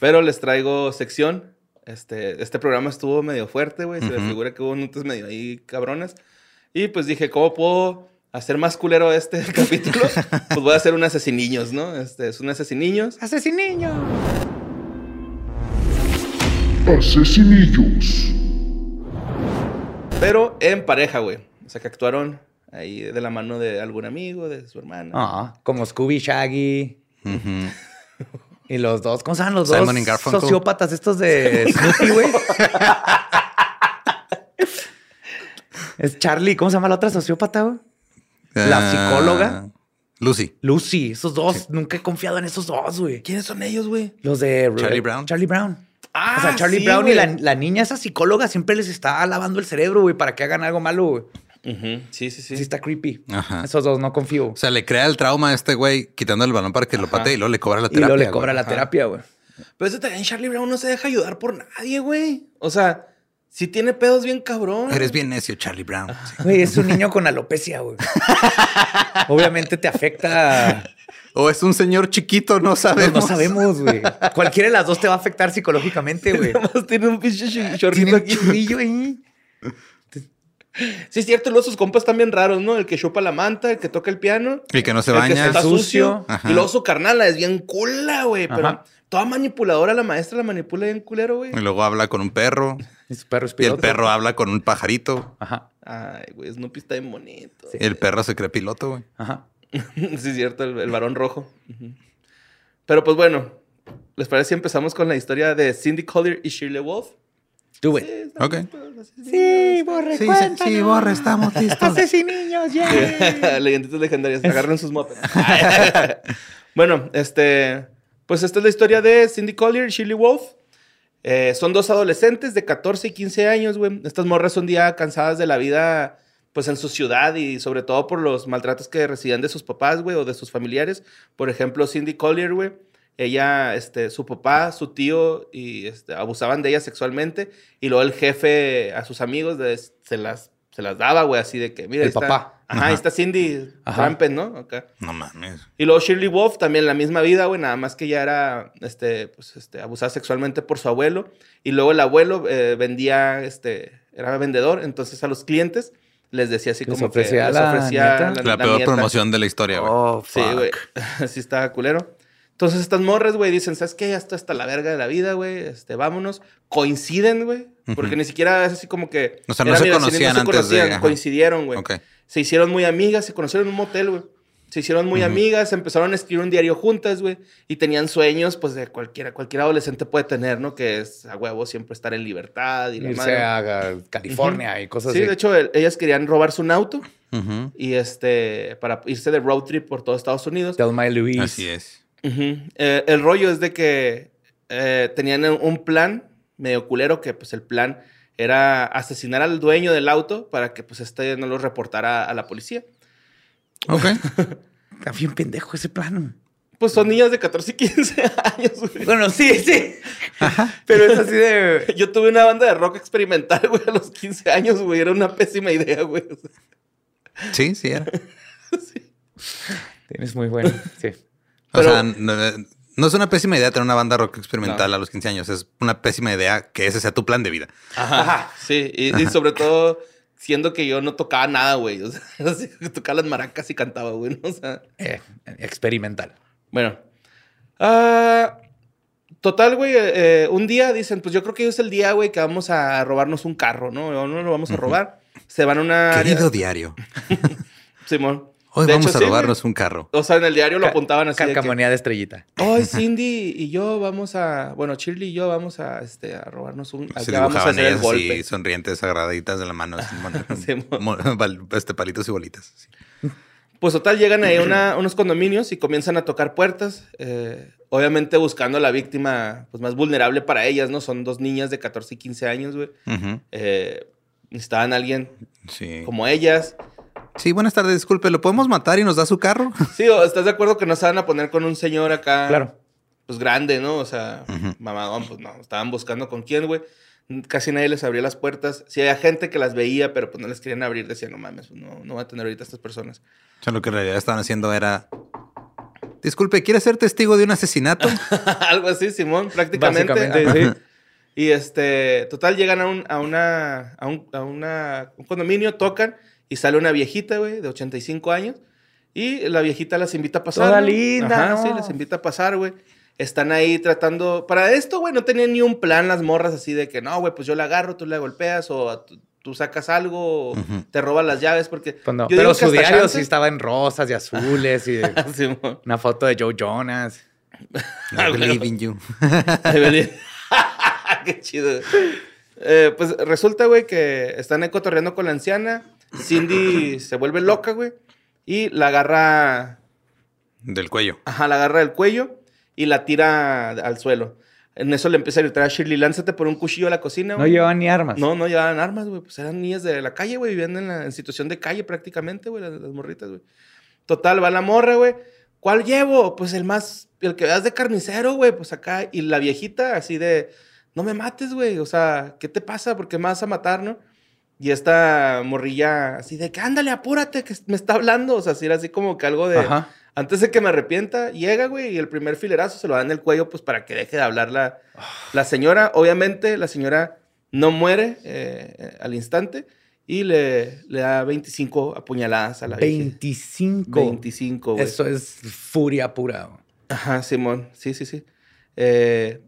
[SPEAKER 2] Pero les traigo sección. Este, este programa estuvo medio fuerte, güey. Se les
[SPEAKER 4] Ujú.
[SPEAKER 2] figura que hubo notas medio ahí cabronas. Y pues dije, ¿cómo puedo hacer más culero este capítulo? pues voy a hacer un asesiniños, ¿no? Este es un asesiniños.
[SPEAKER 3] ¡Asesiniño!
[SPEAKER 5] Asesinillos.
[SPEAKER 2] Pero en pareja, güey. O sea, que actuaron ahí de la mano de algún amigo, de su hermana.
[SPEAKER 3] Ah, como Scooby Shaggy.
[SPEAKER 4] Ujú.
[SPEAKER 3] Y los dos, ¿cómo se llaman los
[SPEAKER 4] Simon y
[SPEAKER 3] dos
[SPEAKER 4] Garfunkel.
[SPEAKER 3] sociópatas estos de Snoopy, güey? es Charlie, ¿cómo se llama la otra sociópata, güey? ¿La
[SPEAKER 4] Ah,
[SPEAKER 3] psicóloga?
[SPEAKER 4] Lucy.
[SPEAKER 3] Lucy, esos dos, nunca he confiado en esos dos, güey.
[SPEAKER 2] ¿Quiénes son ellos, güey?
[SPEAKER 3] Los de
[SPEAKER 4] Charlie Brown.
[SPEAKER 3] Charlie Brown.
[SPEAKER 2] Ah,
[SPEAKER 3] o sea, Charlie
[SPEAKER 2] sí,
[SPEAKER 3] Brown
[SPEAKER 2] güey.
[SPEAKER 3] y la, la niña, esa psicóloga, siempre les está lavando el cerebro, güey, para que hagan algo malo, güey.
[SPEAKER 2] Ujú, Sí, sí,
[SPEAKER 3] Sí.
[SPEAKER 2] sí.
[SPEAKER 3] está creepy.
[SPEAKER 4] Ajá.
[SPEAKER 3] Esos dos no confío.
[SPEAKER 4] O sea, le crea el trauma a este güey quitando el balón para que lo patee y luego le cobra la
[SPEAKER 3] y
[SPEAKER 4] terapia.
[SPEAKER 3] luego le
[SPEAKER 4] güey.
[SPEAKER 3] cobra la
[SPEAKER 4] Ajá.
[SPEAKER 3] terapia, güey.
[SPEAKER 2] Pero eso también, Charlie Brown no se deja ayudar por nadie, güey. O sea, si tiene pedos bien cabrón.
[SPEAKER 4] Eres bien necio, Charlie Brown. Sí.
[SPEAKER 3] Güey, es un niño con alopecia, güey. Obviamente te afecta.
[SPEAKER 4] O es un señor chiquito, no
[SPEAKER 3] No,
[SPEAKER 4] sabemos.
[SPEAKER 3] no sabemos, güey. Cualquiera de las dos te va a afectar psicológicamente, güey.
[SPEAKER 2] Además, tiene un pinche sh-
[SPEAKER 3] Tiene
[SPEAKER 2] chorrito
[SPEAKER 3] un
[SPEAKER 2] aquí.
[SPEAKER 3] churrillo ahí.
[SPEAKER 2] Sí, es cierto, y luego sus compas están bien raros, ¿no? El que chupa la manta, el que toca el piano.
[SPEAKER 4] Y que no se
[SPEAKER 2] el que
[SPEAKER 4] baña.
[SPEAKER 2] está sucio.
[SPEAKER 3] sucio.
[SPEAKER 4] Ajá.
[SPEAKER 2] Y luego su carnala es bien cula, güey. Pero
[SPEAKER 3] Ajá.
[SPEAKER 2] toda manipuladora, la maestra la manipula bien culero, güey.
[SPEAKER 4] Y luego habla con un perro.
[SPEAKER 3] Y su perro es
[SPEAKER 4] Y el
[SPEAKER 3] piloto.
[SPEAKER 4] perro habla con un pajarito.
[SPEAKER 3] Ajá,
[SPEAKER 2] Ay, güey, Snoopy está bien bonito.
[SPEAKER 3] Sí.
[SPEAKER 4] Y el perro se cree piloto, güey.
[SPEAKER 3] ajá.
[SPEAKER 2] Sí, es cierto, el, el varón rojo. Ujú. Pero pues bueno, ¿les parece si empezamos con la historia de Cindy Collier y Shirley Wolf?
[SPEAKER 3] Tú, güey.
[SPEAKER 2] Sí,
[SPEAKER 4] Ok.
[SPEAKER 3] Sí, borre, cuéntanos.
[SPEAKER 4] estamos listos.
[SPEAKER 3] Asesiniños, ya.
[SPEAKER 2] Leyenditas legendarias. Agarren sus mopeds. bueno, este. Pues esta es la historia de Cindy Collier y Shirley Wolf. Eh, son dos adolescentes de 14 y 15 años, güey. Estas morras son día cansadas de la vida, pues en su ciudad y sobre todo por los maltratos que recibían de sus papás, güey, o de sus familiares. Por ejemplo, Cindy Collier, güey. Ella, este, su papá, su tío, y este, abusaban de ella sexualmente. Y luego el jefe a sus amigos de- se, las, se las daba, güey, así de que, mira, ahí
[SPEAKER 3] El
[SPEAKER 2] está-
[SPEAKER 3] papá.
[SPEAKER 2] Ajá, ahí está Cindy
[SPEAKER 3] Ajá.
[SPEAKER 2] Trampen, ¿no? Acá.
[SPEAKER 4] No mames.
[SPEAKER 2] Y luego Shirley Wolf, también la misma vida, güey, nada más que ya era este, pues, este, abusada sexualmente por su abuelo. Y luego el abuelo eh, vendía, este, era vendedor, entonces a los clientes les decía así
[SPEAKER 3] Les
[SPEAKER 2] como
[SPEAKER 3] ofrecía
[SPEAKER 2] que
[SPEAKER 3] la neta.
[SPEAKER 4] La, peor
[SPEAKER 2] neta.
[SPEAKER 4] promoción de la historia, güey.
[SPEAKER 3] Oh,
[SPEAKER 2] Sí, güey. Así está culero. Entonces estas morras, güey, dicen, ¿sabes qué? Ya está hasta la verga de la vida, güey. Este, vámonos. Coinciden, güey. Porque
[SPEAKER 4] Ujú.
[SPEAKER 2] ni siquiera es así como que...
[SPEAKER 4] O sea, no
[SPEAKER 2] era
[SPEAKER 4] se
[SPEAKER 2] mi vecina y
[SPEAKER 4] conocían antes de- ajá.
[SPEAKER 2] Coincidieron, güey.
[SPEAKER 4] Ok.
[SPEAKER 2] Se hicieron muy amigas, se conocieron en un motel, güey. Se hicieron muy
[SPEAKER 4] Ujú.
[SPEAKER 2] amigas, empezaron a escribir un diario juntas, güey. Y tenían sueños, pues, de cualquiera, cualquier adolescente puede tener, ¿no? Que es a huevo siempre estar en libertad y la
[SPEAKER 3] Irse
[SPEAKER 2] madre.
[SPEAKER 3] a California y cosas
[SPEAKER 2] Sí,
[SPEAKER 3] así.
[SPEAKER 2] de hecho, el- ellas querían robarse un auto
[SPEAKER 4] Ujú.
[SPEAKER 2] y este, para irse de road trip por todo Estados Unidos.
[SPEAKER 3] Thelma y Louise.
[SPEAKER 4] Así es.
[SPEAKER 2] Ujú. Eh, el rollo es de que eh, tenían un plan medio culero que pues el plan era asesinar al dueño del auto para que pues este no lo reportara a la policía.
[SPEAKER 4] Ok.
[SPEAKER 3] Está bien pendejo ese plano.
[SPEAKER 2] Pues son niñas de 14 y 15 años, güey.
[SPEAKER 3] Bueno, sí, sí. Pero es así de.
[SPEAKER 2] Yo tuve una banda de rock experimental, güey, a los 15 años, güey. Era una pésima idea, güey. O sea,
[SPEAKER 4] Sí, sí era.
[SPEAKER 3] Tienes muy bueno. Sí.
[SPEAKER 4] O
[SPEAKER 2] Pero-
[SPEAKER 4] sea, no, eh, no es una pésima idea tener una banda rock experimental
[SPEAKER 2] No.
[SPEAKER 4] a los 15 años. Es una pésima idea que ese sea tu plan de vida.
[SPEAKER 2] Ajá. Sí, y, y sobre todo siendo que yo no tocaba nada, güey. O sea, así que tocaba las maracas y cantaba, güey. ¿no? O sea,
[SPEAKER 3] Eh, experimental.
[SPEAKER 2] Bueno. Ah, Total, güey, eh, eh, un día dicen, pues yo creo que hoy es el día, güey, que vamos a robarnos un carro, ¿no? No no lo vamos a robar. Se van a una... área-
[SPEAKER 4] Querido diario,
[SPEAKER 2] Simón.
[SPEAKER 4] hoy
[SPEAKER 2] De
[SPEAKER 4] vamos
[SPEAKER 2] hecho,
[SPEAKER 4] a
[SPEAKER 2] sí,
[SPEAKER 4] robarnos un carro.
[SPEAKER 2] güey. o sea, en el diario lo
[SPEAKER 3] Ca-
[SPEAKER 2] apuntaban así. de que,
[SPEAKER 3] Carcamonía de estrellita.
[SPEAKER 2] Hoy Cindy y yo vamos a... Bueno, Shirley y yo vamos a, este, a robarnos un...
[SPEAKER 4] Se
[SPEAKER 2] acá vamos a
[SPEAKER 4] dibujaban
[SPEAKER 2] hacer el
[SPEAKER 4] ellas
[SPEAKER 2] golpe.
[SPEAKER 4] así, sonrientes, agarraditas de la mano. así, mon-
[SPEAKER 2] Simón.
[SPEAKER 4] mon- val- este, palitos y bolitas. sí.
[SPEAKER 2] Pues total, llegan ahí a una- unos condominios y comienzan a tocar puertas. eh, obviamente buscando a la víctima pues, más vulnerable para ellas, ¿no? Son dos niñas de 14 y 15 años, güey.
[SPEAKER 4] Ujú,
[SPEAKER 2] Eh, necesitaban a alguien
[SPEAKER 4] sí.
[SPEAKER 2] como ellas.
[SPEAKER 4] Sí, buenas tardes, disculpe, ¿lo podemos matar y nos da su carro?
[SPEAKER 2] Sí, o ¿estás de acuerdo que no se van a poner con un señor acá?
[SPEAKER 3] Ah, Claro.
[SPEAKER 2] Pues grande, ¿no? O sea,
[SPEAKER 4] Ujú.
[SPEAKER 2] mamadón, pues no. Estaban buscando con quién, güey. Casi nadie les abría las puertas. Sí, había gente que las veía, pero pues no les querían abrir. Decían, no mames, pues, no, no voy a tener ahorita a estas personas.
[SPEAKER 4] O sea, lo que en realidad estaban haciendo era... Disculpe, ¿quiere ser testigo de un asesinato?
[SPEAKER 2] Algo así, Simón, prácticamente.
[SPEAKER 3] Básicamente,
[SPEAKER 2] Ajá.
[SPEAKER 3] sí.
[SPEAKER 2] Y este, total, llegan a un, a una, a un, a una- un condominio, tocan y sale una viejita, güey, de 85 años. Y la viejita las invita a pasar.
[SPEAKER 3] Toda
[SPEAKER 2] güey.
[SPEAKER 3] linda,
[SPEAKER 2] Ajá,
[SPEAKER 3] ¿no?
[SPEAKER 2] Sí, las invita a pasar, güey. Están ahí tratando. Para esto, güey, no tenían ni un plan las morras así de que no, güey, pues yo la agarro, tú la golpeas o a- tú, tú sacas algo o
[SPEAKER 4] Ujú.
[SPEAKER 2] te robas las llaves porque.
[SPEAKER 3] Pues no.
[SPEAKER 2] yo digo
[SPEAKER 3] Pero
[SPEAKER 2] que
[SPEAKER 3] su
[SPEAKER 2] hasta
[SPEAKER 3] diario
[SPEAKER 2] chances-
[SPEAKER 3] sí estaba en rosas y azules y de-
[SPEAKER 2] Simón.
[SPEAKER 3] una foto de Joe Jonas.
[SPEAKER 2] Ah,
[SPEAKER 4] I believe in you.
[SPEAKER 2] Ay, Belén. Qué chido. Eh, pues resulta, güey, que están ahí cotorreando con la anciana. Cindy se vuelve loca, güey. Y la agarra.
[SPEAKER 4] Del cuello.
[SPEAKER 2] Ajá, la agarra del cuello y la tira al suelo. En eso le empieza a gritar a Shirley: lánzate por un cuchillo a la cocina,
[SPEAKER 3] No
[SPEAKER 2] güey.
[SPEAKER 3] llevaban ni armas.
[SPEAKER 2] No, no llevaban armas, güey. Pues eran niñas de la calle, güey. Vivían en, la, en situación de calle prácticamente, güey. Las, las morritas, güey. Total, va la morra, güey. ¿Cuál llevo? Pues el más... El que veas de carnicero, güey. Pues acá. Y la viejita así de... No me mates, güey. O sea, ¿qué te pasa? ¿Por qué me vas a matar, no? Y esta morrilla así de que ándale, apúrate, que me está hablando. O sea, así era así como que algo de...
[SPEAKER 3] Ajá.
[SPEAKER 2] Antes de que me arrepienta, llega, güey, y el primer filerazo se lo da en el cuello, pues para que deje de hablar la,
[SPEAKER 3] Ah.
[SPEAKER 2] la señora. Obviamente, la señora no muere eh, eh, al instante y le, le da 25 apuñaladas a la vieja.
[SPEAKER 3] 25.
[SPEAKER 2] 25, güey.
[SPEAKER 3] Eso es furia pura. güey.
[SPEAKER 2] Ajá, Simón. Sí, sí, sí. Eh,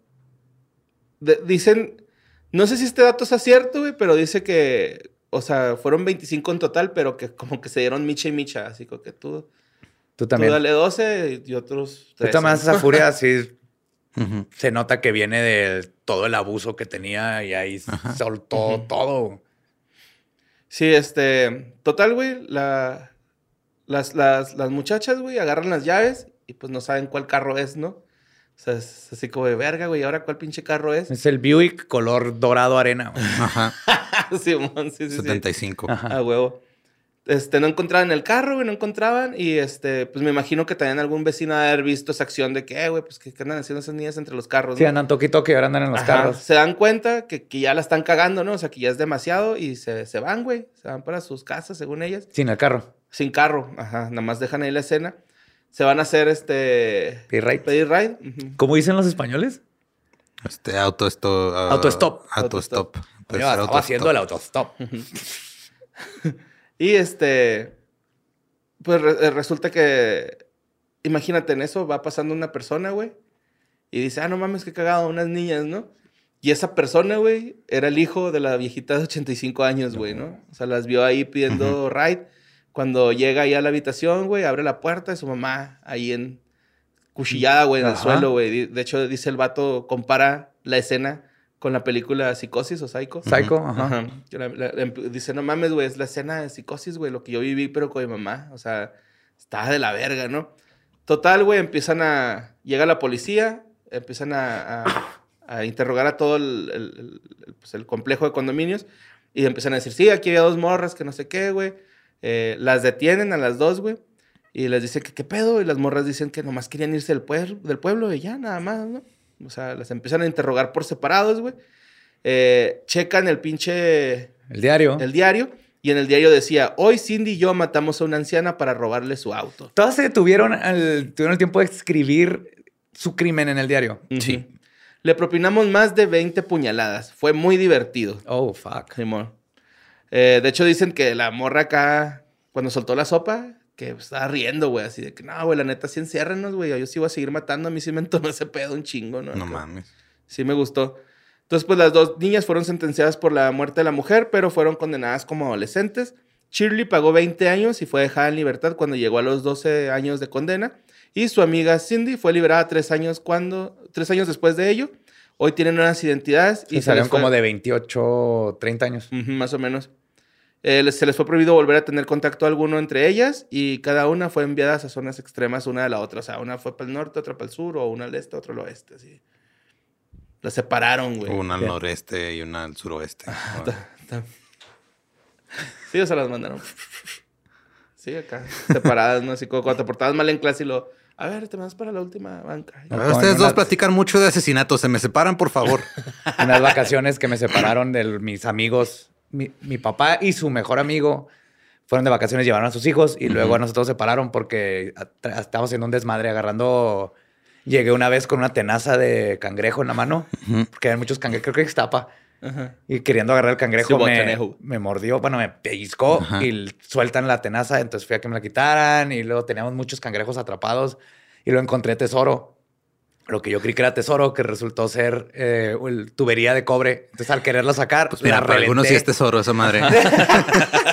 [SPEAKER 2] de- dicen, no sé si este dato es cierto, güey, pero dice que, o sea, fueron 25 en total, pero que como que se dieron micha y micha, así como que tú,
[SPEAKER 3] Tú
[SPEAKER 2] tú
[SPEAKER 3] también.
[SPEAKER 2] dale 12 y otros
[SPEAKER 3] Tú
[SPEAKER 2] 13.
[SPEAKER 3] tomas esa furia así
[SPEAKER 4] Ujú.
[SPEAKER 3] se nota que viene de todo el abuso que tenía y ahí soltó
[SPEAKER 2] Ujú.
[SPEAKER 3] todo.
[SPEAKER 2] Sí, este. Total, güey. La, las, las, las muchachas, güey, agarran las llaves y pues no saben cuál carro es, ¿no? O sea, es así como de verga, güey. ¿y ahora cuál pinche carro es?
[SPEAKER 3] Es el Buick color dorado arena. güey.
[SPEAKER 4] Ajá,
[SPEAKER 2] Simón, sí, sí, sí.
[SPEAKER 4] 75.
[SPEAKER 3] Ajá.
[SPEAKER 2] A huevo. Este, no encontraban el carro, güey, no encontraban. Y este, pues me imagino que también algún vecino ha de haber visto esa acción de que, eh, güey, pues que andan haciendo esas niñas entre los carros.
[SPEAKER 3] Sí,
[SPEAKER 2] ¿no?
[SPEAKER 3] andan toquito que ahora andan en los
[SPEAKER 2] Ajá,
[SPEAKER 3] carros.
[SPEAKER 2] Se dan cuenta que, que ya la están cagando, ¿no? O sea, que ya es demasiado y se, se van, güey. Se van para sus casas, según ellas.
[SPEAKER 3] Sin el carro.
[SPEAKER 2] Sin carro, ajá. Nada más dejan ahí la escena. Se van a hacer este.
[SPEAKER 3] Y right.
[SPEAKER 2] Pedir ride. ujú.
[SPEAKER 3] ¿Cómo dicen los españoles?
[SPEAKER 4] Este auto esto, ah,
[SPEAKER 3] Autostop.
[SPEAKER 4] Autostop. Pues,
[SPEAKER 3] Yo estaba
[SPEAKER 4] autostop.
[SPEAKER 3] haciendo el autostop.
[SPEAKER 2] Y este. Pues re- eh, resulta que. Imagínate en eso, va pasando una persona, güey. Y dice, ah, no mames, qué cagado, unas niñas, ¿no? Y esa persona, güey, era el hijo de la viejita de 85 años, güey, ¿no? O sea, las vio ahí pidiendo ride. Cuando llega ahí a la habitación, güey, abre la puerta y su mamá ahí en cuchillada, güey, en el
[SPEAKER 3] Ajá.
[SPEAKER 2] suelo, güey. Di- De hecho, dice el vato, compara la escena con la película Psicosis o Psycho.
[SPEAKER 3] Psycho, ajá.
[SPEAKER 2] Ajá. Que la- la- la- dice, no mames, güey, es la escena de psicosis, güey, lo que yo viví, pero con mi mamá. O sea, estaba de la verga, ¿no? Total, güey, empiezan a... Llega la policía, empiezan a, a- a interrogar a todo el, el- el- el, pues, el complejo de condominios y empiezan a decir, sí, aquí había dos morras que no sé qué, güey. Eh, las detienen a las dos, güey. Y les dicen que qué pedo. Y las morras dicen que nomás querían irse del, puer- del pueblo y ya, nada más, ¿no? O sea, las empiezan a interrogar por separados, güey. Eh, checan el pinche
[SPEAKER 3] El diario.
[SPEAKER 2] el diario y en el diario decía, hoy Cindy y yo matamos a una anciana para robarle su auto.
[SPEAKER 3] Todas se tuvieron el, tuvieron el tiempo de escribir su crimen en el diario.
[SPEAKER 2] Ujú. Le propinamos más de 20 puñaladas. Fue muy divertido.
[SPEAKER 3] Oh, fuck.
[SPEAKER 2] Simón. Eh, de hecho, dicen que la morra acá, cuando soltó la sopa, que estaba riendo, güey, así de que, no, güey, la neta, sí enciérrenos, güey, yo sí voy a seguir matando, a mí sí me entonó ese pedo un chingo, ¿no?
[SPEAKER 4] No
[SPEAKER 2] Acá.
[SPEAKER 4] mames.
[SPEAKER 2] Sí me gustó. Entonces, pues las dos niñas fueron sentenciadas por la muerte de la mujer, pero fueron condenadas como adolescentes. Shirley pagó 20 años y fue dejada en libertad cuando llegó a los 12 años de condena. Y su amiga Cindy fue liberada tres años, cuando, tres años después de ello. Hoy tienen nuevas identidades y
[SPEAKER 3] Y
[SPEAKER 2] se
[SPEAKER 3] salieron
[SPEAKER 2] les fue-
[SPEAKER 3] como de 28, 30 años.
[SPEAKER 2] Ujú, más o menos. Eh, les- se les fue prohibido volver a tener contacto alguno entre ellas y cada una fue enviada a zonas extremas una de la otra. O sea, una fue para el norte, otra para el sur, o una al este, otra al oeste. Así. Las separaron, güey.
[SPEAKER 4] Una al noreste y una al suroeste.
[SPEAKER 2] Tam- Sí, o sea, las mandaron. Sí, acá. Separadas, ¿no? Así como cuando te portabas mal en clase y lo. A ver, te vas para la última banca.
[SPEAKER 4] A ver, ustedes dos platican mucho de asesinatos. Se me separan, por favor.
[SPEAKER 3] Unas vacaciones que me separaron de mis amigos. Mi, mi papá y su mejor amigo fueron de vacaciones, llevaron a sus hijos y luego a nosotros separaron porque at- estábamos haciendo un desmadre agarrando. Llegué una vez con una tenaza de cangrejo en la mano, porque hay muchos cangrejos, creo que es tapa.
[SPEAKER 2] Ajá.
[SPEAKER 3] Y queriendo agarrar el
[SPEAKER 2] Sí,
[SPEAKER 3] cangrejo,
[SPEAKER 2] hubo
[SPEAKER 3] me,
[SPEAKER 2] conejo.
[SPEAKER 3] me mordió, bueno, me pellizcó
[SPEAKER 4] Ajá.
[SPEAKER 3] y l- sueltan la tenaza. Entonces fui a que me la quitaran y luego teníamos muchos cangrejos atrapados y lo encontré tesoro. Lo que yo creí que era tesoro, que resultó ser eh, el- tubería de cobre. Entonces al quererla sacar,
[SPEAKER 4] Pues mira,
[SPEAKER 3] la
[SPEAKER 4] para algunos sí es
[SPEAKER 3] reventé.
[SPEAKER 4] tesoro esa madre.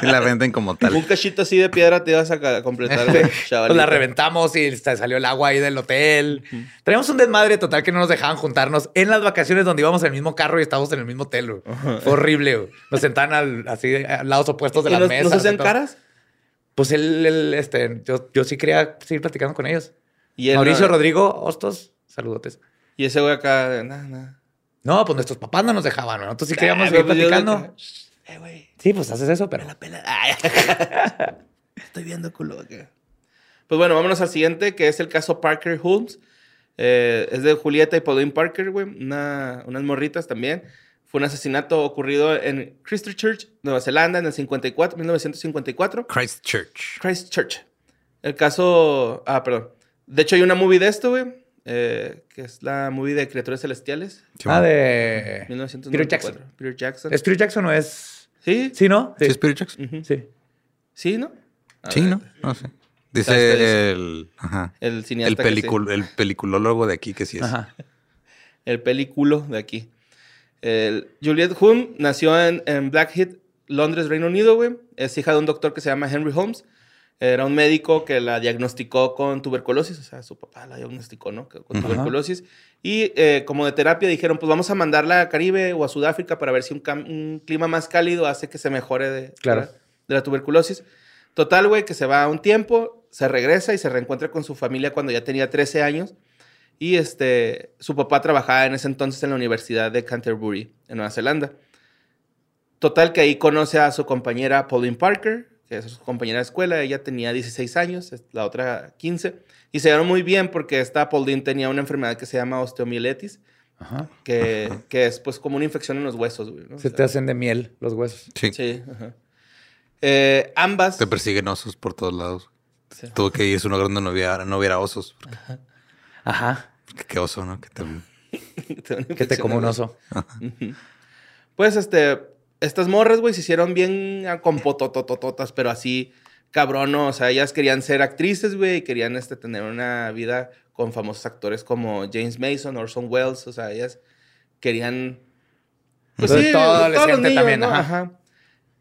[SPEAKER 4] Y la venden como
[SPEAKER 2] Un
[SPEAKER 4] tal.
[SPEAKER 2] cachito así de piedra te ibas a ca- completar, güey.
[SPEAKER 3] Pues
[SPEAKER 2] chavalito.
[SPEAKER 3] la reventamos y se salió el agua ahí del hotel. Traíamos un desmadre total que no nos dejaban juntarnos en las vacaciones donde íbamos en el mismo carro y estábamos en el mismo hotel. güey. Fue horrible. güey. Nos sentaban al- así a lados opuestos de
[SPEAKER 2] ¿Y
[SPEAKER 3] las
[SPEAKER 2] los,
[SPEAKER 3] mesas.
[SPEAKER 2] ¿Los hacían
[SPEAKER 3] y todo.
[SPEAKER 2] caras?
[SPEAKER 3] Pues él, él, este, yo, yo sí quería seguir platicando con ellos.
[SPEAKER 2] Y él,
[SPEAKER 3] Mauricio
[SPEAKER 2] no,
[SPEAKER 3] Rodrigo Hostos, saludotes.
[SPEAKER 2] Y ese güey acá, nada, nada.
[SPEAKER 3] No, pues nuestros papás no nos dejaban, ¿no? Nosotros sí queríamos
[SPEAKER 2] Ah,
[SPEAKER 3] seguir
[SPEAKER 2] pues yo de
[SPEAKER 3] platicando.
[SPEAKER 2] que, "Shh, Eh, güey,
[SPEAKER 3] Sí, pues haces eso, pero.
[SPEAKER 2] la pela. Ay, Estoy viendo culo acá. Pues bueno, vámonos al siguiente, que es el caso Parker Holmes. Eh, es de Julieta y Pauline Parker, güey. Una- unas morritas también. Fue un asesinato ocurrido en Christchurch, Nueva Zelanda, en el 54, 1954.
[SPEAKER 4] Christchurch.
[SPEAKER 2] Christchurch. El caso. Ah, perdón. De hecho, hay una movie de esto, güey. eh, que es la movie de Criaturas Celestiales.
[SPEAKER 3] Ah, de.
[SPEAKER 2] 1994.
[SPEAKER 3] Peter Jackson.
[SPEAKER 2] Peter Jackson.
[SPEAKER 3] ¿Es Peter Jackson o es.
[SPEAKER 2] ¿Sí?
[SPEAKER 3] Sí, ¿no?
[SPEAKER 4] ¿Sí es Peter Jackson?
[SPEAKER 2] Ujú.
[SPEAKER 3] Sí.
[SPEAKER 2] ¿Sí, no? A
[SPEAKER 4] Sí,
[SPEAKER 2] ver,
[SPEAKER 4] ¿no? No sé.
[SPEAKER 2] Ah, ¿Sabes cuál es?
[SPEAKER 4] Dice el... Ajá.
[SPEAKER 2] El cineasta.
[SPEAKER 4] El,
[SPEAKER 2] que sí.
[SPEAKER 4] pelicul- el peliculólogo de aquí que sí es.
[SPEAKER 3] Ajá.
[SPEAKER 2] El películo de aquí. El- Juliette Hume nació en, en Blackheath, Londres, Reino Unido, güey. Es hija de un doctor que se llama Henry Holmes. Era un médico que la diagnosticó con tuberculosis, o sea, su papá la diagnosticó, ¿no? Que- Con
[SPEAKER 4] Ajá.
[SPEAKER 2] tuberculosis. Y eh, como de terapia dijeron, pues vamos a mandarla a Caribe o a Sudáfrica para ver si un, cam- un clima más cálido hace que se mejore de,
[SPEAKER 3] Claro.
[SPEAKER 2] de la- de la tuberculosis. Total, güey, que se va un tiempo, se regresa y se reencuentra con su familia cuando ya tenía 13 años. Y este, su papá trabajaba en ese entonces en la Universidad de Canterbury, en Nueva Zelanda. Total que ahí conoce a su compañera Pauline Parker, que es su compañera de escuela, ella tenía 16 años, es- la otra 15, y se dieron muy bien porque esta Pauline tenía una enfermedad que se llama osteomielitis,
[SPEAKER 3] Ajá.
[SPEAKER 2] que, que es pues como una infección en los huesos, güey. ¿no? O
[SPEAKER 3] Se
[SPEAKER 2] sea,
[SPEAKER 3] te hacen de miel los huesos.
[SPEAKER 4] Sí.
[SPEAKER 2] Sí, ajá. Eh, ambas...
[SPEAKER 4] Te persiguen osos por todos lados.
[SPEAKER 2] Sí.
[SPEAKER 4] Tuvo que irse a un lugar donde no hubiera, no hubiera osos. Porque,
[SPEAKER 3] Ajá.
[SPEAKER 4] porque qué oso, ¿no? Que te-
[SPEAKER 2] te da una
[SPEAKER 3] Que te
[SPEAKER 2] infección
[SPEAKER 3] como
[SPEAKER 2] en
[SPEAKER 3] un
[SPEAKER 2] los-
[SPEAKER 3] oso.
[SPEAKER 2] Pues este, estas morras, güey, se hicieron bien a con potototototas, pero así cabrón, ¿no? o sea, ellas querían ser actrices, güey, y querían este, tener una vida con famosos actores como James Mason, Orson Welles, o sea, ellas querían... Pues
[SPEAKER 3] Entonces, todo
[SPEAKER 2] todos los
[SPEAKER 3] adolescente
[SPEAKER 2] niños,
[SPEAKER 3] también,
[SPEAKER 2] ¿no?
[SPEAKER 3] ajá.
[SPEAKER 2] Ajá.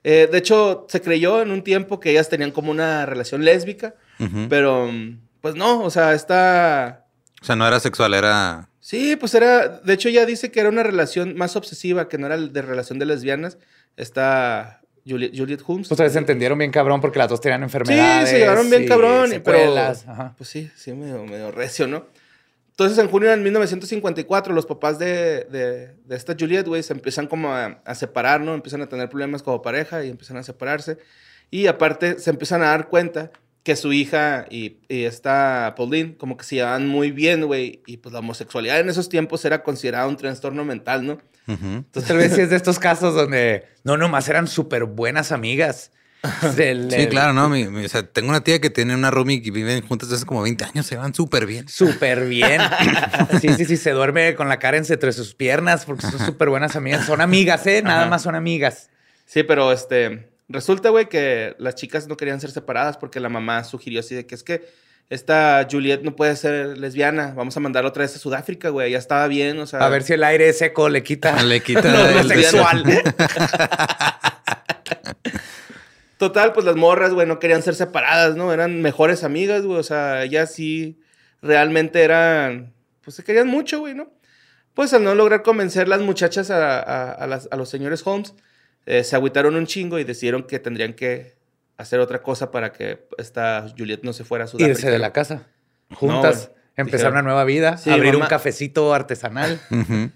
[SPEAKER 2] Eh, de hecho, se creyó en un tiempo que ellas tenían como una relación lésbica,
[SPEAKER 4] Ujú.
[SPEAKER 2] pero mm, pues no, o sea, esta...
[SPEAKER 4] O sea, no era sexual, era...
[SPEAKER 2] Sí, pues era, de hecho ella dice que era una relación más obsesiva, que no era de relación de lesbianas, está Juliet, Juliet Holmes.
[SPEAKER 3] Ustedes se entendieron bien cabrón porque las dos tenían enfermedades.
[SPEAKER 2] llevaron bien
[SPEAKER 3] y
[SPEAKER 2] cabrón, y- pero-
[SPEAKER 3] secuelas. Ajá.
[SPEAKER 2] Pues sí, sí, medio, medio recio, ¿no? Entonces, en junio de 1954, los papás de, de, de esta Juliet, güey, se empiezan como a, a separar, ¿no? Empiezan a tener problemas como pareja y empiezan a separarse. Y aparte, se empiezan a dar cuenta que su hija y, y esta Pauline como que se llevaban muy bien, güey. Y pues la homosexualidad en esos tiempos era considerada un trastorno mental, ¿no?
[SPEAKER 4] Ujú.
[SPEAKER 3] Entonces, tal vez sí es de estos casos donde no nomás eran súper buenas amigas. El-
[SPEAKER 4] Sí,
[SPEAKER 3] el-
[SPEAKER 4] claro, ¿no? Mi- mi- o sea, tengo una tía que tiene una roomie que viven juntas desde hace como 20 años. Se van súper bien.
[SPEAKER 3] Súper bien. Sí, sí, sí. Se duerme con la cara entre sus piernas porque son súper buenas amigas. Son amigas, ¿eh? Nada más son amigas.
[SPEAKER 2] Sí, pero este. Resulta, güey, que las chicas no querían ser separadas porque la mamá sugirió así de que es que esta Juliet no puede ser lesbiana. Vamos a mandarla otra vez a Sudáfrica, güey. Ya estaba bien, o sea.
[SPEAKER 3] A ver si el aire seco le quita
[SPEAKER 2] Ah,
[SPEAKER 4] Le quita
[SPEAKER 3] lo
[SPEAKER 4] el-
[SPEAKER 3] sexual.
[SPEAKER 2] Total, pues las morras, güey, no querían ser separadas, ¿no? Eran mejores amigas, güey. O sea, ellas sí realmente eran. Pues se querían mucho, güey, ¿no? Pues al no lograr convencer las muchachas a, a- a las- a los señores Holmes, eh, se agüitaron un chingo y decidieron que tendrían que hacer otra cosa para que esta Juliet no se fuera a Sudáfrica.
[SPEAKER 3] Irse de la casa. Juntas.
[SPEAKER 2] güey.
[SPEAKER 3] empezar
[SPEAKER 2] Dijeron-
[SPEAKER 3] una nueva vida.
[SPEAKER 2] Sí,
[SPEAKER 3] abrir
[SPEAKER 2] mamá.
[SPEAKER 3] un cafecito artesanal.
[SPEAKER 4] Ujú.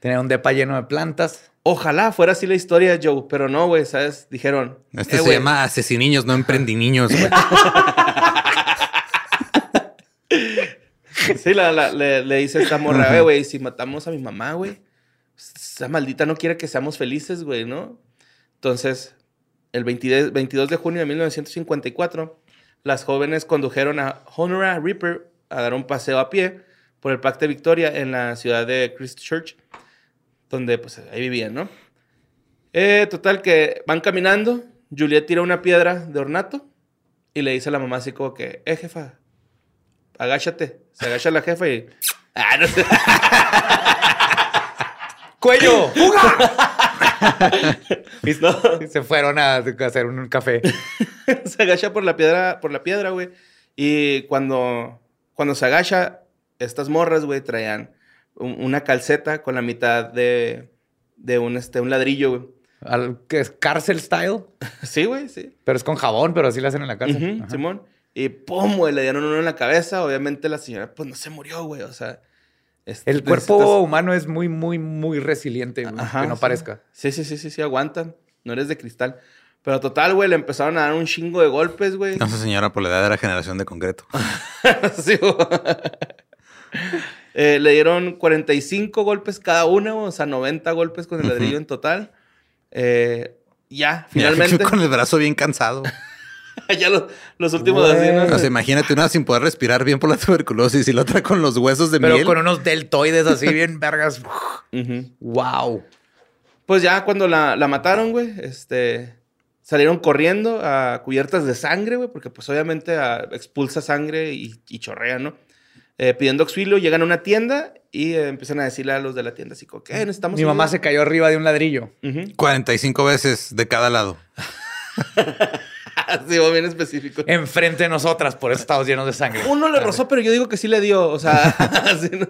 [SPEAKER 3] tener un depa lleno de plantas.
[SPEAKER 2] Ojalá fuera así la historia, Joe, pero no, güey, ¿sabes? Dijeron.
[SPEAKER 4] Este
[SPEAKER 2] "Eh,
[SPEAKER 4] se
[SPEAKER 2] güey,
[SPEAKER 4] llama Asesiniños, no Emprendiniños. güey.
[SPEAKER 2] Sí, la- la- le, le dice esta morra, "Eh, güey, si matamos a mi mamá, güey, esa maldita no quiere que seamos felices, güey, ¿no? Entonces, el 22, 22 de junio de 1954, las jóvenes condujeron a Honora Reaper a dar un paseo a pie por el Parque de Victoria en la ciudad de Christchurch, donde pues ahí vivían, ¿no? Eh, total que van caminando, Juliet tira una piedra de ornato y le dice a la mamá así como que, eh, jefa, agáchate. Se agacha la jefa y... Ah, no sé.
[SPEAKER 3] ¡Cuello!
[SPEAKER 2] Y no,
[SPEAKER 3] Y se fueron a hacer un café.
[SPEAKER 2] se agacha por la piedra, por la piedra, güey. Y cuando, cuando se agacha, estas morras, güey, traían un- una calceta con la mitad de, de un, este, un ladrillo, güey.
[SPEAKER 3] Al, que es cárcel style.
[SPEAKER 2] Sí, güey, sí.
[SPEAKER 3] Pero es con jabón, pero así lo hacen en la cárcel.
[SPEAKER 2] Ujú,
[SPEAKER 3] Ajá.
[SPEAKER 2] Simón. Y pum, güey, le dieron uno en la cabeza. Obviamente la señora, pues no se murió, güey. O sea... es-
[SPEAKER 3] El cuerpo
[SPEAKER 2] necesitas-
[SPEAKER 3] humano es muy, muy, muy resiliente, güey,
[SPEAKER 2] Ajá,
[SPEAKER 3] que no
[SPEAKER 2] sí.
[SPEAKER 3] parezca.
[SPEAKER 2] Sí, sí, sí, sí, sí, aguantan. No eres de cristal. Pero total, güey, le empezaron a dar un chingo de golpes, güey.
[SPEAKER 4] Entonces, señora, por la edad de la generación de concreto.
[SPEAKER 2] Sí, güey. Eh, le dieron 45 golpes cada uno, o sea, 90 golpes con el ladrillo en total. Eh, ya, finalmente.
[SPEAKER 4] Con el brazo bien cansado.
[SPEAKER 2] ya los, los últimos así, ¿no?
[SPEAKER 4] O sea, imagínate una sin poder respirar bien por la tuberculosis y la otra con los huesos de
[SPEAKER 3] Pero
[SPEAKER 4] miel.
[SPEAKER 3] con unos deltoides así bien vergas.
[SPEAKER 2] Ujú.
[SPEAKER 3] ¡Wow!
[SPEAKER 2] Pues ya cuando la, la mataron, güey, este, salieron corriendo a cubiertas de sangre, güey, porque pues obviamente ah, expulsa sangre y, y chorrea, ¿no? Eh, pidiendo auxilio, llegan a una tienda y eh, empiezan a decirle a los de la tienda, así como, ¿qué? Necesitamos
[SPEAKER 3] Mi mamá
[SPEAKER 2] ayuda".
[SPEAKER 3] se cayó arriba de un ladrillo.
[SPEAKER 2] Ujú.
[SPEAKER 4] 45 veces de cada lado.
[SPEAKER 2] Sí, güey, bien específico.
[SPEAKER 3] Enfrente de nosotras, por eso estamos llenos de sangre.
[SPEAKER 2] Uno le rozó, pero yo digo que sí le dio. O sea, sí, ¿no?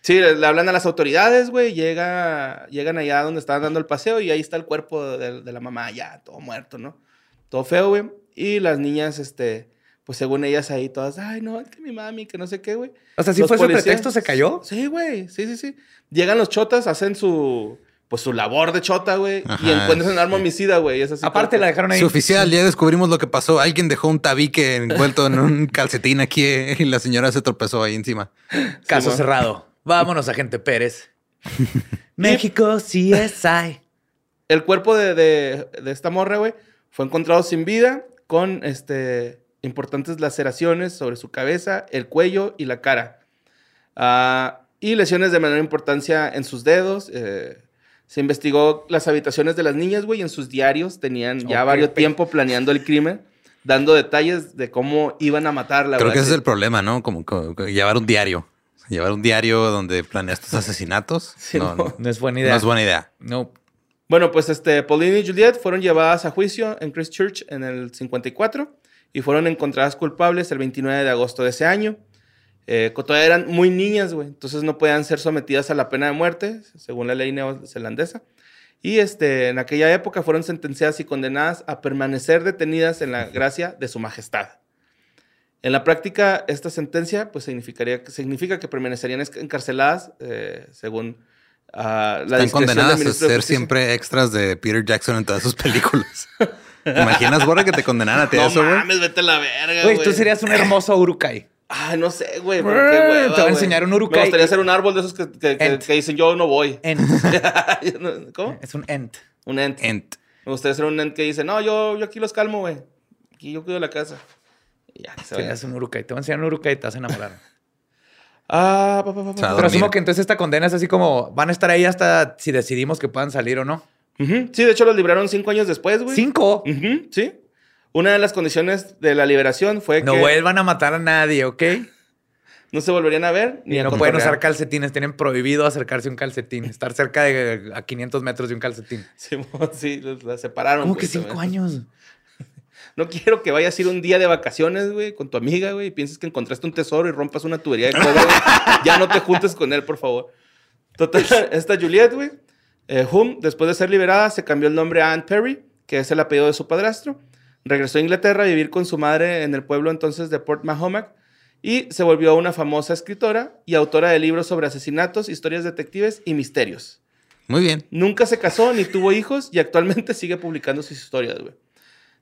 [SPEAKER 2] Sí, le, le hablan a las autoridades, güey. Llega, llegan allá donde estaban dando el paseo y ahí está el cuerpo de, de la mamá, ya todo muerto, ¿no? Todo feo, güey. Y las niñas, este, pues según ellas ahí todas, ay, no, es que mi mami, que no sé qué, güey.
[SPEAKER 3] O sea, si
[SPEAKER 2] Los
[SPEAKER 3] fue su
[SPEAKER 2] policías-
[SPEAKER 3] pretexto, se cayó.
[SPEAKER 2] Sí, güey. Sí, sí, sí. Llegan los chotas, hacen su, pues su labor de chota, güey. Y
[SPEAKER 4] Ajá,
[SPEAKER 2] encuentran un arma
[SPEAKER 4] sí.
[SPEAKER 2] homicida, güey. y es así
[SPEAKER 3] Aparte,
[SPEAKER 2] como
[SPEAKER 3] la
[SPEAKER 2] que-
[SPEAKER 3] dejaron ahí.
[SPEAKER 4] Sí, oficial, ya descubrimos lo que pasó. Alguien dejó un tabique envuelto en un calcetín aquí eh, y la señora se tropezó ahí encima.
[SPEAKER 3] Caso
[SPEAKER 2] Sí,
[SPEAKER 3] cerrado. Vámonos, agente Pérez. México CSI.
[SPEAKER 2] El cuerpo de, de- de esta morra, güey, fue encontrado sin vida con este, importantes laceraciones sobre su cabeza, el cuello y la cara. Ah, y lesiones de menor importancia en sus dedos. eh, se investigó las habitaciones de las niñas, güey, y en sus diarios tenían ya
[SPEAKER 3] Ok,
[SPEAKER 2] varios
[SPEAKER 3] pe-
[SPEAKER 2] tiempo planeando el crimen, dando detalles de cómo iban a matarla.
[SPEAKER 4] Creo
[SPEAKER 2] güey,
[SPEAKER 4] que ese
[SPEAKER 2] así.
[SPEAKER 4] es el problema, ¿no? Como, como- como llevar un diario. Llevar un diario donde planeas tus asesinatos.
[SPEAKER 2] Sí,
[SPEAKER 4] no,
[SPEAKER 2] no.
[SPEAKER 4] no-
[SPEAKER 3] No es buena idea.
[SPEAKER 4] no es buena idea.
[SPEAKER 3] No.
[SPEAKER 2] Bueno, pues este, Pauline y Juliet fueron llevadas a juicio en Christchurch en el 54 y fueron encontradas culpables el 29 de agosto de ese año. Eh, co- todavía eran muy niñas, güey, entonces no podían ser sometidas a la pena de muerte, según la ley neozelandesa. Y este, en aquella época fueron sentenciadas y condenadas a permanecer detenidas en la gracia de su majestad. En la práctica, esta sentencia pues, significaría, significa que permanecerían esc- encarceladas, eh, según ah, la
[SPEAKER 4] Están
[SPEAKER 2] discreción del
[SPEAKER 4] condenadas a
[SPEAKER 2] ministro de
[SPEAKER 4] ser
[SPEAKER 2] Justicia.
[SPEAKER 4] siempre extras de Peter Jackson en todas sus películas. ¿Te imaginas, Borra, que te condenaran a ti
[SPEAKER 2] No
[SPEAKER 4] eso, güey?
[SPEAKER 2] mames, vete a la verga, Ah, güey.
[SPEAKER 3] Güey, tú serías un hermoso urukai.
[SPEAKER 2] Ay, no sé, güey. pero
[SPEAKER 3] Brr,
[SPEAKER 2] qué hueva,
[SPEAKER 3] te voy a
[SPEAKER 2] güey.
[SPEAKER 3] enseñar un urukai.
[SPEAKER 2] Me gustaría hacer un árbol de esos que, que- que-
[SPEAKER 3] Ent.
[SPEAKER 2] que dicen yo no voy.
[SPEAKER 3] Ent.
[SPEAKER 2] Yo no- ¿Cómo?
[SPEAKER 3] es un ent.
[SPEAKER 2] Un ent.
[SPEAKER 4] Ent.
[SPEAKER 2] Me gustaría hacer un ent que dice, no, yo, yo aquí los calmo, güey. Aquí yo cuido la casa. Y ya, que se vaya.
[SPEAKER 3] Serías un urukai. Te voy a enseñar un urukai y te vas a enamorar.
[SPEAKER 2] Ah, pa, pa, pa, pa.
[SPEAKER 4] O sea, A
[SPEAKER 3] Pero asumo
[SPEAKER 4] dormir.
[SPEAKER 3] que entonces esta condena es así como van a estar ahí hasta si decidimos que puedan salir o no.
[SPEAKER 2] Ujú. Sí, de hecho los libraron cinco años después, güey.
[SPEAKER 6] Cinco.
[SPEAKER 2] Ujú, Sí. Una de las condiciones de la liberación fue
[SPEAKER 3] No
[SPEAKER 2] que
[SPEAKER 3] vuelvan a matar a nadie, ¿ok?
[SPEAKER 2] no se volverían a ver ni
[SPEAKER 3] Y
[SPEAKER 2] a
[SPEAKER 3] no pueden
[SPEAKER 2] cotorrear.
[SPEAKER 3] usar calcetines. Tienen prohibido acercarse a un calcetín. Estar cerca de a 500 metros de un calcetín.
[SPEAKER 2] Simón, sí, los- la separaron. pues,
[SPEAKER 3] ¿Cómo
[SPEAKER 2] güey,
[SPEAKER 3] que cinco
[SPEAKER 2] también.
[SPEAKER 3] años?
[SPEAKER 2] No quiero que vayas a ir un día de vacaciones, güey, con tu amiga, güey, y pienses que encontraste un tesoro y rompas una tubería de cobre. güey. ya no te juntes con él, por favor. Total, esta Juliet, güey, eh, Hume, después de ser liberada, se cambió el nombre a Anne Perry, que es el apellido de su padrastro. Regresó a Inglaterra a vivir con su madre en el pueblo entonces de Port Mahomack y se volvió una famosa escritora y autora de libros sobre asesinatos, historias detectives y misterios.
[SPEAKER 4] Muy bien.
[SPEAKER 2] Nunca se casó ni tuvo hijos y actualmente sigue publicando sus historias, güey.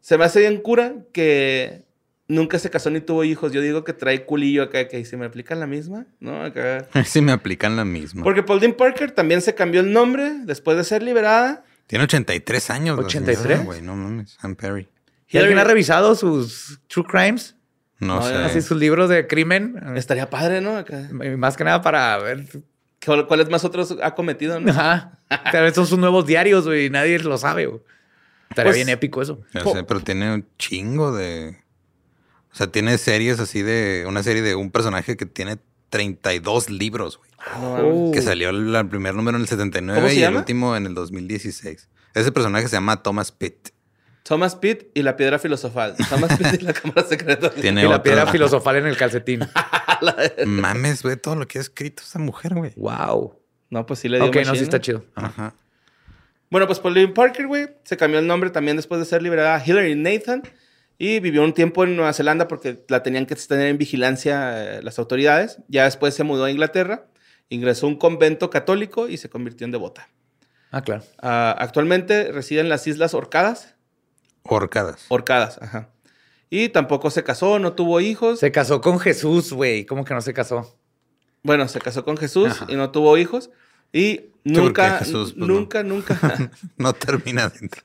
[SPEAKER 2] Se me hace bien cura que nunca se casó ni tuvo hijos. Yo digo que trae culillo acá, que si me aplican la misma, ¿no? Acá.
[SPEAKER 4] Si me aplican la misma.
[SPEAKER 2] Porque Pauline Parker también se cambió el nombre después de ser liberada.
[SPEAKER 4] Tiene 83 años. la señora,
[SPEAKER 6] 83?
[SPEAKER 4] güey, no mames. Ann Perry.
[SPEAKER 3] ¿Y alguien ha revisado sus true crimes?
[SPEAKER 4] No,
[SPEAKER 2] No,
[SPEAKER 4] sé.
[SPEAKER 2] ya
[SPEAKER 3] Así sus libros de crimen. Este,
[SPEAKER 2] Estaría padre, ¿no? Acá.
[SPEAKER 3] Más que nada para ver.
[SPEAKER 2] ¿Cuál- ¿Cuáles más otros ha cometido, no?
[SPEAKER 3] Ajá. Tal vez son sus nuevos diarios, güey. y Nadie lo sabe, güey. Estaría
[SPEAKER 2] Pues-
[SPEAKER 3] bien épico eso.
[SPEAKER 4] Ya sé, pero tiene un chingo de. O sea, tiene series así de. Una serie de un personaje que tiene 32 libros, güey.
[SPEAKER 2] Ah, No mames.
[SPEAKER 3] Oh.
[SPEAKER 4] Que salió el, el primer número en el 79
[SPEAKER 2] ¿Cómo se
[SPEAKER 4] y
[SPEAKER 2] llama?
[SPEAKER 4] el último en el 2016. Ese personaje se llama Thomas Pitt.
[SPEAKER 2] Thomas Pitt y la piedra filosofal. Thomas Pitt y la cámara secreta.
[SPEAKER 4] Tiene
[SPEAKER 3] Y la
[SPEAKER 4] otro-
[SPEAKER 3] piedra filosofal en el calcetín.
[SPEAKER 4] Mames, güey, todo lo que ha escrito esa mujer, güey.
[SPEAKER 3] wow.
[SPEAKER 2] No, pues sí le dio
[SPEAKER 3] Ok, no,
[SPEAKER 2] machine,
[SPEAKER 3] sí está chido.
[SPEAKER 4] Ajá.
[SPEAKER 2] Bueno, pues Pauline Parker, güey, se cambió el nombre también después de ser liberada a Hillary Nathan y vivió un tiempo en Nueva Zelanda porque la tenían que tener en vigilancia eh, las autoridades. Ya después se mudó a Inglaterra, ingresó a un convento católico y se convirtió en devota.
[SPEAKER 3] Ah, claro.
[SPEAKER 2] Ah, actualmente reside en las Islas Orcadas.
[SPEAKER 4] Horcadas.
[SPEAKER 2] Orcadas, ajá. Y tampoco se casó, no tuvo hijos.
[SPEAKER 3] Se casó con Jesús, güey. ¿Cómo que no se casó?
[SPEAKER 2] Bueno, se casó con Jesús
[SPEAKER 4] Ajá.
[SPEAKER 2] y no tuvo hijos. Y
[SPEAKER 4] porque
[SPEAKER 2] nunca,
[SPEAKER 4] Jesús, pues, no.
[SPEAKER 2] nunca, nunca.
[SPEAKER 4] No termina dentro.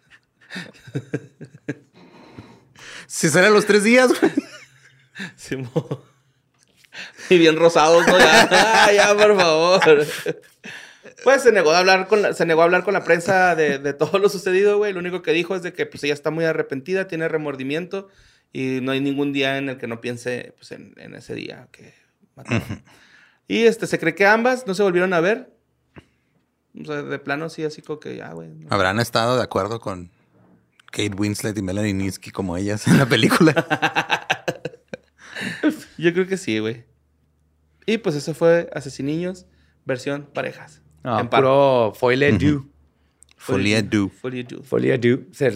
[SPEAKER 4] Si sale a los tres días, güey.
[SPEAKER 2] Simón. Y bien rosados, ¿no? Ya, Ah, ya, por favor. Pues se negó a hablar con la, se negó a hablar con la prensa de, de todo lo sucedido, güey. Lo único que dijo es de que pues ella está muy arrepentida, tiene remordimiento y no hay ningún día en el que no piense pues, en, en ese día que mató. Y este, se cree que ambas no se volvieron a ver. O sea, de plano sí, así como que ya, güey. no.
[SPEAKER 4] Habrán estado de acuerdo con Kate Winslet y Melanie Nitsky como ellas en la película.
[SPEAKER 2] Yo creo que sí, güey. Y pues eso fue Asesinillos, versión parejas.
[SPEAKER 3] No,
[SPEAKER 2] En par.
[SPEAKER 3] Ah, puro foile du.
[SPEAKER 4] Folia Du.
[SPEAKER 2] Folie du.
[SPEAKER 3] Folie du. Se-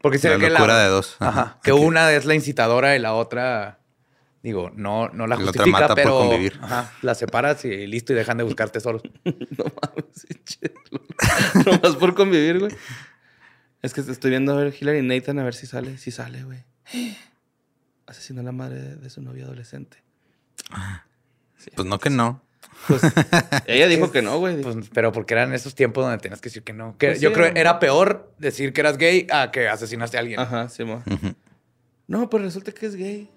[SPEAKER 3] Porque se
[SPEAKER 4] La
[SPEAKER 3] ve que
[SPEAKER 4] locura de dos.
[SPEAKER 3] Ajá.
[SPEAKER 4] Ajá.
[SPEAKER 3] Que
[SPEAKER 4] Ok.
[SPEAKER 3] una es la incitadora y la otra, digo, no, no la
[SPEAKER 4] La otra
[SPEAKER 3] justifica,
[SPEAKER 4] mata por
[SPEAKER 3] pero
[SPEAKER 4] convivir.
[SPEAKER 3] Ajá, la separas y listo y dejan de buscar tesoros.
[SPEAKER 2] No mames, sí, chido. Nomás por convivir, güey. Es que estoy viendo a ver Hillary Nathan a ver si sale. Si sale, güey. Asesinó a la madre de, de su novia adolescente.
[SPEAKER 4] Pues no que no.
[SPEAKER 2] Ella dijo que no, güey.
[SPEAKER 3] Pues, pero porque eran esos tiempos donde tenías que decir que no. Que
[SPEAKER 2] Pues
[SPEAKER 3] yo
[SPEAKER 2] sí,
[SPEAKER 3] creo
[SPEAKER 2] ¿no?
[SPEAKER 3] que era peor decir que eras gay a que asesinaste a alguien.
[SPEAKER 2] Ajá, sí, mo.
[SPEAKER 4] Ujú.
[SPEAKER 2] No, pues resulta que es gay.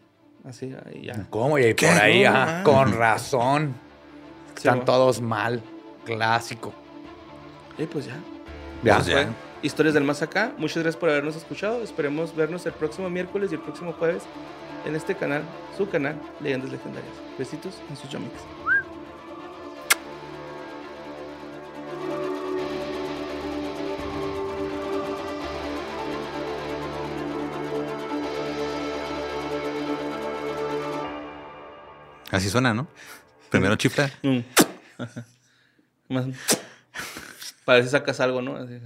[SPEAKER 2] Así, ahí ya.
[SPEAKER 3] ¿Cómo? Y
[SPEAKER 4] ¿Qué?
[SPEAKER 3] por ahí,
[SPEAKER 4] No,
[SPEAKER 3] ajá,
[SPEAKER 4] no
[SPEAKER 3] con razón. Están
[SPEAKER 2] mo.
[SPEAKER 3] todos mal. Clásico.
[SPEAKER 2] Y pues ya.
[SPEAKER 3] Ya.
[SPEAKER 4] Pues
[SPEAKER 2] Fue Historias del Más Acá. Muchas gracias por habernos escuchado. Esperemos vernos el próximo miércoles y el próximo jueves en este canal, su canal, Leyendas Legendarias. Besitos en sus yomics.
[SPEAKER 4] Así suena, ¿no? Primero chifla.
[SPEAKER 2] Mm. Ajá. Más- Parece sacas algo, ¿no? Así.